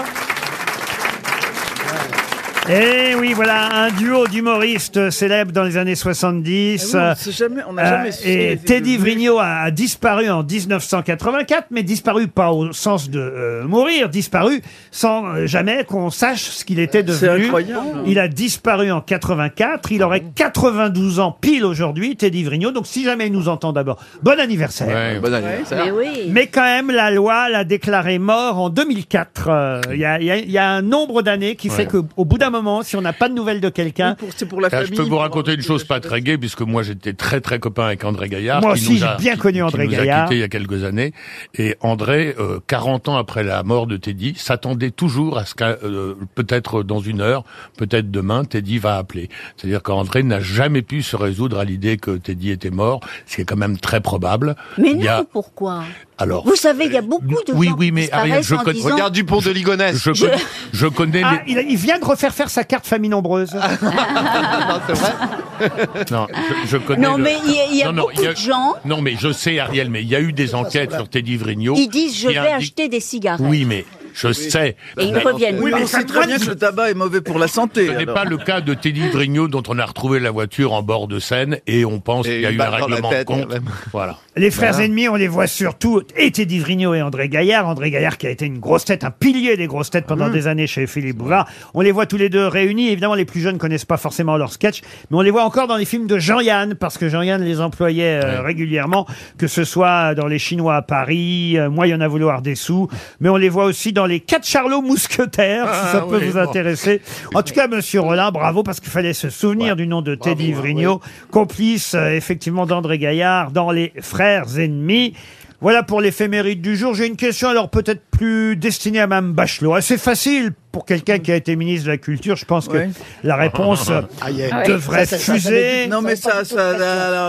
Speaker 2: Eh oui, voilà un duo d'humoristes célèbres dans les années 70.
Speaker 4: Ah oui, on sait jamais- on n'a jamais su
Speaker 2: et
Speaker 4: les-
Speaker 2: Teddy Vrigno a, a disparu en 1984, mais disparu pas au sens de euh, mourir, disparu sans euh, jamais qu'on sache ce qu'il était
Speaker 4: C'est
Speaker 2: devenu.
Speaker 4: incroyable.
Speaker 2: Il a disparu en 84. Il
Speaker 9: Ah
Speaker 2: aurait 92 ans pile aujourd'hui, Teddy Vrigno. Donc si jamais il nous entend d'abord, bon anniversaire.
Speaker 7: bon anniversaire.
Speaker 9: Mais oui.
Speaker 2: Mais quand même, la loi l'a déclaré mort en 2004. Euh, Il y, a, il y a- il y a un nombre d'années qui fait
Speaker 5: Ouais.
Speaker 2: qu'au bout d'un moment, si on n'a pas de nouvelles de quelqu'un,
Speaker 4: c'est pour la
Speaker 5: Ah, je peux vous raconter une chose pas très gaie, puisque moi j'étais très très copain avec André Gaillard.
Speaker 2: Moi
Speaker 5: qui
Speaker 2: aussi,
Speaker 5: nous a-
Speaker 2: j'ai bien
Speaker 5: qui-
Speaker 2: connu André
Speaker 5: qui nous
Speaker 2: Gaillard.
Speaker 5: a quittés il y a quelques années. Et André, euh, 40 ans après la mort de Teddy, s'attendait toujours à ce que peut-être dans une heure, peut-être demain, Teddy va appeler. C'est-à-dire qu'André n'a jamais pu se résoudre à l'idée que Teddy était mort, ce qui est quand même très probable.
Speaker 9: Mais
Speaker 5: Il y a-
Speaker 9: non, pourquoi
Speaker 5: Alors,
Speaker 9: Vous savez, il y a beaucoup de
Speaker 5: oui,
Speaker 9: gens
Speaker 5: oui,
Speaker 9: qui
Speaker 5: mais Ariel,
Speaker 9: disparaissent
Speaker 5: je
Speaker 9: en
Speaker 5: connais.
Speaker 9: disant-
Speaker 5: Dupont de Ligonnès. Je, connais- je connais
Speaker 2: Ah,
Speaker 5: les-
Speaker 2: il, a- il vient de refaire faire sa carte famille nombreuse.
Speaker 9: Ah.
Speaker 5: Non, je, je connais.
Speaker 9: Non,
Speaker 5: le-
Speaker 9: mais il y a- il y a beaucoup de
Speaker 5: eu-
Speaker 9: gens-
Speaker 5: Non, mais je sais, Ariel, mais il y a eu des enquêtes sur Teddy Vrigno.
Speaker 9: Ils disent je
Speaker 5: qui
Speaker 9: vais
Speaker 5: indiquent-
Speaker 9: acheter des cigarettes.
Speaker 5: Oui, mais je sais.
Speaker 9: Et ils
Speaker 5: Mais-
Speaker 9: reviennent.
Speaker 4: Oui, mais on sait très bien que le tabac est mauvais pour la santé.
Speaker 5: Ce n'est pas le cas de Teddy Vrigno dont on a retrouvé la voiture en bord de Seine et on pense qu'il y a eu un
Speaker 7: balle dans la
Speaker 5: règlement de
Speaker 7: tête,
Speaker 5: compte. Voilà.
Speaker 2: Les frères
Speaker 5: Voilà.
Speaker 2: ennemis, on les voit surtout, et Teddy Vrigno et André Gaillard. André Gaillard qui a été une grosse tête, un pilier des grosses têtes
Speaker 5: Ah
Speaker 2: pendant des années chez Philippe Bouvard. On les voit tous les deux réunis. Évidemment, les plus jeunes connaissent pas forcément leurs sketchs, mais on les voit encore dans les films de Jean-Yann, parce que Jean-Yann les employait euh, régulièrement, que ce soit dans Les Chinois à Paris, euh, Moi, il y en a vouloir des sous, mais on les voit aussi dans Les Quatre Charlots Mousquetaires, si
Speaker 5: Ah,
Speaker 2: ça peut
Speaker 5: oui,
Speaker 2: vous
Speaker 5: bon.
Speaker 2: intéresser. En tout cas, monsieur Rollin, bravo, parce qu'il fallait se souvenir du nom de Teddy Vrigno, complice euh, effectivement d'André Gaillard dans Les Frères Ennemis. Voilà pour l'éphéméride du jour. J'ai une question alors peut-être plus destinée à Mme Bachelot. Assez facile pour quelqu'un qui a été ministre de la Culture. Je pense que
Speaker 4: Ouais.
Speaker 2: la réponse euh,
Speaker 4: Aïe, aïe.
Speaker 2: devrait
Speaker 4: Ça, ça, ça, ça met
Speaker 2: fuser.
Speaker 4: du- Non, mais ça, ça,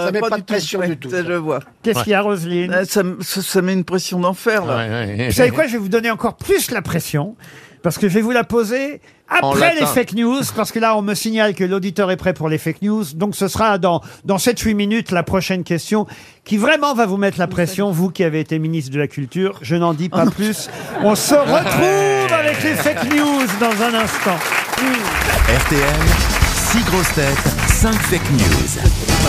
Speaker 4: ça,
Speaker 6: met pas
Speaker 4: de pression du tout. Ça, je vois.
Speaker 2: Qu'est-ce qu'il y a, Roselyne
Speaker 4: Ah, ça, ça- ça met une pression d'enfer, là.
Speaker 2: Vous savez quoi Je vais vous donner encore plus la pression parce que je vais vous la poser après les
Speaker 4: latin.
Speaker 2: fake news parce que là on me signale que l'auditeur est prêt pour les fake news. Donc ce sera dans dans 7 8 minutes la prochaine question qui vraiment va vous mettre la pression vous qui avez été ministre de la culture. Je n'en dis pas plus. On se retrouve avec les fake news dans un instant.
Speaker 1: RTL, 6 grosses têtes, 5 fake news.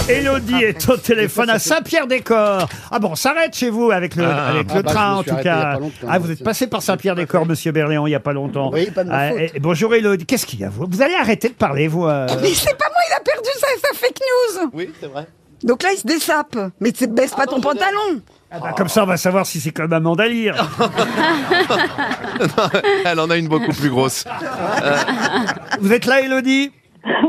Speaker 3: Ah,
Speaker 2: Elodie est au téléphone à Saint-Pierre-des-Corps. Ah bon, on s'arrête chez vous avec le,
Speaker 1: Ah.
Speaker 2: avec
Speaker 1: Ah
Speaker 2: le
Speaker 1: bah,
Speaker 2: train,
Speaker 1: je me
Speaker 2: en
Speaker 1: suis
Speaker 2: tout
Speaker 1: arrêté il y a
Speaker 2: cas.
Speaker 1: pas longtemps,
Speaker 2: Ah, vous êtes passé par Saint-Pierre-des-Corps, monsieur Berléon, il n'y a pas longtemps.
Speaker 1: Oui, pas de ma
Speaker 2: Ah,
Speaker 1: faute.
Speaker 2: et- et bonjour Elodie. Qu'est-ce qu'il y a vous, vous allez arrêter de parler, vous. euh,
Speaker 3: Ah, Mais c'est pas moi, il a perdu sa, sa fake news
Speaker 7: Oui, c'est vrai.
Speaker 3: Donc là, il se dessape. Mais tu baisse
Speaker 7: Ah,
Speaker 3: pas ton pantalon
Speaker 2: bah, Comme ça, on va savoir si c'est comme un mandalire.
Speaker 7: Elle en a une beaucoup plus grosse.
Speaker 2: Euh, vous êtes là, Elodie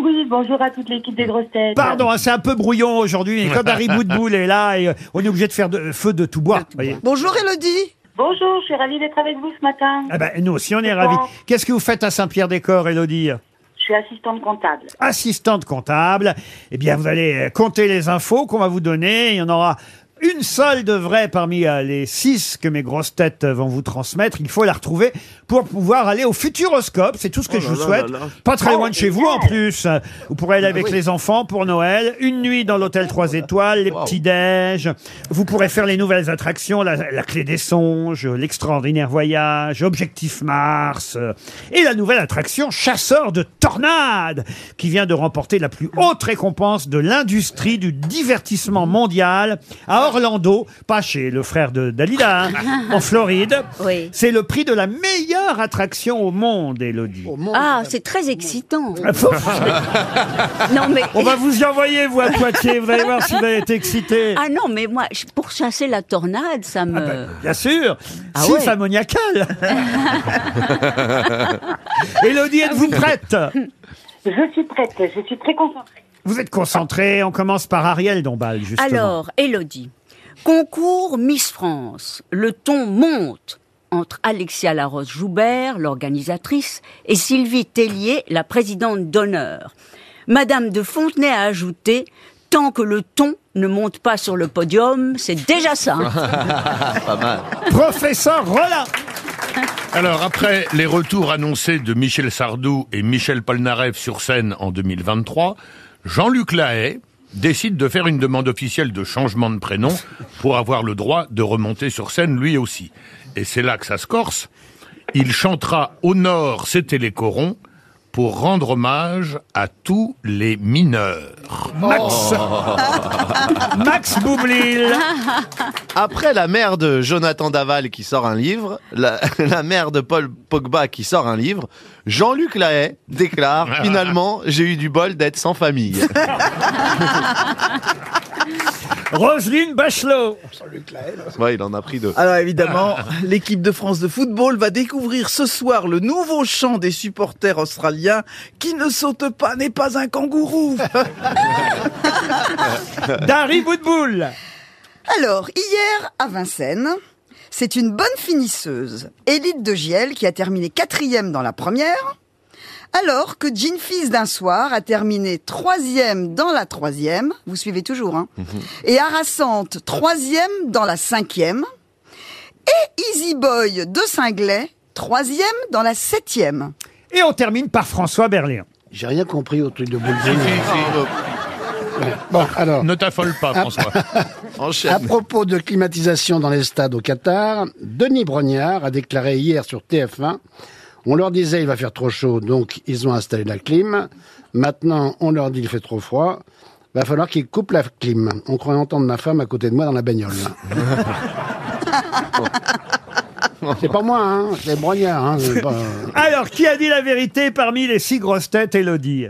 Speaker 18: Oui, bonjour à toute l'équipe des grosses têtes.
Speaker 2: Pardon, hein, c'est un peu brouillon aujourd'hui. mais Comme Harry Boutboul est là, et, euh, on est obligé de faire de- euh, feu de tout bois. voyez.
Speaker 3: Bonjour Elodie.
Speaker 18: Bonjour, je suis ravie d'être avec vous ce matin.
Speaker 2: Ah bah, nous aussi, on est ravis. Qu'est-ce que vous faites à Saint-Pierre-des-Corps, Elodie
Speaker 18: Je suis assistante comptable.
Speaker 2: assistante comptable. Eh bien, vous allez euh, compter les infos qu'on va vous donner. Il y en aura une seule de vraie parmi euh, les six que mes grosses têtes euh, vont vous transmettre. Il faut la retrouver pour pouvoir aller au futuroscope. C'est tout ce que
Speaker 4: Oh
Speaker 2: je
Speaker 4: là
Speaker 2: vous
Speaker 4: là
Speaker 2: souhaite.
Speaker 4: là là.
Speaker 2: Pas très
Speaker 4: Oh,
Speaker 2: loin de chez vous, en plus. Euh, Vous pourrez aller avec les enfants pour Noël. Une nuit dans l'hôtel 3 étoiles, les petits-déj. Vous pourrez faire les nouvelles attractions, la, la clé des songes, euh, l'extraordinaire voyage, Objectif Mars. euh, Et la nouvelle attraction Chasseur de tornades, qui vient de remporter la plus haute récompense de l'industrie du divertissement mondial à Orlando. Pas chez le frère de Dalida, hein, en Floride.
Speaker 9: Oui.
Speaker 2: C'est le prix de la meilleure attraction au monde, Elodie.
Speaker 9: Ah, c'est très excitant. Ah,
Speaker 2: On va vous y envoyer, vous, à Poitiers. Vous allez voir si vous allez être excité. Ah,
Speaker 9: Ah non, mais moi, je- pour chasser la tornade, ça me...
Speaker 2: Bien sûr.
Speaker 9: Euh. Ah
Speaker 2: si,
Speaker 9: ouais.
Speaker 2: femme
Speaker 9: Ah
Speaker 2: Elodie, êtes-vous prête
Speaker 18: Je suis prête, je suis très concentrée.
Speaker 2: Vous êtes concentrée. On commence par Ariel Dombal, justement.
Speaker 9: Alors, Elodie, concours Miss France. Le ton monte entre Alexia Larose-Joubert, l'organisatrice, et Sylvie Tellier, la présidente d'honneur. Madame de Fontenay a ajouté Tant que le ton ne monte pas sur le podium, c'est déjà ça. Hein.
Speaker 7: pas mal.
Speaker 2: Professeur Rollin.
Speaker 5: Alors après les retours annoncés de Michel Sardou et Michel Polnareff sur scène en 2023, Jean-Luc Lahaye décide de faire une demande officielle de changement de prénom pour avoir le droit de remonter sur scène lui aussi. Et c'est là que ça se corse. Il chantera au nord, c'était les corons, pour rendre hommage à tous les mineurs.
Speaker 2: Max. Max Boublil
Speaker 7: Après la mère de Jonathan Daval qui sort un livre, la, la mère de Paul Pogba qui sort un livre, Jean-Luc Lahaye déclare « Finalement, j'ai eu du bol d'être sans famille
Speaker 2: Roselyne Bachelot. ».
Speaker 7: Ouais, il en a pris deux.
Speaker 4: Alors évidemment, l'équipe de France de football va découvrir ce soir le nouveau chant des supporters australiens qui ne saute pas n'est pas un kangourou.
Speaker 2: Euh. Dari Boudboul.
Speaker 3: Alors, hier, à Vincennes, c'est une bonne finisseuse, Élite de Giel, qui a terminé quatrième dans la première, alors que Jean Fils d'un soir a terminé troisième dans la troisième, vous suivez toujours, hein, et Harassante troisième dans la cinquième, et Easy Boy de Singlet troisième dans la septième.
Speaker 2: Et on termine par François Berléand.
Speaker 6: J'ai rien compris au truc de boule.
Speaker 5: Si, si, si.
Speaker 6: Bon, alors.
Speaker 5: Ne t'affole pas,
Speaker 6: Ah.
Speaker 5: François.
Speaker 6: À propos de climatisation dans les stades au Qatar, Denis Brognard a déclaré hier sur TF1 on leur disait il va faire trop chaud, donc ils ont installé la clim. Maintenant, on leur dit il fait trop froid. Va falloir qu'ils coupent la clim. On croyait entendre ma femme à côté de moi dans la bagnole. c'est pas moi, hein, c'est Brognard. Hein, c'est pas-
Speaker 2: Alors, qui a dit la vérité parmi les six grosses têtes, Elodie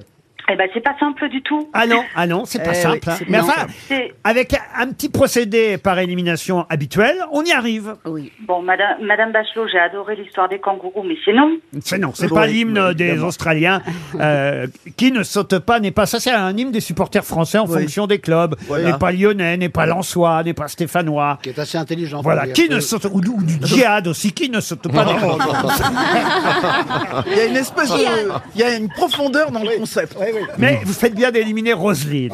Speaker 18: Eh ben, c'est pas simple du tout.
Speaker 2: Ah non, ah non, c'est pas
Speaker 18: Eh
Speaker 2: simple.
Speaker 18: oui,
Speaker 2: hein.
Speaker 18: c'est
Speaker 2: Mais
Speaker 18: pas
Speaker 2: enfin,
Speaker 18: simple. C'est-
Speaker 2: avec un- un petit procédé par élimination habituel, on y arrive.
Speaker 18: Oui. Bon, Madame, Madame Bachelot, j'ai adoré l'histoire des kangourous, mais sinon,
Speaker 2: C'est non, c'est
Speaker 18: Oui,
Speaker 2: pas
Speaker 18: oui,
Speaker 2: l'hymne des
Speaker 18: évidemment.
Speaker 2: Australiens euh, qui ne saute pas n'est pas ça. C'est un hymne des supporters français en
Speaker 6: Oui.
Speaker 2: fonction des clubs.
Speaker 6: Voilà.
Speaker 2: N'est pas lyonnais, n'est pas lensois, n'est pas stéphanois.
Speaker 6: Qui est assez intelligent.
Speaker 2: Voilà,
Speaker 6: faut dire.
Speaker 2: qui ne saute ou, du- ou du djihad aussi, qui ne saute pas
Speaker 6: Non, non, non.
Speaker 4: Il y a une espèce de, il y a une profondeur dans le concept.
Speaker 2: Mais vous faites bien d'éliminer Roselyne.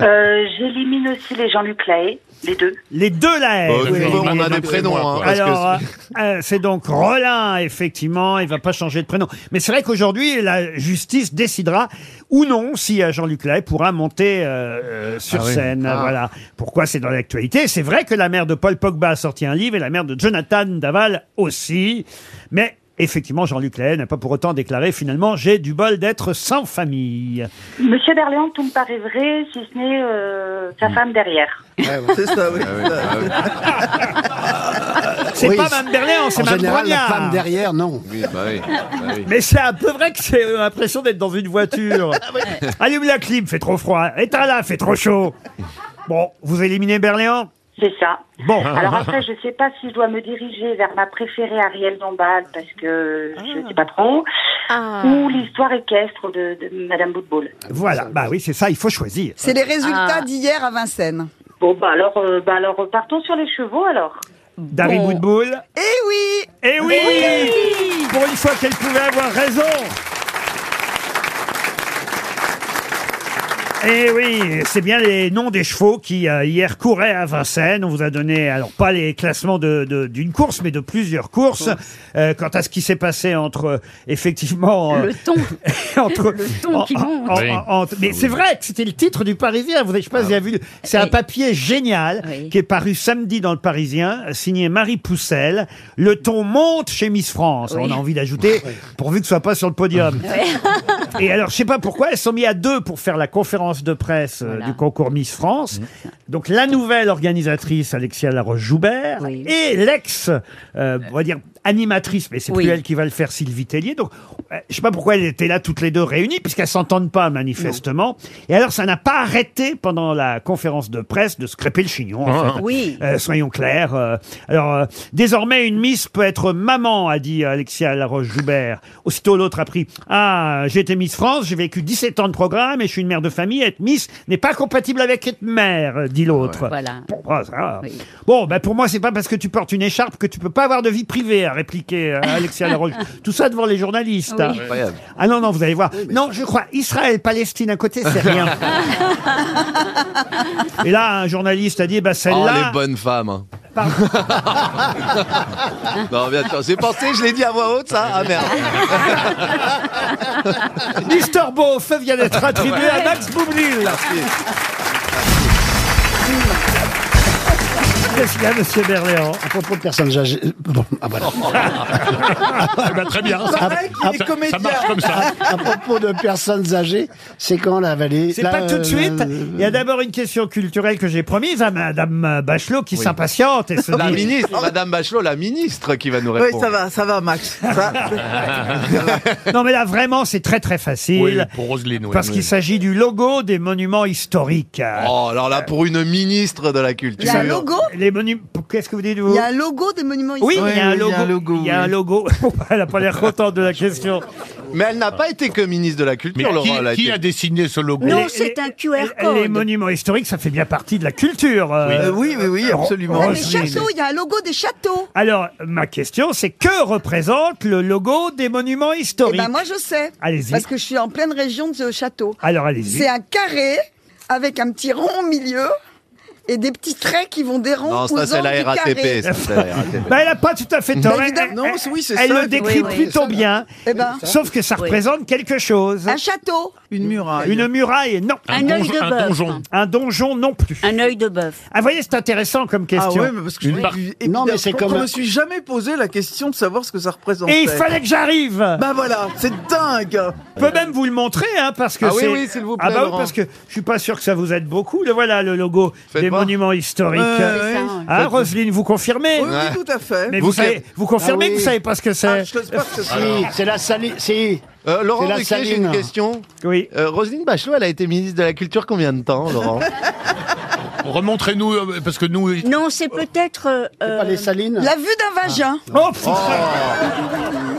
Speaker 18: euh, j'élimine aussi les Jean-Luc Lahaye, les deux.
Speaker 2: Les deux
Speaker 18: Bah,
Speaker 2: la haie.
Speaker 7: Oh, oui, on a des prénoms, hein, parce que-
Speaker 2: Eh Alors, euh, euh, c'est donc Rollin, effectivement, il va pas changer de prénom. Mais c'est vrai qu'aujourd'hui, la justice décidera ou non si euh, Jean-Luc Lahaye pourra monter euh, euh, sur
Speaker 6: Ah oui.
Speaker 2: scène.
Speaker 6: Ah.
Speaker 2: Voilà. Pourquoi c'est dans l'actualité C'est vrai que la mère de Paul Pogba a sorti un livre et la mère de Jonathan Daval aussi. Mais effectivement, Jean-Luc Lahaye n'a pas pour autant déclaré finalement j'ai du bol d'être sans famille.
Speaker 18: Monsieur Berléand, tout me paraît vrai, si ce n'est euh, sa femme derrière.
Speaker 4: C'est ça,
Speaker 7: Ah
Speaker 4: oui.
Speaker 2: C'est
Speaker 6: Oui,
Speaker 2: pas Mme Berléand, c'est
Speaker 6: En
Speaker 2: Mme
Speaker 6: général, la
Speaker 2: Brognard.
Speaker 6: femme derrière, non.
Speaker 2: Mais c'est un peu vrai que j'ai euh, l'impression d'être dans une voiture.
Speaker 3: Ah
Speaker 2: Allume la clim, fait trop froid. Éteins la, fait trop chaud. Bon, vous éliminez Berléand
Speaker 18: C'est ça.
Speaker 2: Bon.
Speaker 18: Alors après, je sais pas si je dois me diriger vers ma préférée Ariel Dombal, parce que
Speaker 2: Ah.
Speaker 18: je sais pas trop, ou l'histoire équestre de, de Madame Boutboul.
Speaker 2: Voilà, bah oui, c'est ça, il faut choisir.
Speaker 3: C'est les résultats
Speaker 18: Ah.
Speaker 3: d'hier à Vincennes.
Speaker 18: Bon, bah alors, euh, bah alors, partons sur les chevaux, alors.
Speaker 2: Dari
Speaker 18: Bon.
Speaker 2: Boudboul
Speaker 3: Eh oui
Speaker 2: Eh oui Pour une fois qu'elle pouvait avoir raison Eh oui, c'est bien les noms des chevaux qui euh, hier couraient à Vincennes. On vous a donné, alors pas les classements de- de- d'une course, mais de plusieurs courses. Euh, quant à ce qui s'est passé entre, euh, effectivement...
Speaker 9: Oh.
Speaker 2: euh,
Speaker 9: Le ton.
Speaker 2: entre,
Speaker 9: Le ton
Speaker 2: Ah,
Speaker 9: qui monte. Oui.
Speaker 2: entre- mais c'est vrai que c'était le titre du Parisien. Vous avez, je sais pas si vous
Speaker 6: Ah
Speaker 2: avez vu. C'est un papier génial qui est paru samedi dans le Parisien, signé Marie Poussel. Le ton monte chez Miss France.
Speaker 6: Oui. Ah
Speaker 2: On a envie d'ajouter, pourvu que ce soit pas sur le podium. Et alors, je sais pas pourquoi, elles sont mis à deux pour faire la conférence de presse euh, du concours Miss
Speaker 9: Mmh.
Speaker 2: France. Donc, la nouvelle organisatrice, Alexia Laroche-Joubert, et l'ex, euh, on va dire, animatrice, mais c'est
Speaker 17: Oui.
Speaker 2: plus elle qui va le faire, Sylvie Tellier. Donc, euh, je sais pas pourquoi elles étaient là toutes les deux réunies, puisqu'elles s'entendent pas, manifestement. Et alors, ça n'a pas arrêté pendant la conférence de presse de se crêper le chignon, en
Speaker 9: Ah.
Speaker 2: fait.
Speaker 9: Oui.
Speaker 2: Euh, soyons clairs. euh, alors, euh, désormais, une Miss peut être maman, a dit Alexia Laroche-Joubert. Aussitôt, l'autre a pris « Ah, j'ai été Miss France, j'ai vécu 17 ans de programme et je suis une mère de famille. Être Miss n'est pas compatible avec être mère, euh, dit l'autre.
Speaker 9: Voilà.
Speaker 2: Bon, ah, ça. Bon, ben, pour moi, c'est pas parce que tu portes une écharpe que tu peux pas avoir de vie privée, a répliqué euh, Alexia Laroche. Tout ça devant les journalistes.
Speaker 9: Oui.
Speaker 2: hein.
Speaker 9: Incroyable.
Speaker 2: Ah non, non, vous allez voir. non, je crois, Israël, Palestine à côté, c'est rien. Et là, un journaliste a dit, bah eh ben,
Speaker 7: Oh,
Speaker 2: celle-là...
Speaker 7: les Oh, bonnes femmes. hein.
Speaker 2: Pardon.
Speaker 7: Non, mais attends, j'ai pensé, je l'ai dit à voix haute, ça Ah merde.
Speaker 2: Mister Beauf vient d'être attribué à Max Boublil. Qu'est-ce qu'il y a, monsieur Berléand
Speaker 6: À propos de personnes âgées. Bon, ah voilà.
Speaker 2: Ah,
Speaker 5: Eh ben, très bien. Ça,
Speaker 6: À-
Speaker 14: Ah,
Speaker 6: à-
Speaker 5: ça- ça marche comme ça.
Speaker 6: À, à propos de personnes âgées, c'est quand la vallée
Speaker 2: C'est
Speaker 6: la-
Speaker 2: pas tout de suite.
Speaker 6: la-
Speaker 2: Il y a d'abord une question culturelle que j'ai promise à Madame Bachelot qui s'impatiente et se
Speaker 7: La
Speaker 2: dit-
Speaker 7: ministre, Madame Bachelot, la ministre qui va nous
Speaker 4: Oui,
Speaker 7: répondre.
Speaker 4: ça va, ça va, Max.
Speaker 2: Non, mais là, vraiment, c'est très, très facile.
Speaker 7: Oui, pour Roselyne, oui.
Speaker 2: Parce
Speaker 7: Oui.
Speaker 2: qu'il s'agit du logo des monuments historiques.
Speaker 7: Oh, alors là, pour une ministre de la culture.
Speaker 2: Il y a un
Speaker 3: logo
Speaker 2: Les monuments. Qu'est-ce que vous dites, vous
Speaker 3: Il y a un logo des monuments
Speaker 2: Oui,
Speaker 3: historiques.
Speaker 2: il y a un logo. il y a un logo. Elle n'a pas l'air contente de la question.
Speaker 7: Mais elle n'a pas été que ministre de la
Speaker 5: Mais
Speaker 7: culture, Laurent.
Speaker 5: qui,
Speaker 7: elle a
Speaker 5: qui
Speaker 7: été-
Speaker 5: a dessiné ce logo
Speaker 2: Non,
Speaker 9: Non, c'est un QR
Speaker 2: Les
Speaker 9: code.
Speaker 2: monuments historiques, ça fait bien partie de la culture.
Speaker 4: Euh, oui, oui, oui, absolument.
Speaker 3: Ah, les
Speaker 2: Roselyne.
Speaker 3: châteaux, il y a un logo des châteaux. Eh
Speaker 2: Alors, ma question, c'est que représente le logo des monuments
Speaker 3: Eh
Speaker 2: historiques
Speaker 3: ben moi je sais.
Speaker 2: Allez-y.
Speaker 3: Parce que je suis en pleine région de ce château.
Speaker 2: Alors, allez-y.
Speaker 3: C'est un carré avec un petit rond au milieu et des petits traits qui vont des ronds
Speaker 7: Non,
Speaker 3: aux
Speaker 7: ça, c'est
Speaker 3: angles
Speaker 7: la
Speaker 3: du
Speaker 7: RATP.
Speaker 3: carré.
Speaker 7: ça, c'est la RATP.
Speaker 2: Bah, elle n'a pas tout à fait tort.
Speaker 3: Bah,
Speaker 2: Elle-
Speaker 3: évidemment.
Speaker 2: elle-
Speaker 4: Non, oui, c'est
Speaker 2: elle
Speaker 4: ça.
Speaker 2: le décrit
Speaker 9: oui,
Speaker 2: plutôt bien,
Speaker 3: Eh ben,
Speaker 2: sauf que ça
Speaker 9: Oui.
Speaker 2: représente quelque chose.
Speaker 3: un château.
Speaker 4: Une muraille.
Speaker 2: Une muraille, non.
Speaker 9: Un œil de
Speaker 5: un
Speaker 9: bœuf.
Speaker 5: donjon.
Speaker 2: Un donjon, non plus.
Speaker 9: Un œil de bœuf.
Speaker 2: Ah, voyez, c'est intéressant comme
Speaker 4: Ah
Speaker 2: question.
Speaker 4: ouais, mais parce que
Speaker 5: Une
Speaker 4: je,
Speaker 5: bar-
Speaker 4: je-
Speaker 6: Non, mais c'est
Speaker 4: je
Speaker 6: comme un-
Speaker 4: me suis jamais posé la question de savoir ce que ça représentait.
Speaker 2: Et il fallait que j'arrive
Speaker 4: Bah voilà, c'est dingue.
Speaker 2: Je peux même vous le montrer, hein, parce que
Speaker 7: Ah oui,
Speaker 2: c'est...
Speaker 7: oui, s'il vous
Speaker 2: Ah
Speaker 7: plaît,
Speaker 2: bah oui,
Speaker 7: Laurent.
Speaker 2: parce que je suis pas sûr que ça vous aide beaucoup. Le voilà, le logo
Speaker 7: Faites
Speaker 2: des
Speaker 7: voir.
Speaker 2: monuments historiques.
Speaker 4: Ouais, ouais.
Speaker 9: Ça, hein.
Speaker 2: Ah, Roselyne, vous confirmez
Speaker 4: Oui, oui, tout à fait.
Speaker 2: Mais vous,
Speaker 7: Vous
Speaker 2: savez-
Speaker 7: qui-
Speaker 2: vous confirmez
Speaker 6: Ah oui.
Speaker 2: que vous savez pas ce que c'est
Speaker 4: Ah, je sais pas ce que c'est.
Speaker 6: Si, c'est la saline. Si.
Speaker 7: Euh, Laurent
Speaker 6: C'est la
Speaker 7: Ruquier, j'ai
Speaker 6: saline.
Speaker 7: une question.
Speaker 2: Oui.
Speaker 7: Euh, Roselyne Bachelot, elle a été ministre de la culture combien de temps, Laurent
Speaker 5: Remontrez-nous, euh, parce que nous,
Speaker 9: Non, c'est peut-être. euh,
Speaker 6: Pas les salines.
Speaker 3: La vue d'un vagin.
Speaker 2: Oh, putain.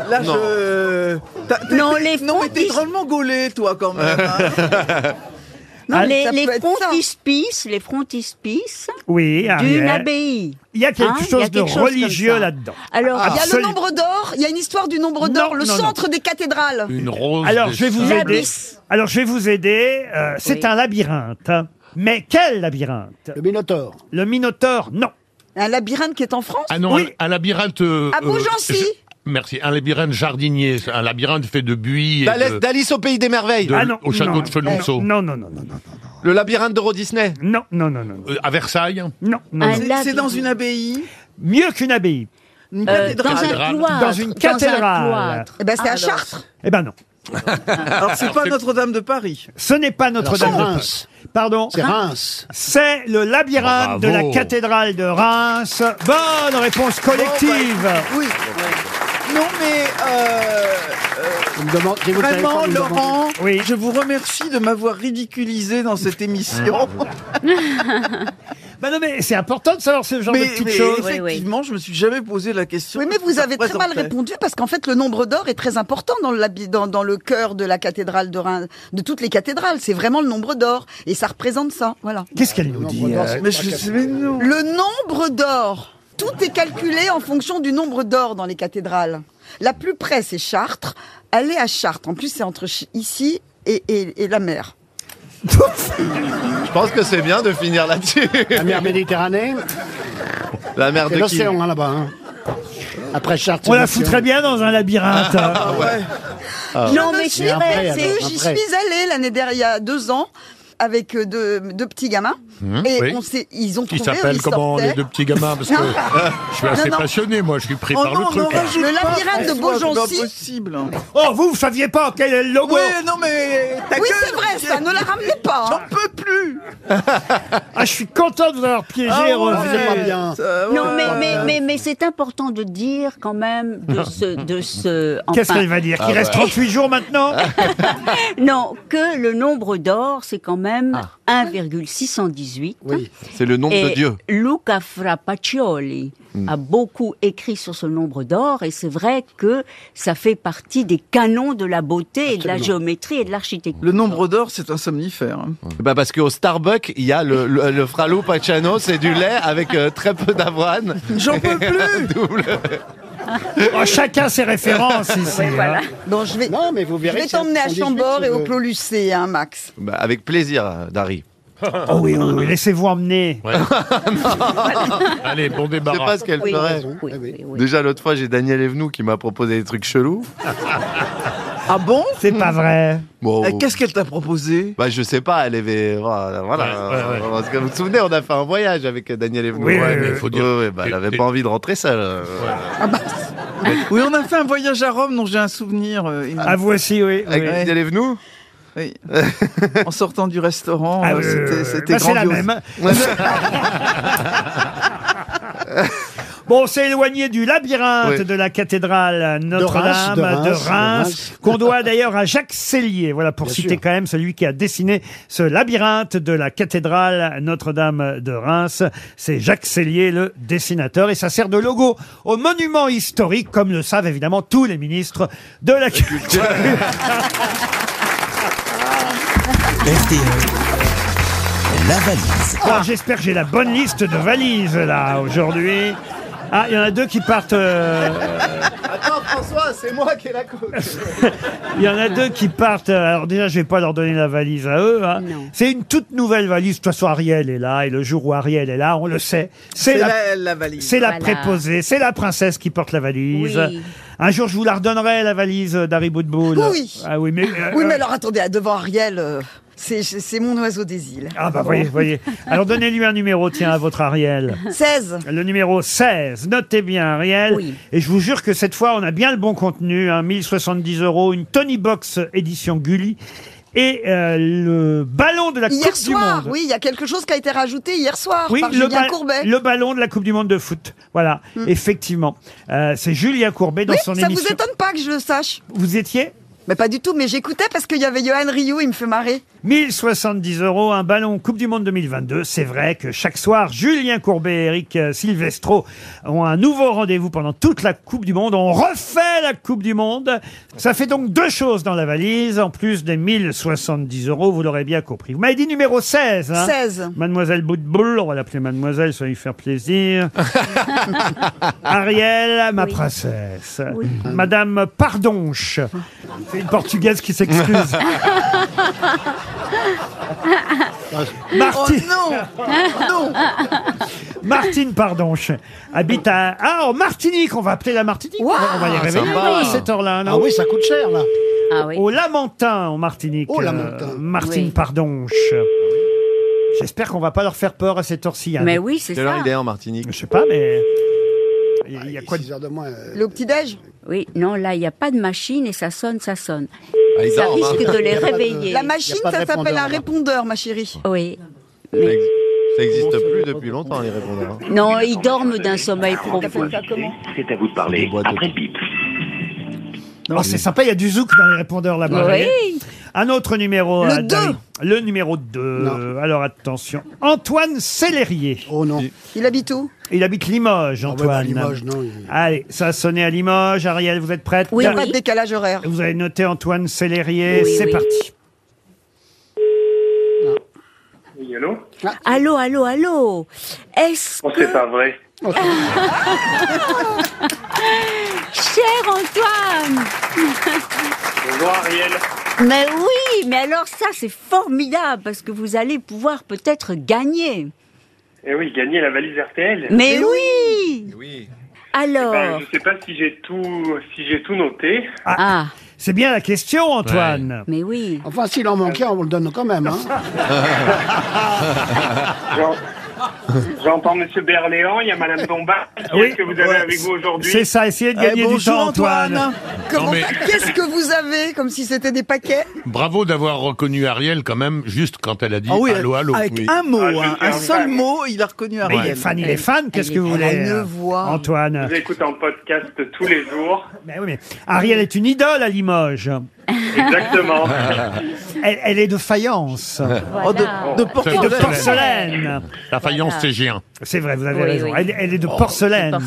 Speaker 4: Là,
Speaker 5: euh,
Speaker 4: je. T'as- t'es-
Speaker 9: Non,
Speaker 4: t'es-
Speaker 9: les
Speaker 4: Non, mais
Speaker 9: fonds
Speaker 4: t'es
Speaker 9: qui-
Speaker 4: drôlement gaulé, toi, quand même. hein.
Speaker 9: non,
Speaker 3: Ah,
Speaker 9: les,
Speaker 3: ça
Speaker 9: les
Speaker 3: peut être ça.
Speaker 9: frontispices, les frontispices
Speaker 2: Oui,
Speaker 9: d'une
Speaker 2: Ariel.
Speaker 9: abbaye.
Speaker 2: Il y a quelque
Speaker 9: Hein, il y a
Speaker 2: chose de
Speaker 9: quelque chose comme
Speaker 2: religieux
Speaker 9: ça.
Speaker 2: là-dedans.
Speaker 9: Alors,
Speaker 2: Ah,
Speaker 3: Il y a le
Speaker 2: Absolument.
Speaker 3: nombre d'or. Il y a une histoire du nombre
Speaker 2: Non,
Speaker 3: d'or. Le
Speaker 2: non, non.
Speaker 3: centre des cathédrales.
Speaker 5: une rose.
Speaker 2: Alors,
Speaker 5: des
Speaker 2: je vais vous
Speaker 5: saints.
Speaker 2: aider.
Speaker 9: L'abysse.
Speaker 2: Alors, je vais vous aider. Euh, c'est
Speaker 9: Oui.
Speaker 2: un labyrinthe. hein. Mais quel labyrinthe
Speaker 6: Le Minotaure.
Speaker 2: Le Minotaure, non.
Speaker 3: Un labyrinthe qui est en France.
Speaker 5: Ah non,
Speaker 2: Oui.
Speaker 5: un, un labyrinthe. euh,
Speaker 3: À Beaugency.
Speaker 5: je- Merci. Un labyrinthe jardinier, un labyrinthe fait de buis. et
Speaker 7: D'Alice
Speaker 5: de-
Speaker 7: d'Alice au pays des merveilles.
Speaker 5: de-
Speaker 2: Ah non,
Speaker 5: au château
Speaker 2: non,
Speaker 5: de Chenonceau.
Speaker 2: Non, non, non, non, non,
Speaker 7: Le labyrinthe d'Euro Disney.
Speaker 2: non, non, non, non, non,
Speaker 5: Euh, à Versailles.
Speaker 2: non, non, non.
Speaker 9: Un-
Speaker 4: C'est- C'est dans une abbaye.
Speaker 2: Mieux qu'une abbaye.
Speaker 4: Une
Speaker 9: euh, dans un
Speaker 4: cathédrale.
Speaker 9: cloître.
Speaker 2: Dans une cathédrale.
Speaker 9: un cloître.
Speaker 3: Eh ben, c'est
Speaker 9: Ah,
Speaker 3: à
Speaker 9: alors,
Speaker 3: Chartres.
Speaker 2: Eh ben non.
Speaker 4: Alors, c'est
Speaker 5: Ah,
Speaker 4: pas Notre-Dame de Paris.
Speaker 2: Ce n'est pas Notre-Dame de
Speaker 6: Alors, c'est
Speaker 2: Paris.
Speaker 6: Reims.
Speaker 2: Pardon.
Speaker 6: C'est Reims.
Speaker 2: C'est le
Speaker 5: Bravo.
Speaker 2: labyrinthe de la cathédrale de Reims. Bonne réponse collective.
Speaker 4: Oui. Oh, bah, Non, mais. euh, euh,
Speaker 6: Vous me demandez- si vous savez pas,
Speaker 4: Vraiment,
Speaker 6: vous me demandez.
Speaker 4: Laurent,
Speaker 2: Oui.
Speaker 4: je vous remercie de m'avoir ridiculisé dans cette émission.
Speaker 3: Ah.
Speaker 2: Bah non mais c'est important de savoir ce genre
Speaker 4: mais
Speaker 2: de petites
Speaker 4: mais
Speaker 2: choses.
Speaker 9: oui, oui.
Speaker 4: effectivement, je me suis jamais posé la question.
Speaker 3: Oui, mais
Speaker 4: de ce
Speaker 3: vous
Speaker 4: que
Speaker 3: avez très mal
Speaker 4: représentait.
Speaker 3: répondu parce qu'en fait, le nombre d'or est très important dans le, labi- dans, dans le cœur de la cathédrale de Reims, de toutes les cathédrales. C'est vraiment le nombre d'or et ça représente ça. Voilà.
Speaker 2: Qu'est-ce qu'elle nous
Speaker 6: Non,
Speaker 2: dit
Speaker 6: moi, non,
Speaker 2: euh,
Speaker 6: c'est
Speaker 4: Mais
Speaker 6: pas
Speaker 4: je
Speaker 6: quatre-
Speaker 4: sais, mais non.
Speaker 3: Le nombre d'or. Tout est calculé en fonction du nombre d'or dans les cathédrales. La plus près, c'est Chartres. Allez à Chartres. En plus, c'est entre ch- ici et, et- et la mer.
Speaker 7: Je pense que c'est bien de finir là-dessus.
Speaker 6: La mer Méditerranée.
Speaker 7: La mère
Speaker 6: C'est
Speaker 7: de qui
Speaker 6: l'océan hein, là-bas. hein. Après Chartres. c'est
Speaker 2: On la
Speaker 6: l'océan. Ah.
Speaker 2: foutrait bien dans un labyrinthe. hein.
Speaker 5: Ah.
Speaker 9: Non, mais c'est
Speaker 6: après,
Speaker 9: vrai.
Speaker 6: alors.
Speaker 9: c'est-
Speaker 3: Et J'y suis
Speaker 6: après.
Speaker 3: allée l'année dernière, il y a deux ans, avec euh, deux, deux petits gamins. et
Speaker 5: Hum, oui.
Speaker 3: on s'est- ils ont
Speaker 5: Qui
Speaker 3: trouvé,
Speaker 5: s'appelle
Speaker 3: ils
Speaker 5: comment
Speaker 3: sortaient.
Speaker 5: les deux petits gamins Parce que
Speaker 3: Non.
Speaker 5: je suis assez
Speaker 3: Non, non.
Speaker 5: passionné, moi, je suis pris
Speaker 4: Oh
Speaker 5: par
Speaker 4: non,
Speaker 5: le
Speaker 4: non,
Speaker 5: truc.
Speaker 4: rajoute
Speaker 3: Le
Speaker 4: pas,
Speaker 3: labyrinthe de
Speaker 4: François, c'est pas
Speaker 3: Beaugency.
Speaker 4: possible.
Speaker 2: Oh vous, vous saviez pas quel est le logo
Speaker 4: Oui, non, mais. ta
Speaker 3: Oui,
Speaker 4: gueule,
Speaker 3: c'est vrai,
Speaker 4: Olivier.
Speaker 3: ça, ne la ramenez pas. hein.
Speaker 4: J'en peux plus.
Speaker 2: Ah je suis content de vous avoir piégé.
Speaker 4: Ah ouais,
Speaker 2: Roselyne.
Speaker 6: c'est pas bien.
Speaker 4: ça,
Speaker 9: Non,
Speaker 4: ouais.
Speaker 9: mais, mais, mais, mais c'est important de dire quand même de ce. De ce
Speaker 2: Qu'est-ce
Speaker 9: enfin,
Speaker 2: qu'elle va
Speaker 6: Ah
Speaker 2: dire Qu'il reste 38 jours maintenant
Speaker 9: Non, que le nombre d'or, c'est quand même 1,618.
Speaker 6: Oui.
Speaker 7: C'est le nom de
Speaker 9: Et
Speaker 7: Dieu.
Speaker 9: Luca Frappacioli
Speaker 6: Hmm.
Speaker 9: a beaucoup écrit sur ce nombre d'or et c'est vrai que ça fait partie des canons de la beauté et de la géométrie et de l'architecture.
Speaker 4: Le nombre d'or, c'est un somnifère. hein.
Speaker 7: Bah parce qu'au Starbucks, il y a le, le, le Fralo Pacciano, c'est du lait avec euh, très peu d'avoine.
Speaker 4: J'en peux plus.
Speaker 2: Oh, Chacun ses références ici. hein.
Speaker 3: Non, je vais,
Speaker 6: Non, mais vous
Speaker 3: je
Speaker 6: verrez.
Speaker 3: vais
Speaker 6: c'est un
Speaker 3: t'emmener à
Speaker 6: 78,
Speaker 3: Chambord et
Speaker 6: euh,
Speaker 3: au Clos Lucé, hein, Max.
Speaker 7: Bah, avec plaisir, euh, Dari.
Speaker 2: Oh oui, oui, oui, laissez-vous emmener.
Speaker 5: Allez, bon
Speaker 7: Je sais
Speaker 5: débarras.
Speaker 7: pas ce qu'elle ferait. Ah Déjà, l'autre fois, j'ai Daniel Evenou qui m'a proposé des trucs chelous.
Speaker 4: Ah bon
Speaker 2: C'est pas vrai.
Speaker 7: Bon.
Speaker 4: Euh, Qu'est-ce qu'elle t'a proposé
Speaker 7: Bah, je sais pas, elle avait. oh, Voilà. voilà. Parce que vous vous souvenez, on a fait un voyage avec Daniel Evenou.
Speaker 5: Oui, oui, oui.
Speaker 7: Ouais, ouais, bah, elle avait pas envie de rentrer seule. euh, voilà.
Speaker 4: Oui, on a fait un voyage à Rome dont j'ai un souvenir. euh,
Speaker 2: Ah, vous aussi, oui.
Speaker 7: Avec
Speaker 2: oui.
Speaker 7: Daniel Evenou
Speaker 4: Oui. en sortant du restaurant,
Speaker 2: Ah
Speaker 4: euh,
Speaker 2: oui, oui,
Speaker 4: c'était
Speaker 2: oui, oui.
Speaker 4: c'était
Speaker 2: Bah, c'est la
Speaker 4: grandiose.
Speaker 2: même. Bon, on s'est éloigné du labyrinthe
Speaker 7: Oui.
Speaker 2: de la cathédrale Notre-Dame
Speaker 6: De Reims, de
Speaker 2: de
Speaker 6: Reims, de
Speaker 2: Reims,
Speaker 6: Reims.
Speaker 2: qu'on doit d'ailleurs à Jacques Cellier. Voilà pour
Speaker 6: Bien
Speaker 2: citer
Speaker 6: sûr.
Speaker 2: quand même celui qui a dessiné ce labyrinthe de la cathédrale Notre-Dame de Reims. C'est Jacques Cellier, le dessinateur, et ça sert de logo au monument historique, comme le savent évidemment tous les ministres de la culture.
Speaker 1: La valise.
Speaker 2: Ah. Alors, J'espère que j'ai la bonne liste de valises là aujourd'hui. Ah, il y en a deux qui partent. euh,
Speaker 7: Attends, François, c'est moi qui ai la côte.
Speaker 2: Il y en a deux qui partent. euh, Alors déjà, je vais pas leur donner la valise à eux. hein. C'est une toute nouvelle valise. De toute façon, Ariel est là. Et le jour où Ariel est là, on le sait.
Speaker 4: C'est la, la valise.
Speaker 2: C'est la
Speaker 9: Voilà.
Speaker 2: préposée, c'est la princesse qui porte la valise.
Speaker 9: Oui.
Speaker 2: Un jour, je vous la redonnerai, la valise euh, d'Harry Boudboul.
Speaker 3: Oui.
Speaker 2: Ah oui, mais... euh,
Speaker 3: Oui, mais
Speaker 2: euh,
Speaker 3: alors attendez, à devant Ariel, euh, c'est c'est mon oiseau des îles.
Speaker 2: Ah bah voyez, voyez. Alors donnez-lui un numéro, tiens, à votre Ariel.
Speaker 3: 16.
Speaker 2: Le numéro 16. Notez bien, Ariel.
Speaker 9: Oui.
Speaker 2: Et je vous jure que cette fois, on a bien le bon contenu. Hein, 1070 euros, une Tony Box édition Gulli. Et euh, le ballon de la
Speaker 3: Hier
Speaker 2: Coupe
Speaker 3: soir,
Speaker 2: du Monde.
Speaker 3: oui, il y a quelque chose qui a été rajouté hier soir
Speaker 2: Oui,
Speaker 3: par
Speaker 2: le,
Speaker 3: Julien
Speaker 2: ba-
Speaker 3: Courbet. Hmm.
Speaker 2: le ballon de la Coupe du Monde de foot. Voilà, effectivement. Euh, c'est Julien Courbet dans
Speaker 3: Oui,
Speaker 2: son
Speaker 3: ça
Speaker 2: émission.
Speaker 3: vous étonne pas que je le sache
Speaker 2: Vous étiez
Speaker 3: Mais pas du tout, mais j'écoutais parce qu'il y avait Johan Rioux, il me fait marrer.
Speaker 2: 1070 euros, un ballon Coupe du Monde 2022. C'est vrai que chaque soir, Julien Courbet et Eric euh, Silvestro ont un nouveau rendez-vous pendant toute la Coupe du Monde. On refait la Coupe du Monde. Ça fait donc deux choses dans la valise, en plus des 1070 euros, vous l'aurez bien compris. Vous m'avez dit numéro 16, hein
Speaker 3: 16.
Speaker 2: Mademoiselle Boutboul, on va l'appeler mademoiselle, ça va lui faire plaisir. Ariel, ma princesse. Madame Pardonche. C'est une portugaise qui s'excuse.
Speaker 4: Oh
Speaker 2: Martine,
Speaker 4: non Non
Speaker 2: Martine Pardonche habite à... Ah, en Martinique, on va appeler la Martinique.
Speaker 3: Waouh,
Speaker 2: on va les réveiller
Speaker 7: sympa.
Speaker 2: à cette heure-là. non
Speaker 6: Ah oui, ça coûte cher, là.
Speaker 9: Ah oui.
Speaker 2: Au Lamentin, en Martinique. Euh,
Speaker 6: Au Lamentin.
Speaker 2: Martine
Speaker 9: Oui.
Speaker 2: Pardonche. J'espère qu'on va pas leur faire peur à cette heure-ci. Anne.
Speaker 9: Mais oui, c'est
Speaker 7: Quelle heure
Speaker 9: ça.
Speaker 7: il est en Martinique
Speaker 2: Je sais pas, mais... Il y a- il y a quoi de...
Speaker 6: 6 heures de moins. euh,
Speaker 3: Le petit-déj
Speaker 9: Oui, non, là, il n'y a pas de machine et ça sonne, ça sonne.
Speaker 7: Ah, il
Speaker 9: Ça
Speaker 7: dort, hein.
Speaker 9: risque de les
Speaker 6: Y a pas de-
Speaker 9: réveiller.
Speaker 3: La machine,
Speaker 6: Y a pas de
Speaker 3: ça s'appelle
Speaker 6: répondeur,
Speaker 3: un
Speaker 6: là.
Speaker 3: répondeur, ma chérie.
Speaker 9: Oui.
Speaker 7: Ça ex- ça existe plus depuis longtemps, les hein. répondants.
Speaker 9: Non, ils dorment d'un sommeil profond.
Speaker 15: C'est à vous de parler. Après le bip.
Speaker 2: Oh, c'est sympa, il y a du zouk dans les répondeurs là-bas.
Speaker 9: Oui.
Speaker 2: Un autre numéro.
Speaker 3: Le
Speaker 2: euh,
Speaker 3: deux.
Speaker 2: Dari- Le numéro 2. Alors attention. Antoine Sellerier.
Speaker 6: Oh non.
Speaker 3: Il habite où
Speaker 2: Il habite Limoges,
Speaker 6: Ah ouais, bah,
Speaker 2: Antoine.
Speaker 6: Limoges, non. il-
Speaker 2: Allez, ça a sonné à Limoges. Ariel, vous êtes prête
Speaker 9: Oui,
Speaker 3: Il n'y a pas de
Speaker 9: oui.
Speaker 3: décalage horaire.
Speaker 2: Vous avez noté Antoine Sellerier.
Speaker 9: Oui,
Speaker 2: c'est
Speaker 9: oui.
Speaker 2: parti.
Speaker 8: Oui, allô
Speaker 9: Allô, allô, allô. Est-ce
Speaker 8: Oh,
Speaker 9: que,
Speaker 8: c'est pas vrai.
Speaker 9: cher Antoine,
Speaker 8: Bonjour Ariel.
Speaker 9: mais oui, mais alors ça, c'est formidable parce que vous allez pouvoir peut-être gagner.
Speaker 8: Eh oui, gagner la valise RTL.
Speaker 9: Mais oui.
Speaker 7: Oui.
Speaker 9: Alors,
Speaker 8: Ben, je sais pas si j'ai tout, si j'ai tout noté.
Speaker 9: ah,
Speaker 2: C'est bien la question, Antoine.
Speaker 9: mais oui.
Speaker 6: Enfin, s'il en manquait, on le donne quand même. Hein.
Speaker 8: J'en- J'entends Monsieur Berléand, il y a Madame Dombard. Qu'est-ce
Speaker 2: Oui.
Speaker 8: que vous avez
Speaker 2: Ouais,
Speaker 8: avec vous aujourd'hui
Speaker 2: C'est ça, essayez de
Speaker 4: Eh,
Speaker 2: gagner du
Speaker 4: bonjour
Speaker 2: temps, Antoine.
Speaker 3: Comment
Speaker 5: mais-
Speaker 3: ça Qu'est-ce que vous avez Comme si c'était des paquets
Speaker 5: Bravo d'avoir reconnu Ariel quand même, juste quand elle a dit
Speaker 4: Ah oui,
Speaker 5: allô, allô.
Speaker 4: avec
Speaker 5: Oui.
Speaker 4: un mot,
Speaker 8: Ah, je
Speaker 4: hein,
Speaker 8: suis
Speaker 4: un
Speaker 8: un
Speaker 4: seul
Speaker 8: fan.
Speaker 4: mot, il a reconnu
Speaker 2: Mais il
Speaker 4: Ariel.
Speaker 2: est fan, il est fan. Qu'est-ce
Speaker 9: Elle
Speaker 2: que vous
Speaker 9: est-
Speaker 2: voulez
Speaker 3: elle a une
Speaker 2: euh,
Speaker 3: voix.
Speaker 8: Je
Speaker 2: Antoine.
Speaker 8: vous écoute en podcast tous les jours.
Speaker 2: Mais oui, mais Ariel est une idole à Limoges.
Speaker 8: Exactement.
Speaker 2: Elle, elle est de faïence,
Speaker 4: Oh, de, de porcelaine.
Speaker 2: de porcelaine.
Speaker 5: La faïence,
Speaker 9: Voilà.
Speaker 5: c'est géant.
Speaker 2: C'est vrai, vous avez
Speaker 9: Oui,
Speaker 2: raison.
Speaker 9: oui. Oh,
Speaker 2: Elle, elle est de porcelaine.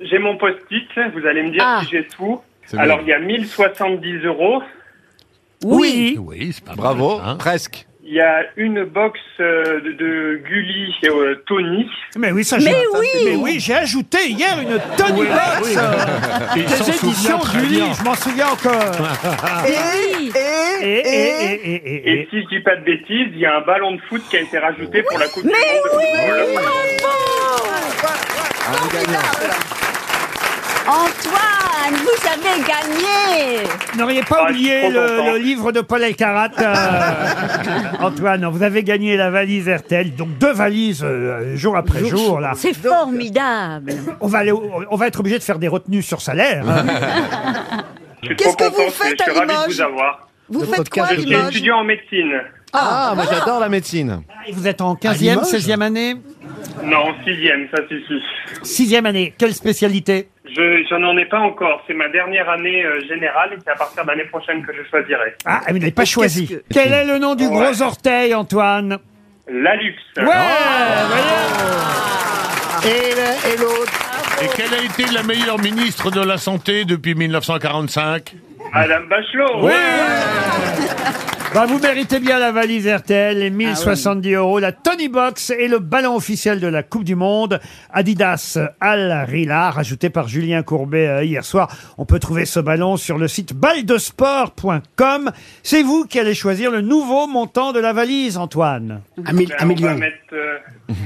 Speaker 8: j'ai mon post-it, vous allez me dire
Speaker 9: Ah.
Speaker 8: si j'ai tout.
Speaker 7: C'est
Speaker 8: Alors, il y a 1070 euros.
Speaker 9: Oui.
Speaker 5: Oui, c'est pas mal,
Speaker 7: Bravo,
Speaker 5: hein.
Speaker 7: presque.
Speaker 17: Il y a une box euh, de, de Gulli et euh, Tony.
Speaker 2: Mais oui, ça, j'ai- Mais oui, j'ai ajouté hier une Tony
Speaker 17: Oui,
Speaker 2: Box
Speaker 17: oui.
Speaker 2: euh,
Speaker 17: Il s'en
Speaker 2: des
Speaker 17: souvient
Speaker 2: éditions
Speaker 17: très
Speaker 2: du
Speaker 17: bien.
Speaker 2: livre, je m'en souviens encore.
Speaker 14: Ah.
Speaker 17: Et,
Speaker 2: et-
Speaker 17: si je dis pas de bêtises, il y a un ballon de foot qui a été rajouté pour la Coupe du Monde. de football.
Speaker 14: Antoine, vous avez gagné
Speaker 2: N'auriez pas oublié
Speaker 14: Ah, trop
Speaker 2: le,
Speaker 14: content.
Speaker 2: le livre de Paul Elkarat, euh, Antoine. Vous avez gagné la valise RTL, donc deux valises euh, jour après jour. là. euh,
Speaker 9: C'est formidable.
Speaker 2: On va, aller au- on va être obligé de faire des retenues sur salaire. hein.
Speaker 17: Je suis
Speaker 2: Qu'est-ce
Speaker 17: trop
Speaker 2: que vous
Speaker 17: content,
Speaker 2: faites
Speaker 17: je suis
Speaker 2: à
Speaker 17: ravi de
Speaker 2: Limoges
Speaker 17: vous avoir.
Speaker 2: Vous Le faites podcast quoi à
Speaker 17: Je suis
Speaker 2: Limoges
Speaker 17: étudiant en médecine.
Speaker 2: Ah,
Speaker 7: moi j'adore la médecine.
Speaker 2: Vous êtes en
Speaker 7: À
Speaker 2: 15e,
Speaker 7: Limoges
Speaker 2: 16e année
Speaker 17: Non, sixième, ça suffit.
Speaker 2: 6e année. Quelle spécialité
Speaker 17: Je, je n'en ai pas encore. C'est ma dernière année euh, générale et c'est à partir de l'année prochaine que je choisirai.
Speaker 2: Ah, vous n'avez pas choisi. Quel est le nom du gros orteil, Antoine
Speaker 17: La luxe.
Speaker 2: Ouais
Speaker 6: Et l'autre
Speaker 5: Et quelle a été la meilleure ministre de la Santé depuis 1945
Speaker 17: Madame Bachelot
Speaker 5: Oui
Speaker 2: Bah, vous méritez bien la valise RTL,
Speaker 17: Ah
Speaker 2: les 1070 euros, la Tony Box et le ballon officiel de la Coupe du Monde, Adidas Al Rila, rajouté par Julien Courbet euh, hier soir. On peut trouver ce ballon sur le site baldesport.com. C'est vous qui allez choisir le nouveau montant de la valise, Antoine.
Speaker 17: Ben, On va mettre euh,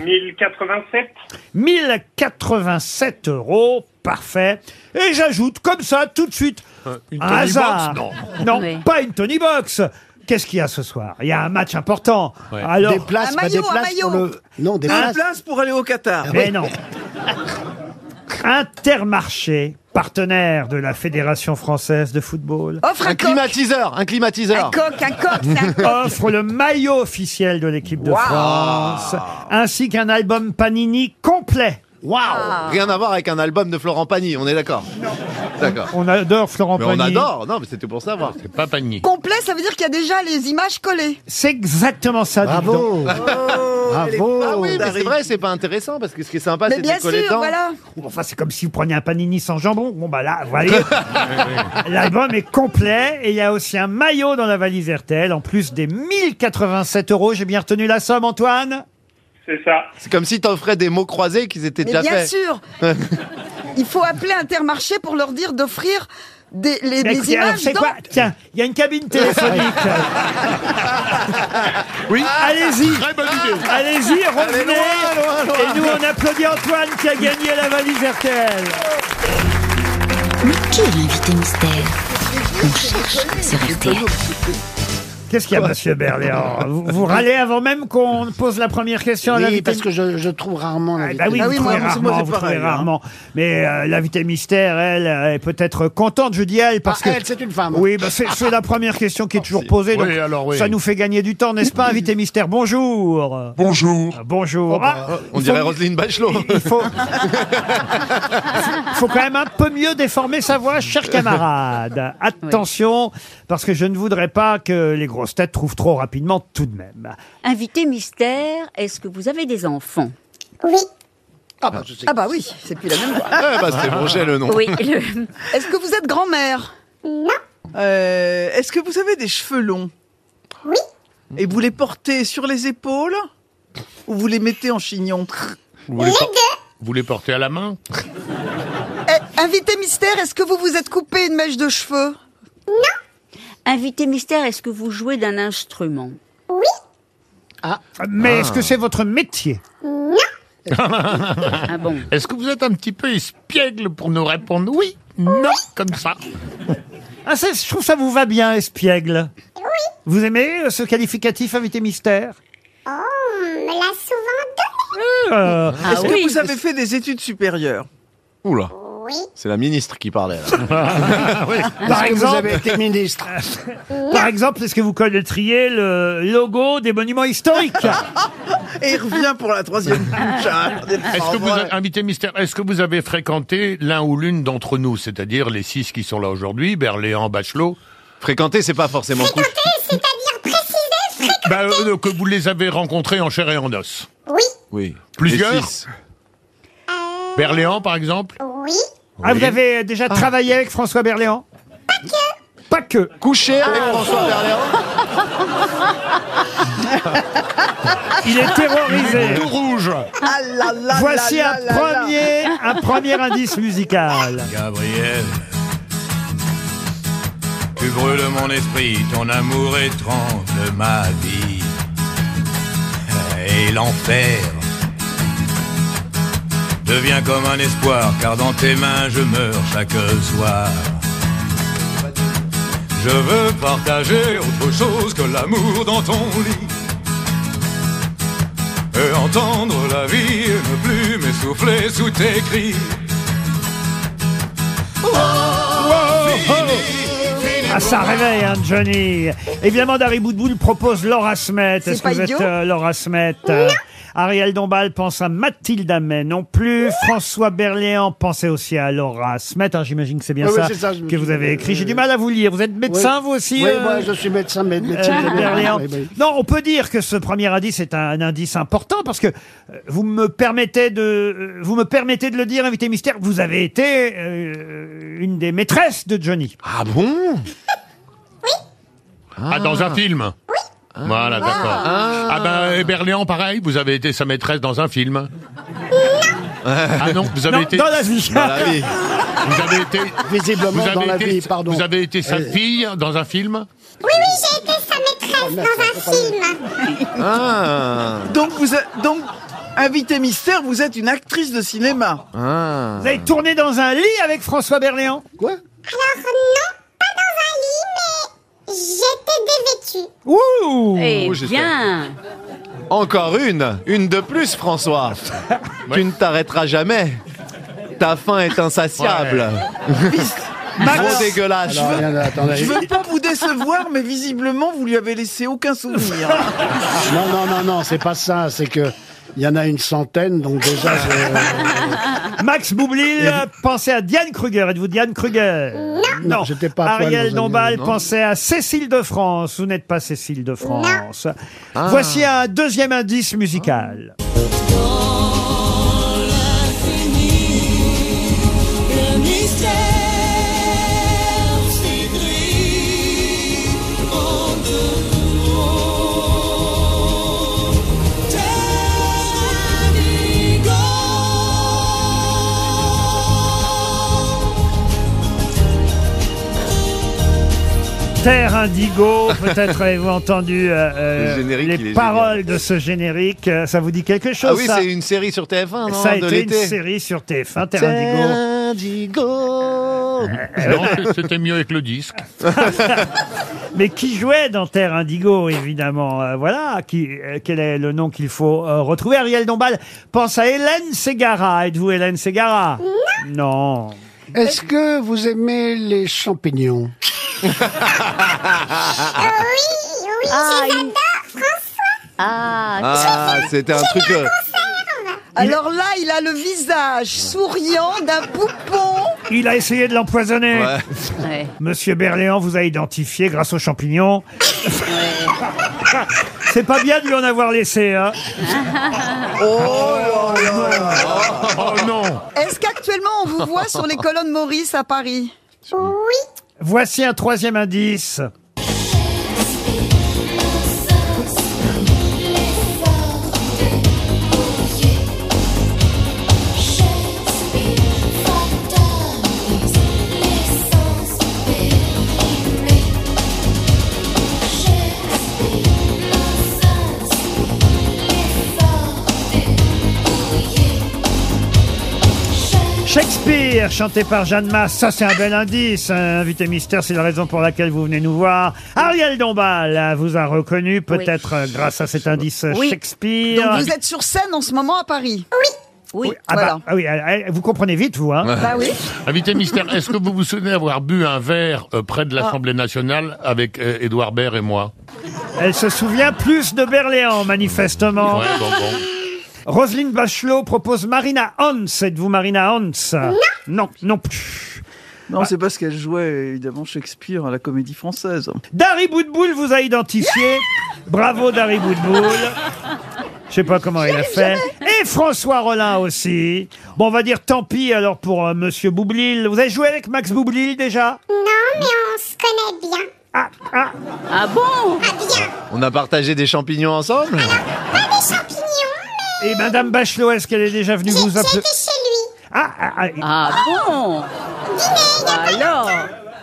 Speaker 17: 1087.
Speaker 2: 1087 euros, parfait. Et j'ajoute comme ça tout de suite
Speaker 5: une
Speaker 2: un
Speaker 5: Tony
Speaker 2: hasard.
Speaker 5: Box,
Speaker 2: non, pas une Tony Box. Qu'est-ce qu'il y a ce soir Il y a un match important. Alors,
Speaker 6: Des places, pas des places pour le... Non, des
Speaker 4: Un
Speaker 6: places.
Speaker 4: place pour aller au Qatar.
Speaker 2: Mais non. Intermarché, partenaire de la Fédération française de football.
Speaker 3: Oh,
Speaker 7: Offre un Un coq. climatiseur, un climatiseur. Un coq, un coq, c'est un coq.
Speaker 5: Oh,
Speaker 2: Offre le maillot officiel de l'équipe de
Speaker 7: Wow.
Speaker 2: France, ainsi qu'un album Panini complet.
Speaker 7: Waouh
Speaker 2: Ah.
Speaker 7: Rien à voir avec un album de Florent Pagny, on est d'accord D'accord.
Speaker 2: On adore Florent
Speaker 7: Mais on
Speaker 2: Pagny.
Speaker 7: adore, non, mais c'était pour savoir. C'est
Speaker 5: pas Pagny.
Speaker 3: Complet, ça veut dire qu'il y a déjà les images collées.
Speaker 2: C'est exactement ça. Bravo.
Speaker 7: Ah,
Speaker 3: Oh,
Speaker 7: Bravo Ah oui, mais c'est vrai, c'est pas intéressant, parce que ce qui est sympa,
Speaker 3: Mais
Speaker 7: c'est de
Speaker 3: bien
Speaker 7: les coller
Speaker 3: sûr,
Speaker 7: dedans.
Speaker 3: voilà.
Speaker 2: Enfin, c'est comme si vous preniez un panini sans jambon. Bon, bah là, vous voyez, l'album est complet et il y a aussi un maillot dans la valise RTL, en plus des 1087 euros. J'ai bien retenu la somme, Antoine
Speaker 17: C'est ça.
Speaker 7: C'est comme si t'offrais des mots croisés qu'ils étaient
Speaker 3: Mais
Speaker 7: déjà
Speaker 3: bien
Speaker 7: faits.
Speaker 3: sûr. Il faut appeler Intermarché pour leur dire d'offrir des, les,
Speaker 2: Mais
Speaker 3: des
Speaker 2: écoutez, alors,
Speaker 3: images.
Speaker 2: c'est
Speaker 3: dans-
Speaker 2: quoi Tiens, il y a une cabine téléphonique. oui. Allez-y. Allez-y, revenez. Et nous, on applaudit Antoine qui a gagné la valise RTL.
Speaker 10: Mais qui est l'invité mystère On cherche sur RTL.
Speaker 2: Qu'est-ce qu'il y a, monsieur Berléand vous, vous râlez avant même qu'on pose la première question à
Speaker 6: Oui,
Speaker 2: l'invité
Speaker 6: parce que je, je trouve rarement la
Speaker 2: Ah oui,
Speaker 6: vitesse.
Speaker 2: vous trouvez rarement, vous trouvez
Speaker 6: hein.
Speaker 2: rarement. Mais euh, l'invitée mystère, elle, euh, est peut-être contente, je dis elle, parce
Speaker 6: Ah,
Speaker 2: que...
Speaker 6: elle, c'est une femme.
Speaker 2: Oui, bah, c'est c'est la première question qui est toujours posée, donc
Speaker 5: Ah, Oui, alors, oui.
Speaker 2: ça nous fait gagner du temps, n'est-ce pas, invité mystère Bonjour
Speaker 5: Bonjour. Oh,
Speaker 2: Bonjour
Speaker 5: bah,
Speaker 2: Ah,
Speaker 7: bah, On
Speaker 2: il
Speaker 7: dirait
Speaker 2: faut-
Speaker 7: Roselyne Bachelot.
Speaker 2: Il faut... faut quand même un peu mieux déformer sa voix, cher camarade. Attention, parce que je ne voudrais pas que les grosses têtes trouvent trop rapidement tout de même.
Speaker 9: Invité mystère, est-ce que vous avez des enfants
Speaker 3: Oui.
Speaker 6: Ah bah, je sais.
Speaker 3: Ah bah oui, c'est plus la même voix.
Speaker 7: Eh bah, c'était bon, j'ai le nom.
Speaker 9: Oui, le-
Speaker 3: Est-ce que vous êtes grand-mère
Speaker 4: Euh, Est-ce que vous avez des cheveux longs Oui. Et vous les portez sur les épaules ou vous les mettez en chignon
Speaker 14: Oh,
Speaker 5: Vous les, por- vous les portez à la main
Speaker 3: Eh, Invité mystère, est-ce que vous vous êtes coupé une mèche de cheveux
Speaker 9: Invité mystère, est-ce que vous jouez d'un instrument
Speaker 2: Mais
Speaker 5: Ah.
Speaker 2: est-ce que c'est votre métier
Speaker 9: bon
Speaker 5: Est-ce que vous êtes un petit peu espiègle pour nous répondre oui, non, comme ça
Speaker 2: Ah, ça, je trouve ça vous va bien, espiègle. Oui. Vous aimez euh, ce qualificatif invité mystère
Speaker 14: Oh, on me l'a souvent donné
Speaker 2: Euh,
Speaker 7: Ah
Speaker 4: Est-ce que vous avez fait des études supérieures
Speaker 7: Oula,
Speaker 14: Oui,
Speaker 7: c'est la ministre qui parlait,
Speaker 2: Ah
Speaker 7: là.
Speaker 2: Par
Speaker 6: Est-ce que
Speaker 2: exemple-
Speaker 6: vous avez été ministre
Speaker 2: Par exemple, est-ce que vous connaîtriez le logo des monuments historiques
Speaker 4: Et il revient pour la troisième couche. hein.
Speaker 5: Est-ce que vous avez, invité mystère, est-ce que vous avez fréquenté l'un ou l'une d'entre nous, c'est-à-dire les six qui sont là aujourd'hui, Berléand, Bachelot
Speaker 7: Fréquenter, c'est pas forcément couche.
Speaker 5: Bah, euh, que vous les avez rencontrés en chair et en os.
Speaker 14: oui,
Speaker 7: Oui.
Speaker 5: Plusieurs Berléand, par exemple
Speaker 14: oui.
Speaker 2: euh, Ah, vous avez déjà travaillé avec François Berléand Pas pas que.
Speaker 7: Couché avec
Speaker 4: Ah.
Speaker 7: François Berléand.
Speaker 2: Il est terrorisé.
Speaker 5: Tout rouge.
Speaker 4: Ah là là
Speaker 2: Voici
Speaker 4: là
Speaker 2: un
Speaker 4: là là là.
Speaker 2: premier, un premier indice musical.
Speaker 19: Gabriel, tu brûles mon esprit, ton amour étrange ma vie. Et l'enfer devient comme un espoir, car dans tes mains je meurs chaque soir. Je veux partager autre chose que l'amour dans ton lit. Et entendre la vie et ne plus m'essouffler sous tes cris.
Speaker 4: Oh.
Speaker 2: Ah, ça réveille, hein, Johnny. Évidemment, Dari Boudboul propose Laura Smet.
Speaker 3: C'est
Speaker 2: Est-ce que
Speaker 3: pas
Speaker 2: vous
Speaker 3: idiot
Speaker 2: êtes euh, Laura Smet euh, Ariel Dombal pense à Mathilde Amet non plus. François Berléand pensait aussi à Laura Smet. Hein, J'imagine que c'est bien
Speaker 6: Oui, oui,
Speaker 2: ça,
Speaker 6: c'est ça, je me
Speaker 2: que
Speaker 6: suis-
Speaker 2: vous avez écrit. J'ai du mal à vous lire. Vous êtes médecin,
Speaker 6: Oui.
Speaker 2: vous aussi
Speaker 6: Oui,
Speaker 2: euh,
Speaker 6: moi, je suis médecin, mais médecin
Speaker 2: euh,
Speaker 6: général.
Speaker 2: Berléand.
Speaker 6: Oui, oui.
Speaker 2: Non, on peut dire que ce premier indice est un, indice important parce que euh, vous me permettez de, euh, vous me permettez de le dire, invité mystère. Vous avez été euh, une des maîtresses de Johnny.
Speaker 7: Ah bon
Speaker 5: Ah, dans un film Oui. Voilà, d'accord. Ah, ben, et Berléand, pareil, vous avez été sa maîtresse dans un film. Ah non, vous avez
Speaker 2: Non,
Speaker 5: été...
Speaker 2: dans la vie.
Speaker 7: Dans la vie.
Speaker 5: Vous avez été...
Speaker 6: Visiblement
Speaker 5: vous avez
Speaker 6: dans la
Speaker 5: été-
Speaker 6: vie, pardon.
Speaker 5: Vous avez été sa
Speaker 6: Eh.
Speaker 5: fille dans un film
Speaker 14: Oui, oui, j'ai été sa maîtresse dans un film.
Speaker 7: Ah,
Speaker 4: Donc vous êtes, donc invité mystère, vous êtes une actrice de cinéma.
Speaker 7: ah.
Speaker 2: Vous avez tourné dans un lit avec François Berléand
Speaker 6: Quoi
Speaker 14: Alors, non, pas dans un lit, mais j'étais dévêtue.
Speaker 2: Ouh
Speaker 9: Eh
Speaker 7: Oh, j'étais-
Speaker 9: bien
Speaker 7: Encore une, une de plus, François. Tu ne t'arrêteras jamais. Ta faim est insatiable. Trop dégueulasse.
Speaker 6: Alors, rien, attendez.
Speaker 4: Je veux pas vous décevoir, mais visiblement vous lui avez laissé aucun souvenir.
Speaker 6: Non, non, non, non, c'est pas ça. C'est que il y en a une centaine, donc déjà. je-
Speaker 2: Max Boublil pensait à Diane Kruger. Êtes-vous Diane Kruger
Speaker 6: Non, j'étais pas fan
Speaker 2: Ariel
Speaker 6: de-
Speaker 2: Dombal
Speaker 6: non.
Speaker 2: pensait à Cécile de France. Vous n'êtes pas Cécile de France.
Speaker 7: Ah.
Speaker 2: Voici un deuxième indice musical.
Speaker 11: Le mystère s'écrit en deux mots.
Speaker 2: Terre Indigo. Peut-être avez-vous entendu euh, euh,
Speaker 7: Ah. Le générique, il
Speaker 2: les
Speaker 7: est
Speaker 2: paroles de ce générique. Euh, Ça vous dit quelque chose
Speaker 7: Ah oui,
Speaker 2: ça
Speaker 7: c'est une série sur TF1, non
Speaker 2: Ça a
Speaker 7: de
Speaker 2: été une
Speaker 7: l'été.
Speaker 2: série sur TF1, Terre Indigo.
Speaker 7: Indigo.
Speaker 5: Non, c'était mieux avec le disque.
Speaker 2: Mais qui jouait dans Terre Indigo, évidemment. Euh, voilà, qui, euh, quel est le nom qu'il faut euh, retrouver. Ariel Dombal pense à Hélène Ségara. Êtes-vous Hélène Ségara Non.
Speaker 6: Est-ce que vous aimez les champignons
Speaker 14: Ah oui, oui,
Speaker 9: Ah,
Speaker 14: je les
Speaker 9: une-
Speaker 14: adore, François.
Speaker 9: Ah,
Speaker 7: Ah, c'était un truc. euh,
Speaker 3: Alors là, il a le visage souriant d'un poupon.
Speaker 2: Il a essayé de l'empoisonner.
Speaker 7: ouais.
Speaker 9: ouais.
Speaker 2: Monsieur Berléand vous a identifié grâce aux champignons. C'est pas bien de lui en avoir laissé. Hein.
Speaker 5: Oh non
Speaker 3: Est-ce qu'actuellement on vous voit sur les colonnes Maurice à Paris
Speaker 14: Oui,
Speaker 2: Voici un troisième indice. Shakespeare, chanté par Jeanne Masse, ça c'est un bel indice. Euh, Invité mystère, c'est la raison pour laquelle vous venez nous voir. Ariel Dombal euh, vous a reconnu, peut-être euh, grâce à cet indice euh,
Speaker 9: Oui.
Speaker 2: Shakespeare.
Speaker 3: Donc vous êtes sur scène en ce moment à Paris
Speaker 9: Oui.
Speaker 2: Ah bah,
Speaker 3: Voilà.
Speaker 2: ah oui, euh, euh, vous comprenez vite, vous. Hein
Speaker 3: Bah oui.
Speaker 5: Invité mystère, est-ce que vous vous souvenez avoir bu un verre euh, près de l'Assemblée nationale avec euh, Édouard Baird et moi
Speaker 2: Elle se souvient plus de Berléand, manifestement.
Speaker 5: Ouais, bon, bon.
Speaker 2: Roselyne Bachelot propose Marina Hans. Êtes-vous Marina Hans Non. Non, plus.
Speaker 4: Non, c'est parce qu'elle jouait évidemment Shakespeare à la Comédie Française.
Speaker 2: Dari Boudboul vous a identifié. Bravo, Dari Boudboul. Je sais pas comment il a fait. Et François Rollin aussi. Bon, on va dire tant pis alors pour euh, Monsieur Boublil. Vous avez joué avec Max Boublil déjà
Speaker 14: non, mais on se connaît connais bien.
Speaker 2: Ah, ah.
Speaker 9: Ah bon
Speaker 14: Ah bien.
Speaker 7: On a partagé des champignons ensemble
Speaker 14: Pas des champignons.
Speaker 2: Et Madame Bachelot, est-ce qu'elle est déjà venue vous
Speaker 14: J'étais
Speaker 2: appeler
Speaker 14: chez lui.
Speaker 2: Ah, ah, ah,
Speaker 9: Ah bon
Speaker 14: Dîner, il y a pas
Speaker 9: Alors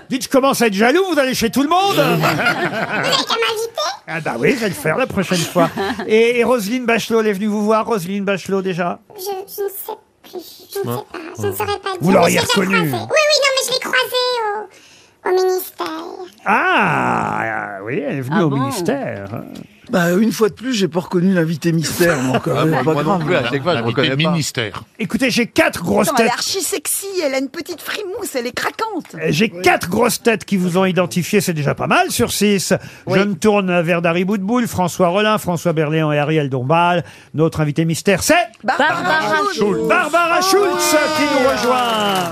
Speaker 2: Dites, je commence à être jaloux, vous allez chez tout le monde
Speaker 14: Vous n'avez qu'à m'inviter
Speaker 2: Ah bah oui, je vais le faire la prochaine fois. Et, et Roselyne Bachelot, elle est venue vous voir, Roselyne Bachelot, déjà
Speaker 14: Je, je ne sais plus. Je ne sais pas. Je ne saurais pas.
Speaker 2: Vous
Speaker 14: dire,
Speaker 2: l'auriez
Speaker 14: mais je l'ai
Speaker 2: reconnu.
Speaker 14: croisé. Oui, oui, non, mais je l'ai croisé au, au ministère.
Speaker 2: Ah Oui, elle est venue
Speaker 9: Ah
Speaker 2: au
Speaker 9: bon
Speaker 2: ministère. hein.
Speaker 4: Bah, une fois de plus, j'ai pas reconnu l'invité mystère, moi, quand même.
Speaker 7: Ah,
Speaker 4: pas
Speaker 7: moi non
Speaker 4: grave.
Speaker 7: plus, à chaque fois, je
Speaker 5: Invité
Speaker 7: reconnais pas.
Speaker 5: ministère.
Speaker 2: Écoutez, j'ai quatre grosses
Speaker 3: Attends, elle est
Speaker 2: têtes.
Speaker 3: archi sexy, elle a une petite frimousse, elle est craquante.
Speaker 2: Eh, J'ai quatre grosses têtes qui vous ont identifié, c'est déjà pas mal sur six. Je me tourne vers Dari Boudboul, François Rollin, François Berléand et Ariel Dombal. Notre invité mystère, c'est
Speaker 9: Barbara Schulz.
Speaker 2: Barbara Schulz qui nous rejoint. Ah,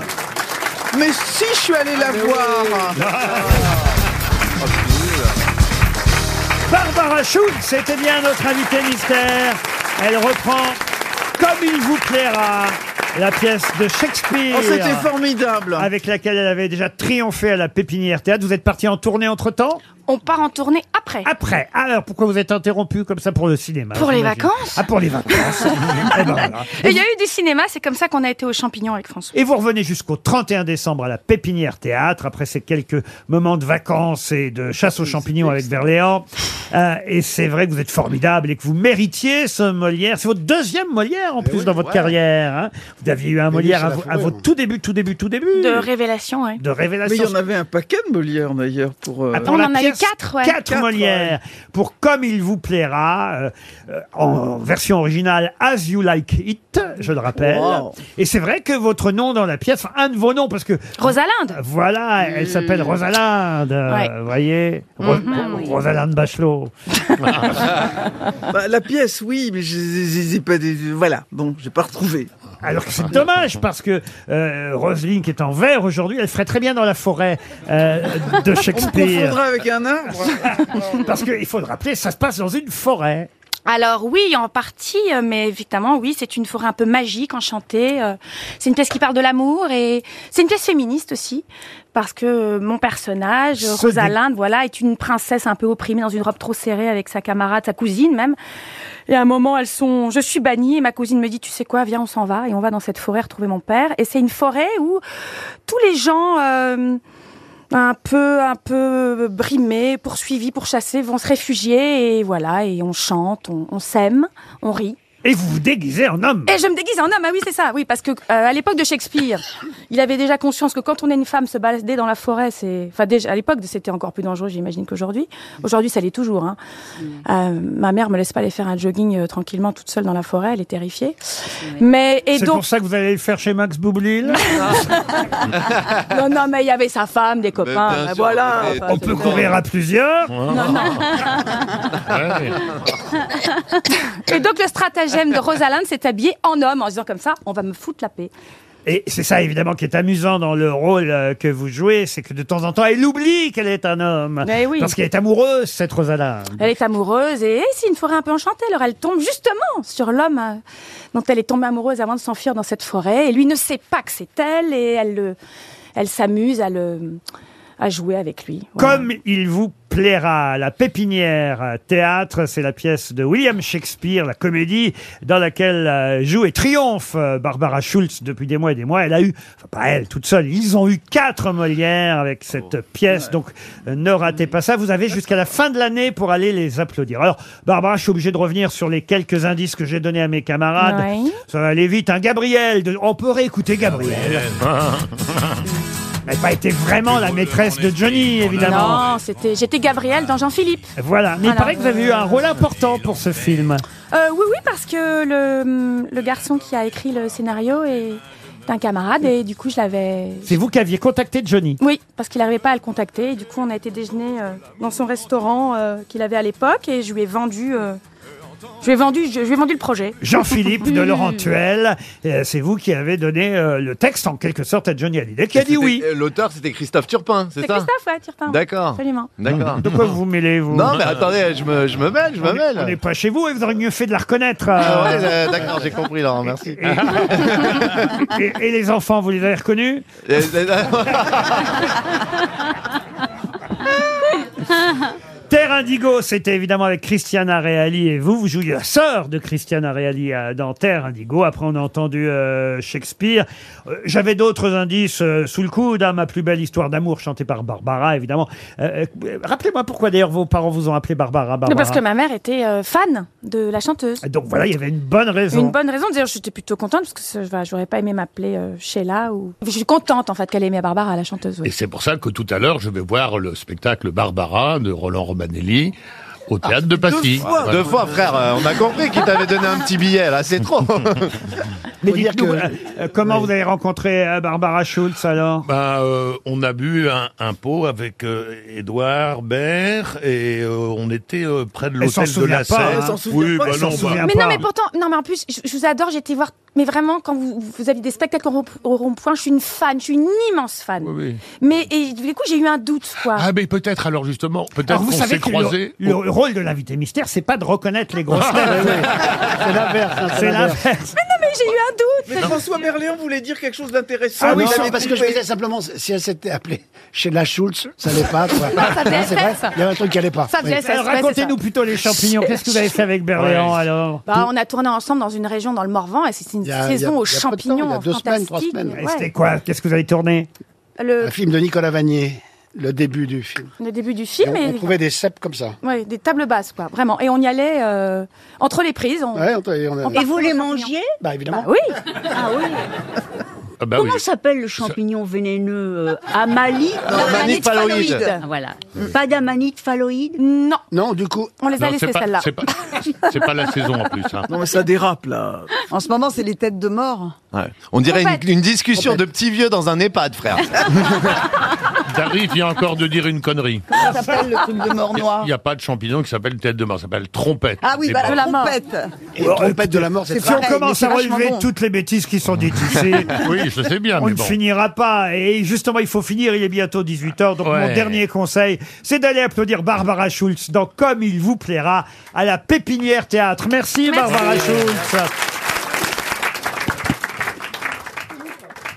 Speaker 4: Mais si je suis allé la voir
Speaker 2: Barbara Schulz, c'était bien notre invitée mystère. Elle reprend comme il vous plaira la pièce de Shakespeare.
Speaker 4: Oh, c'était formidable
Speaker 2: avec laquelle elle avait déjà triomphé à la Pépinière Théâtre. Vous êtes parti en tournée entre-temps
Speaker 20: On part en tournée après.
Speaker 2: Après, alors pourquoi vous êtes interrompu comme ça pour le cinéma
Speaker 20: Pour les
Speaker 2: j'imagine
Speaker 20: vacances
Speaker 2: Ah, pour les vacances Eh ben voilà.
Speaker 20: Et il y a eu du cinéma, c'est comme ça qu'on a été aux champignons avec François.
Speaker 2: Et vous revenez jusqu'au 31 décembre à la Pépinière Théâtre, après ces quelques moments de vacances et de chasse aux champignons avec Berléand. Euh, et c'est vrai que vous êtes formidable et que vous méritiez ce Molière. C'est votre deuxième Molière en plus dans votre carrière. hein. Vous aviez eu un Molière à,
Speaker 6: c'est la
Speaker 2: vo- à
Speaker 6: fourrure.
Speaker 2: votre tout début, tout début, tout début.
Speaker 20: De révélation, ouais.
Speaker 2: De
Speaker 4: Mais il y
Speaker 2: révélation.
Speaker 4: en avait un paquet de Molière, d'ailleurs, pour... euh,
Speaker 2: Ah, pour
Speaker 20: On
Speaker 2: la
Speaker 20: en a eu
Speaker 2: pièce,
Speaker 20: quatre, ouais.
Speaker 2: Quatre
Speaker 4: Quatre,
Speaker 2: Molières. Pour Comme il vous plaira, euh, euh, en version originale As You Like It, je le rappelle.
Speaker 4: Wow.
Speaker 2: Et c'est vrai que votre nom dans la pièce, enfin, un de vos noms, parce que
Speaker 20: Rosalinde
Speaker 2: Voilà, elle s'appelle Rosalinde. euh,
Speaker 20: Ouais.
Speaker 2: Vous voyez Ro-
Speaker 20: hein,
Speaker 2: Ro- Rosalinde Bachelot.
Speaker 4: bah, la pièce, oui, mais je- je- je- j'ai pas... des- Voilà, Ah, bon, j'ai pas retrouvé.
Speaker 2: Alors que c'est dommage parce que euh, Roselyne, qui est en vert aujourd'hui, elle ferait très bien dans la forêt euh, de
Speaker 4: On me
Speaker 2: Shakespeare.
Speaker 4: confondra avec un arbre
Speaker 2: parce qu'il faut le rappeler, ça se passe dans une forêt.
Speaker 20: Alors oui, en partie, euh, mais évidemment, oui, c'est une forêt un peu magique, enchantée. euh, C'est une pièce qui parle de l'amour et c'est une pièce féministe aussi, parce que euh, mon personnage,
Speaker 2: Ce
Speaker 20: Rosalinde, voilà, est une princesse un peu opprimée dans une robe trop serrée avec sa camarade, sa cousine même. Et à un moment, elles sont, je suis bannie et ma cousine me dit, tu sais quoi, viens, on s'en va et on va dans cette forêt retrouver mon père. Et c'est une forêt où tous les gens... euh, un peu, un peu brimés, poursuivis, pourchassés, vont se réfugier et voilà, et on chante, on, on s'aime, on rit.
Speaker 2: Et vous vous déguisez en homme.
Speaker 20: Et je me déguise en homme, ah oui c'est ça, oui parce que euh, à l'époque de Shakespeare, il avait déjà conscience que quand on est une femme se balader dans la forêt, c'est, enfin déjà à l'époque c'était encore plus dangereux, j'imagine qu'aujourd'hui. Aujourd'hui ça l'est toujours. Hein.
Speaker 7: Mm.
Speaker 20: Euh, ma mère me laisse pas aller faire un jogging euh, tranquillement toute seule dans la forêt, elle est terrifiée. Mais et
Speaker 2: C'est
Speaker 20: donc Ah,
Speaker 2: pour ça que vous allez le faire chez Max Boublil
Speaker 20: non non mais il y avait sa femme, des copains,
Speaker 7: bien
Speaker 20: ben
Speaker 7: sûr,
Speaker 20: voilà.
Speaker 7: mais
Speaker 20: enfin,
Speaker 2: On peut
Speaker 20: c'était-
Speaker 2: courir à plusieurs.
Speaker 5: Ouais.
Speaker 20: Et donc le stratagème de Rosalinde s'est habillé en homme en se disant comme ça, on va me foutre la paix.
Speaker 2: Et c'est ça évidemment qui est amusant dans le rôle euh, que vous jouez, c'est que de temps en temps, elle oublie qu'elle est un homme.
Speaker 20: Mais Eh oui.
Speaker 2: Parce qu'elle est amoureuse, cette Rosalinde.
Speaker 20: Elle est amoureuse et eh, c'est une forêt un peu enchantée. Alors elle tombe justement sur l'homme euh, dont elle est tombée amoureuse avant de s'enfuir dans cette forêt. Et lui ne sait pas que c'est elle et elle, le- elle s'amuse à, le, à jouer avec lui. Voilà.
Speaker 2: Comme il vous plaira, la pépinière euh, théâtre, c'est la pièce de William Shakespeare, la comédie dans laquelle euh, joue et triomphe euh, Barbara Schulz depuis des mois et des mois. Elle a eu, enfin pas elle toute seule, ils ont eu quatre Molières avec cette pièce, donc euh, ne ratez pas ça. Vous avez jusqu'à la fin de l'année pour aller les applaudir. Alors Barbara, je suis obligé de revenir sur les quelques indices que j'ai donnés à mes camarades.
Speaker 20: Oui.
Speaker 2: Ça va aller vite. Un Gabriel, de- on peut réécouter Gabriel. Elle n'a pas été vraiment la maîtresse de Johnny, évidemment.
Speaker 20: Non, c'était, j'étais Gabrielle dans Jean-Philippe.
Speaker 2: Voilà, mais il
Speaker 20: Voilà.
Speaker 2: paraît que vous avez eu un rôle important pour ce film.
Speaker 20: Euh, oui, oui, parce que le, le garçon qui a écrit le scénario est un camarade et du coup je l'avais...
Speaker 2: C'est vous qui aviez contacté Johnny.
Speaker 20: Oui, parce qu'il n'arrivait pas à le contacter. Et du coup, on a été déjeuner euh, dans son restaurant euh, qu'il avait à l'époque et je lui ai vendu. euh, je lui ai vendu, je, je lui ai vendu le projet.
Speaker 2: Jean-Philippe de Laurent Tuel, euh, c'est vous qui avez donné euh, le texte en quelque sorte à Johnny Hallyday, qui a dit
Speaker 7: C'était-
Speaker 2: oui.
Speaker 7: euh, L'auteur, c'était Christophe Turpin, c'est
Speaker 20: C'est
Speaker 7: ça
Speaker 20: Christophe, ouais, Turpin.
Speaker 7: D'accord.
Speaker 20: Absolument.
Speaker 7: euh, D'accord.
Speaker 2: De quoi vous vous mêlez, vous
Speaker 7: Non, mais attendez, je me, je me mêle, je me
Speaker 2: On est- On n'est
Speaker 7: mêle.
Speaker 2: pas chez vous et vous auriez mieux fait de la reconnaître. euh.
Speaker 7: Ah ouais, euh, D'accord, j'ai compris, Laurent, merci.
Speaker 2: et, et les enfants, vous les avez reconnus
Speaker 7: Euh, euh,
Speaker 2: Terre Indigo, c'était évidemment avec Christiana Reali et vous, vous jouiez la sœur de Christiana Reali à- dans Terre Indigo. Après, on a entendu euh, Shakespeare. Euh, J'avais d'autres indices euh, sous le coude, hein, ma plus belle histoire d'amour chantée par Barbara, évidemment. Euh, euh, Rappelez-moi pourquoi d'ailleurs vos parents vous ont appelé Barbara. Barbara.
Speaker 20: Parce que ma mère était euh, fan de la chanteuse.
Speaker 2: Bah Donc voilà, il y avait une bonne raison.
Speaker 20: Une bonne raison. D'ailleurs, j'étais plutôt contente parce que ça, voilà, j'aurais pas aimé m'appeler euh, Sheila ou. Je suis contente en fait qu'elle aimait Barbara, la chanteuse. oui.
Speaker 5: Et c'est pour ça que tout à l'heure, je vais voir le spectacle Barbara de Roland Romanelli au théâtre de Passy.
Speaker 7: fois. Deux fois, frère, euh, on a compris qu'il t'avait donné un petit billet, là, c'est trop.
Speaker 2: Mais dites-nous, euh, euh, comment vous avez rencontré euh, Barbara Schultz alors
Speaker 5: Bah, euh, on a bu un, un pot avec euh, Édouard Baird et euh, on était euh, près de
Speaker 2: Elle s'en
Speaker 5: l'hôtel de
Speaker 2: souvient
Speaker 5: la
Speaker 2: pas, hein.
Speaker 5: Seine.
Speaker 2: Elle s'en souvient
Speaker 5: Oui,
Speaker 2: pas,
Speaker 5: bah
Speaker 2: elle s'en
Speaker 5: non,
Speaker 2: souvient
Speaker 5: bah,
Speaker 20: Mais non, mais pourtant, non, mais en plus, je, je vous adore. J'étais voir, mais vraiment, quand vous, vous aviez des spectacles au rond- au rond-point, je suis une fan, je suis une immense fan.
Speaker 5: oui.
Speaker 20: Mais et, du coup, j'ai eu un doute, quoi.
Speaker 5: Ah, mais peut-être, alors justement, peut-être
Speaker 2: Alors, vous
Speaker 5: qu'on
Speaker 2: savez
Speaker 5: s'est
Speaker 2: que le-
Speaker 5: croisés. Ah,
Speaker 2: le, rôle de l'invité mystère, c'est pas de reconnaître les grosses têtes.
Speaker 6: C'est l'inverse. hein,
Speaker 2: C'est l'inverse.
Speaker 20: Mais non, mais j'ai eu un doute.
Speaker 4: Mais François Berléand voulait dire quelque chose d'intéressant.
Speaker 6: Ah oui,
Speaker 4: Il
Speaker 6: non,
Speaker 4: avait
Speaker 6: parce que je
Speaker 4: coupé.
Speaker 6: disais simplement, si elle s'était appelée chez la Schultz, ça n'allait pas. Quoi.
Speaker 20: Non, ça faisait
Speaker 6: Hein, c'est vrai,
Speaker 20: SS.
Speaker 6: Il y avait un truc qui n'allait pas.
Speaker 20: Ça faisait
Speaker 6: Oui.
Speaker 20: SS, ouais, c'est
Speaker 2: Racontez-nous
Speaker 20: ça.
Speaker 2: plutôt les champignons. Qu'est-ce que vous avez fait avec Berléand
Speaker 6: Ouais.
Speaker 2: alors
Speaker 20: Bah, on a tourné ensemble dans une région dans le Morvan et c'était une
Speaker 6: Il y a- il y a-
Speaker 20: saison aux
Speaker 6: il y a peu de temps,
Speaker 20: champignons
Speaker 6: il y a deux semaines,
Speaker 20: fantastique.
Speaker 6: trois semaines.
Speaker 2: Et
Speaker 20: Ouais.
Speaker 2: C'était quoi Qu'est-ce que vous avez tourné
Speaker 20: le,
Speaker 6: Un film de Nicolas Vanier, le début du film.
Speaker 20: le début du
Speaker 6: Et
Speaker 20: film
Speaker 6: on,
Speaker 20: et
Speaker 6: on trouvait des cèpes comme ça.
Speaker 20: ouais, des tables basses quoi, vraiment. Et on y allait euh, entre les prises. On...
Speaker 6: Ouais, on, on-
Speaker 20: Et vous
Speaker 9: les mangiez
Speaker 6: Bah évidemment.
Speaker 20: Bah oui.
Speaker 9: Ah oui.
Speaker 5: Ah, bah oui.
Speaker 9: Comment s'appelle le champignon vénéneux euh, Amalite
Speaker 7: Amanite phalloïde. phalloïde.
Speaker 9: Ah, Voilà. Pas d'amanite phalloïde
Speaker 20: Non.
Speaker 6: Non, du coup.
Speaker 20: On les a
Speaker 5: Non,
Speaker 20: laissées
Speaker 5: c'est pas-
Speaker 20: celles-là.
Speaker 5: C'est pas, c'est pas la saison en plus. hein.
Speaker 4: Non, mais ça dérape, là.
Speaker 3: En ce moment, c'est les têtes de mort.
Speaker 7: Ouais. On dirait
Speaker 20: En fait-
Speaker 7: une, une discussion de petits vieux dans un EHPAD, frère.
Speaker 5: Dari vient encore de dire une connerie.
Speaker 3: Ça s'appelle le truc de mort
Speaker 5: Il
Speaker 3: noir.
Speaker 5: n'y a pas de champignon qui s'appelle tête de mort, ça s'appelle trompette.
Speaker 3: Ah oui,
Speaker 5: Et
Speaker 3: bah
Speaker 5: bon.
Speaker 3: la
Speaker 20: la mort.
Speaker 3: trompette.
Speaker 6: Et trompette de la mort, c'est
Speaker 3: C'est
Speaker 2: Si
Speaker 6: très
Speaker 2: on
Speaker 3: pareil,
Speaker 2: commence
Speaker 3: mais
Speaker 2: à
Speaker 3: c'est vachement
Speaker 2: relever
Speaker 3: bon.
Speaker 2: toutes les bêtises qui sont dites ici,
Speaker 5: Oui, je sais bien,
Speaker 2: on
Speaker 5: mais
Speaker 2: ne
Speaker 5: bon.
Speaker 2: finira pas. Et justement, il faut finir. Il est bientôt 18h. Donc, mon
Speaker 5: Ouais.
Speaker 2: dernier conseil, c'est d'aller applaudir Barbara Schulz dans Comme il vous plaira à la Pépinière Théâtre. Merci. Barbara Schulz.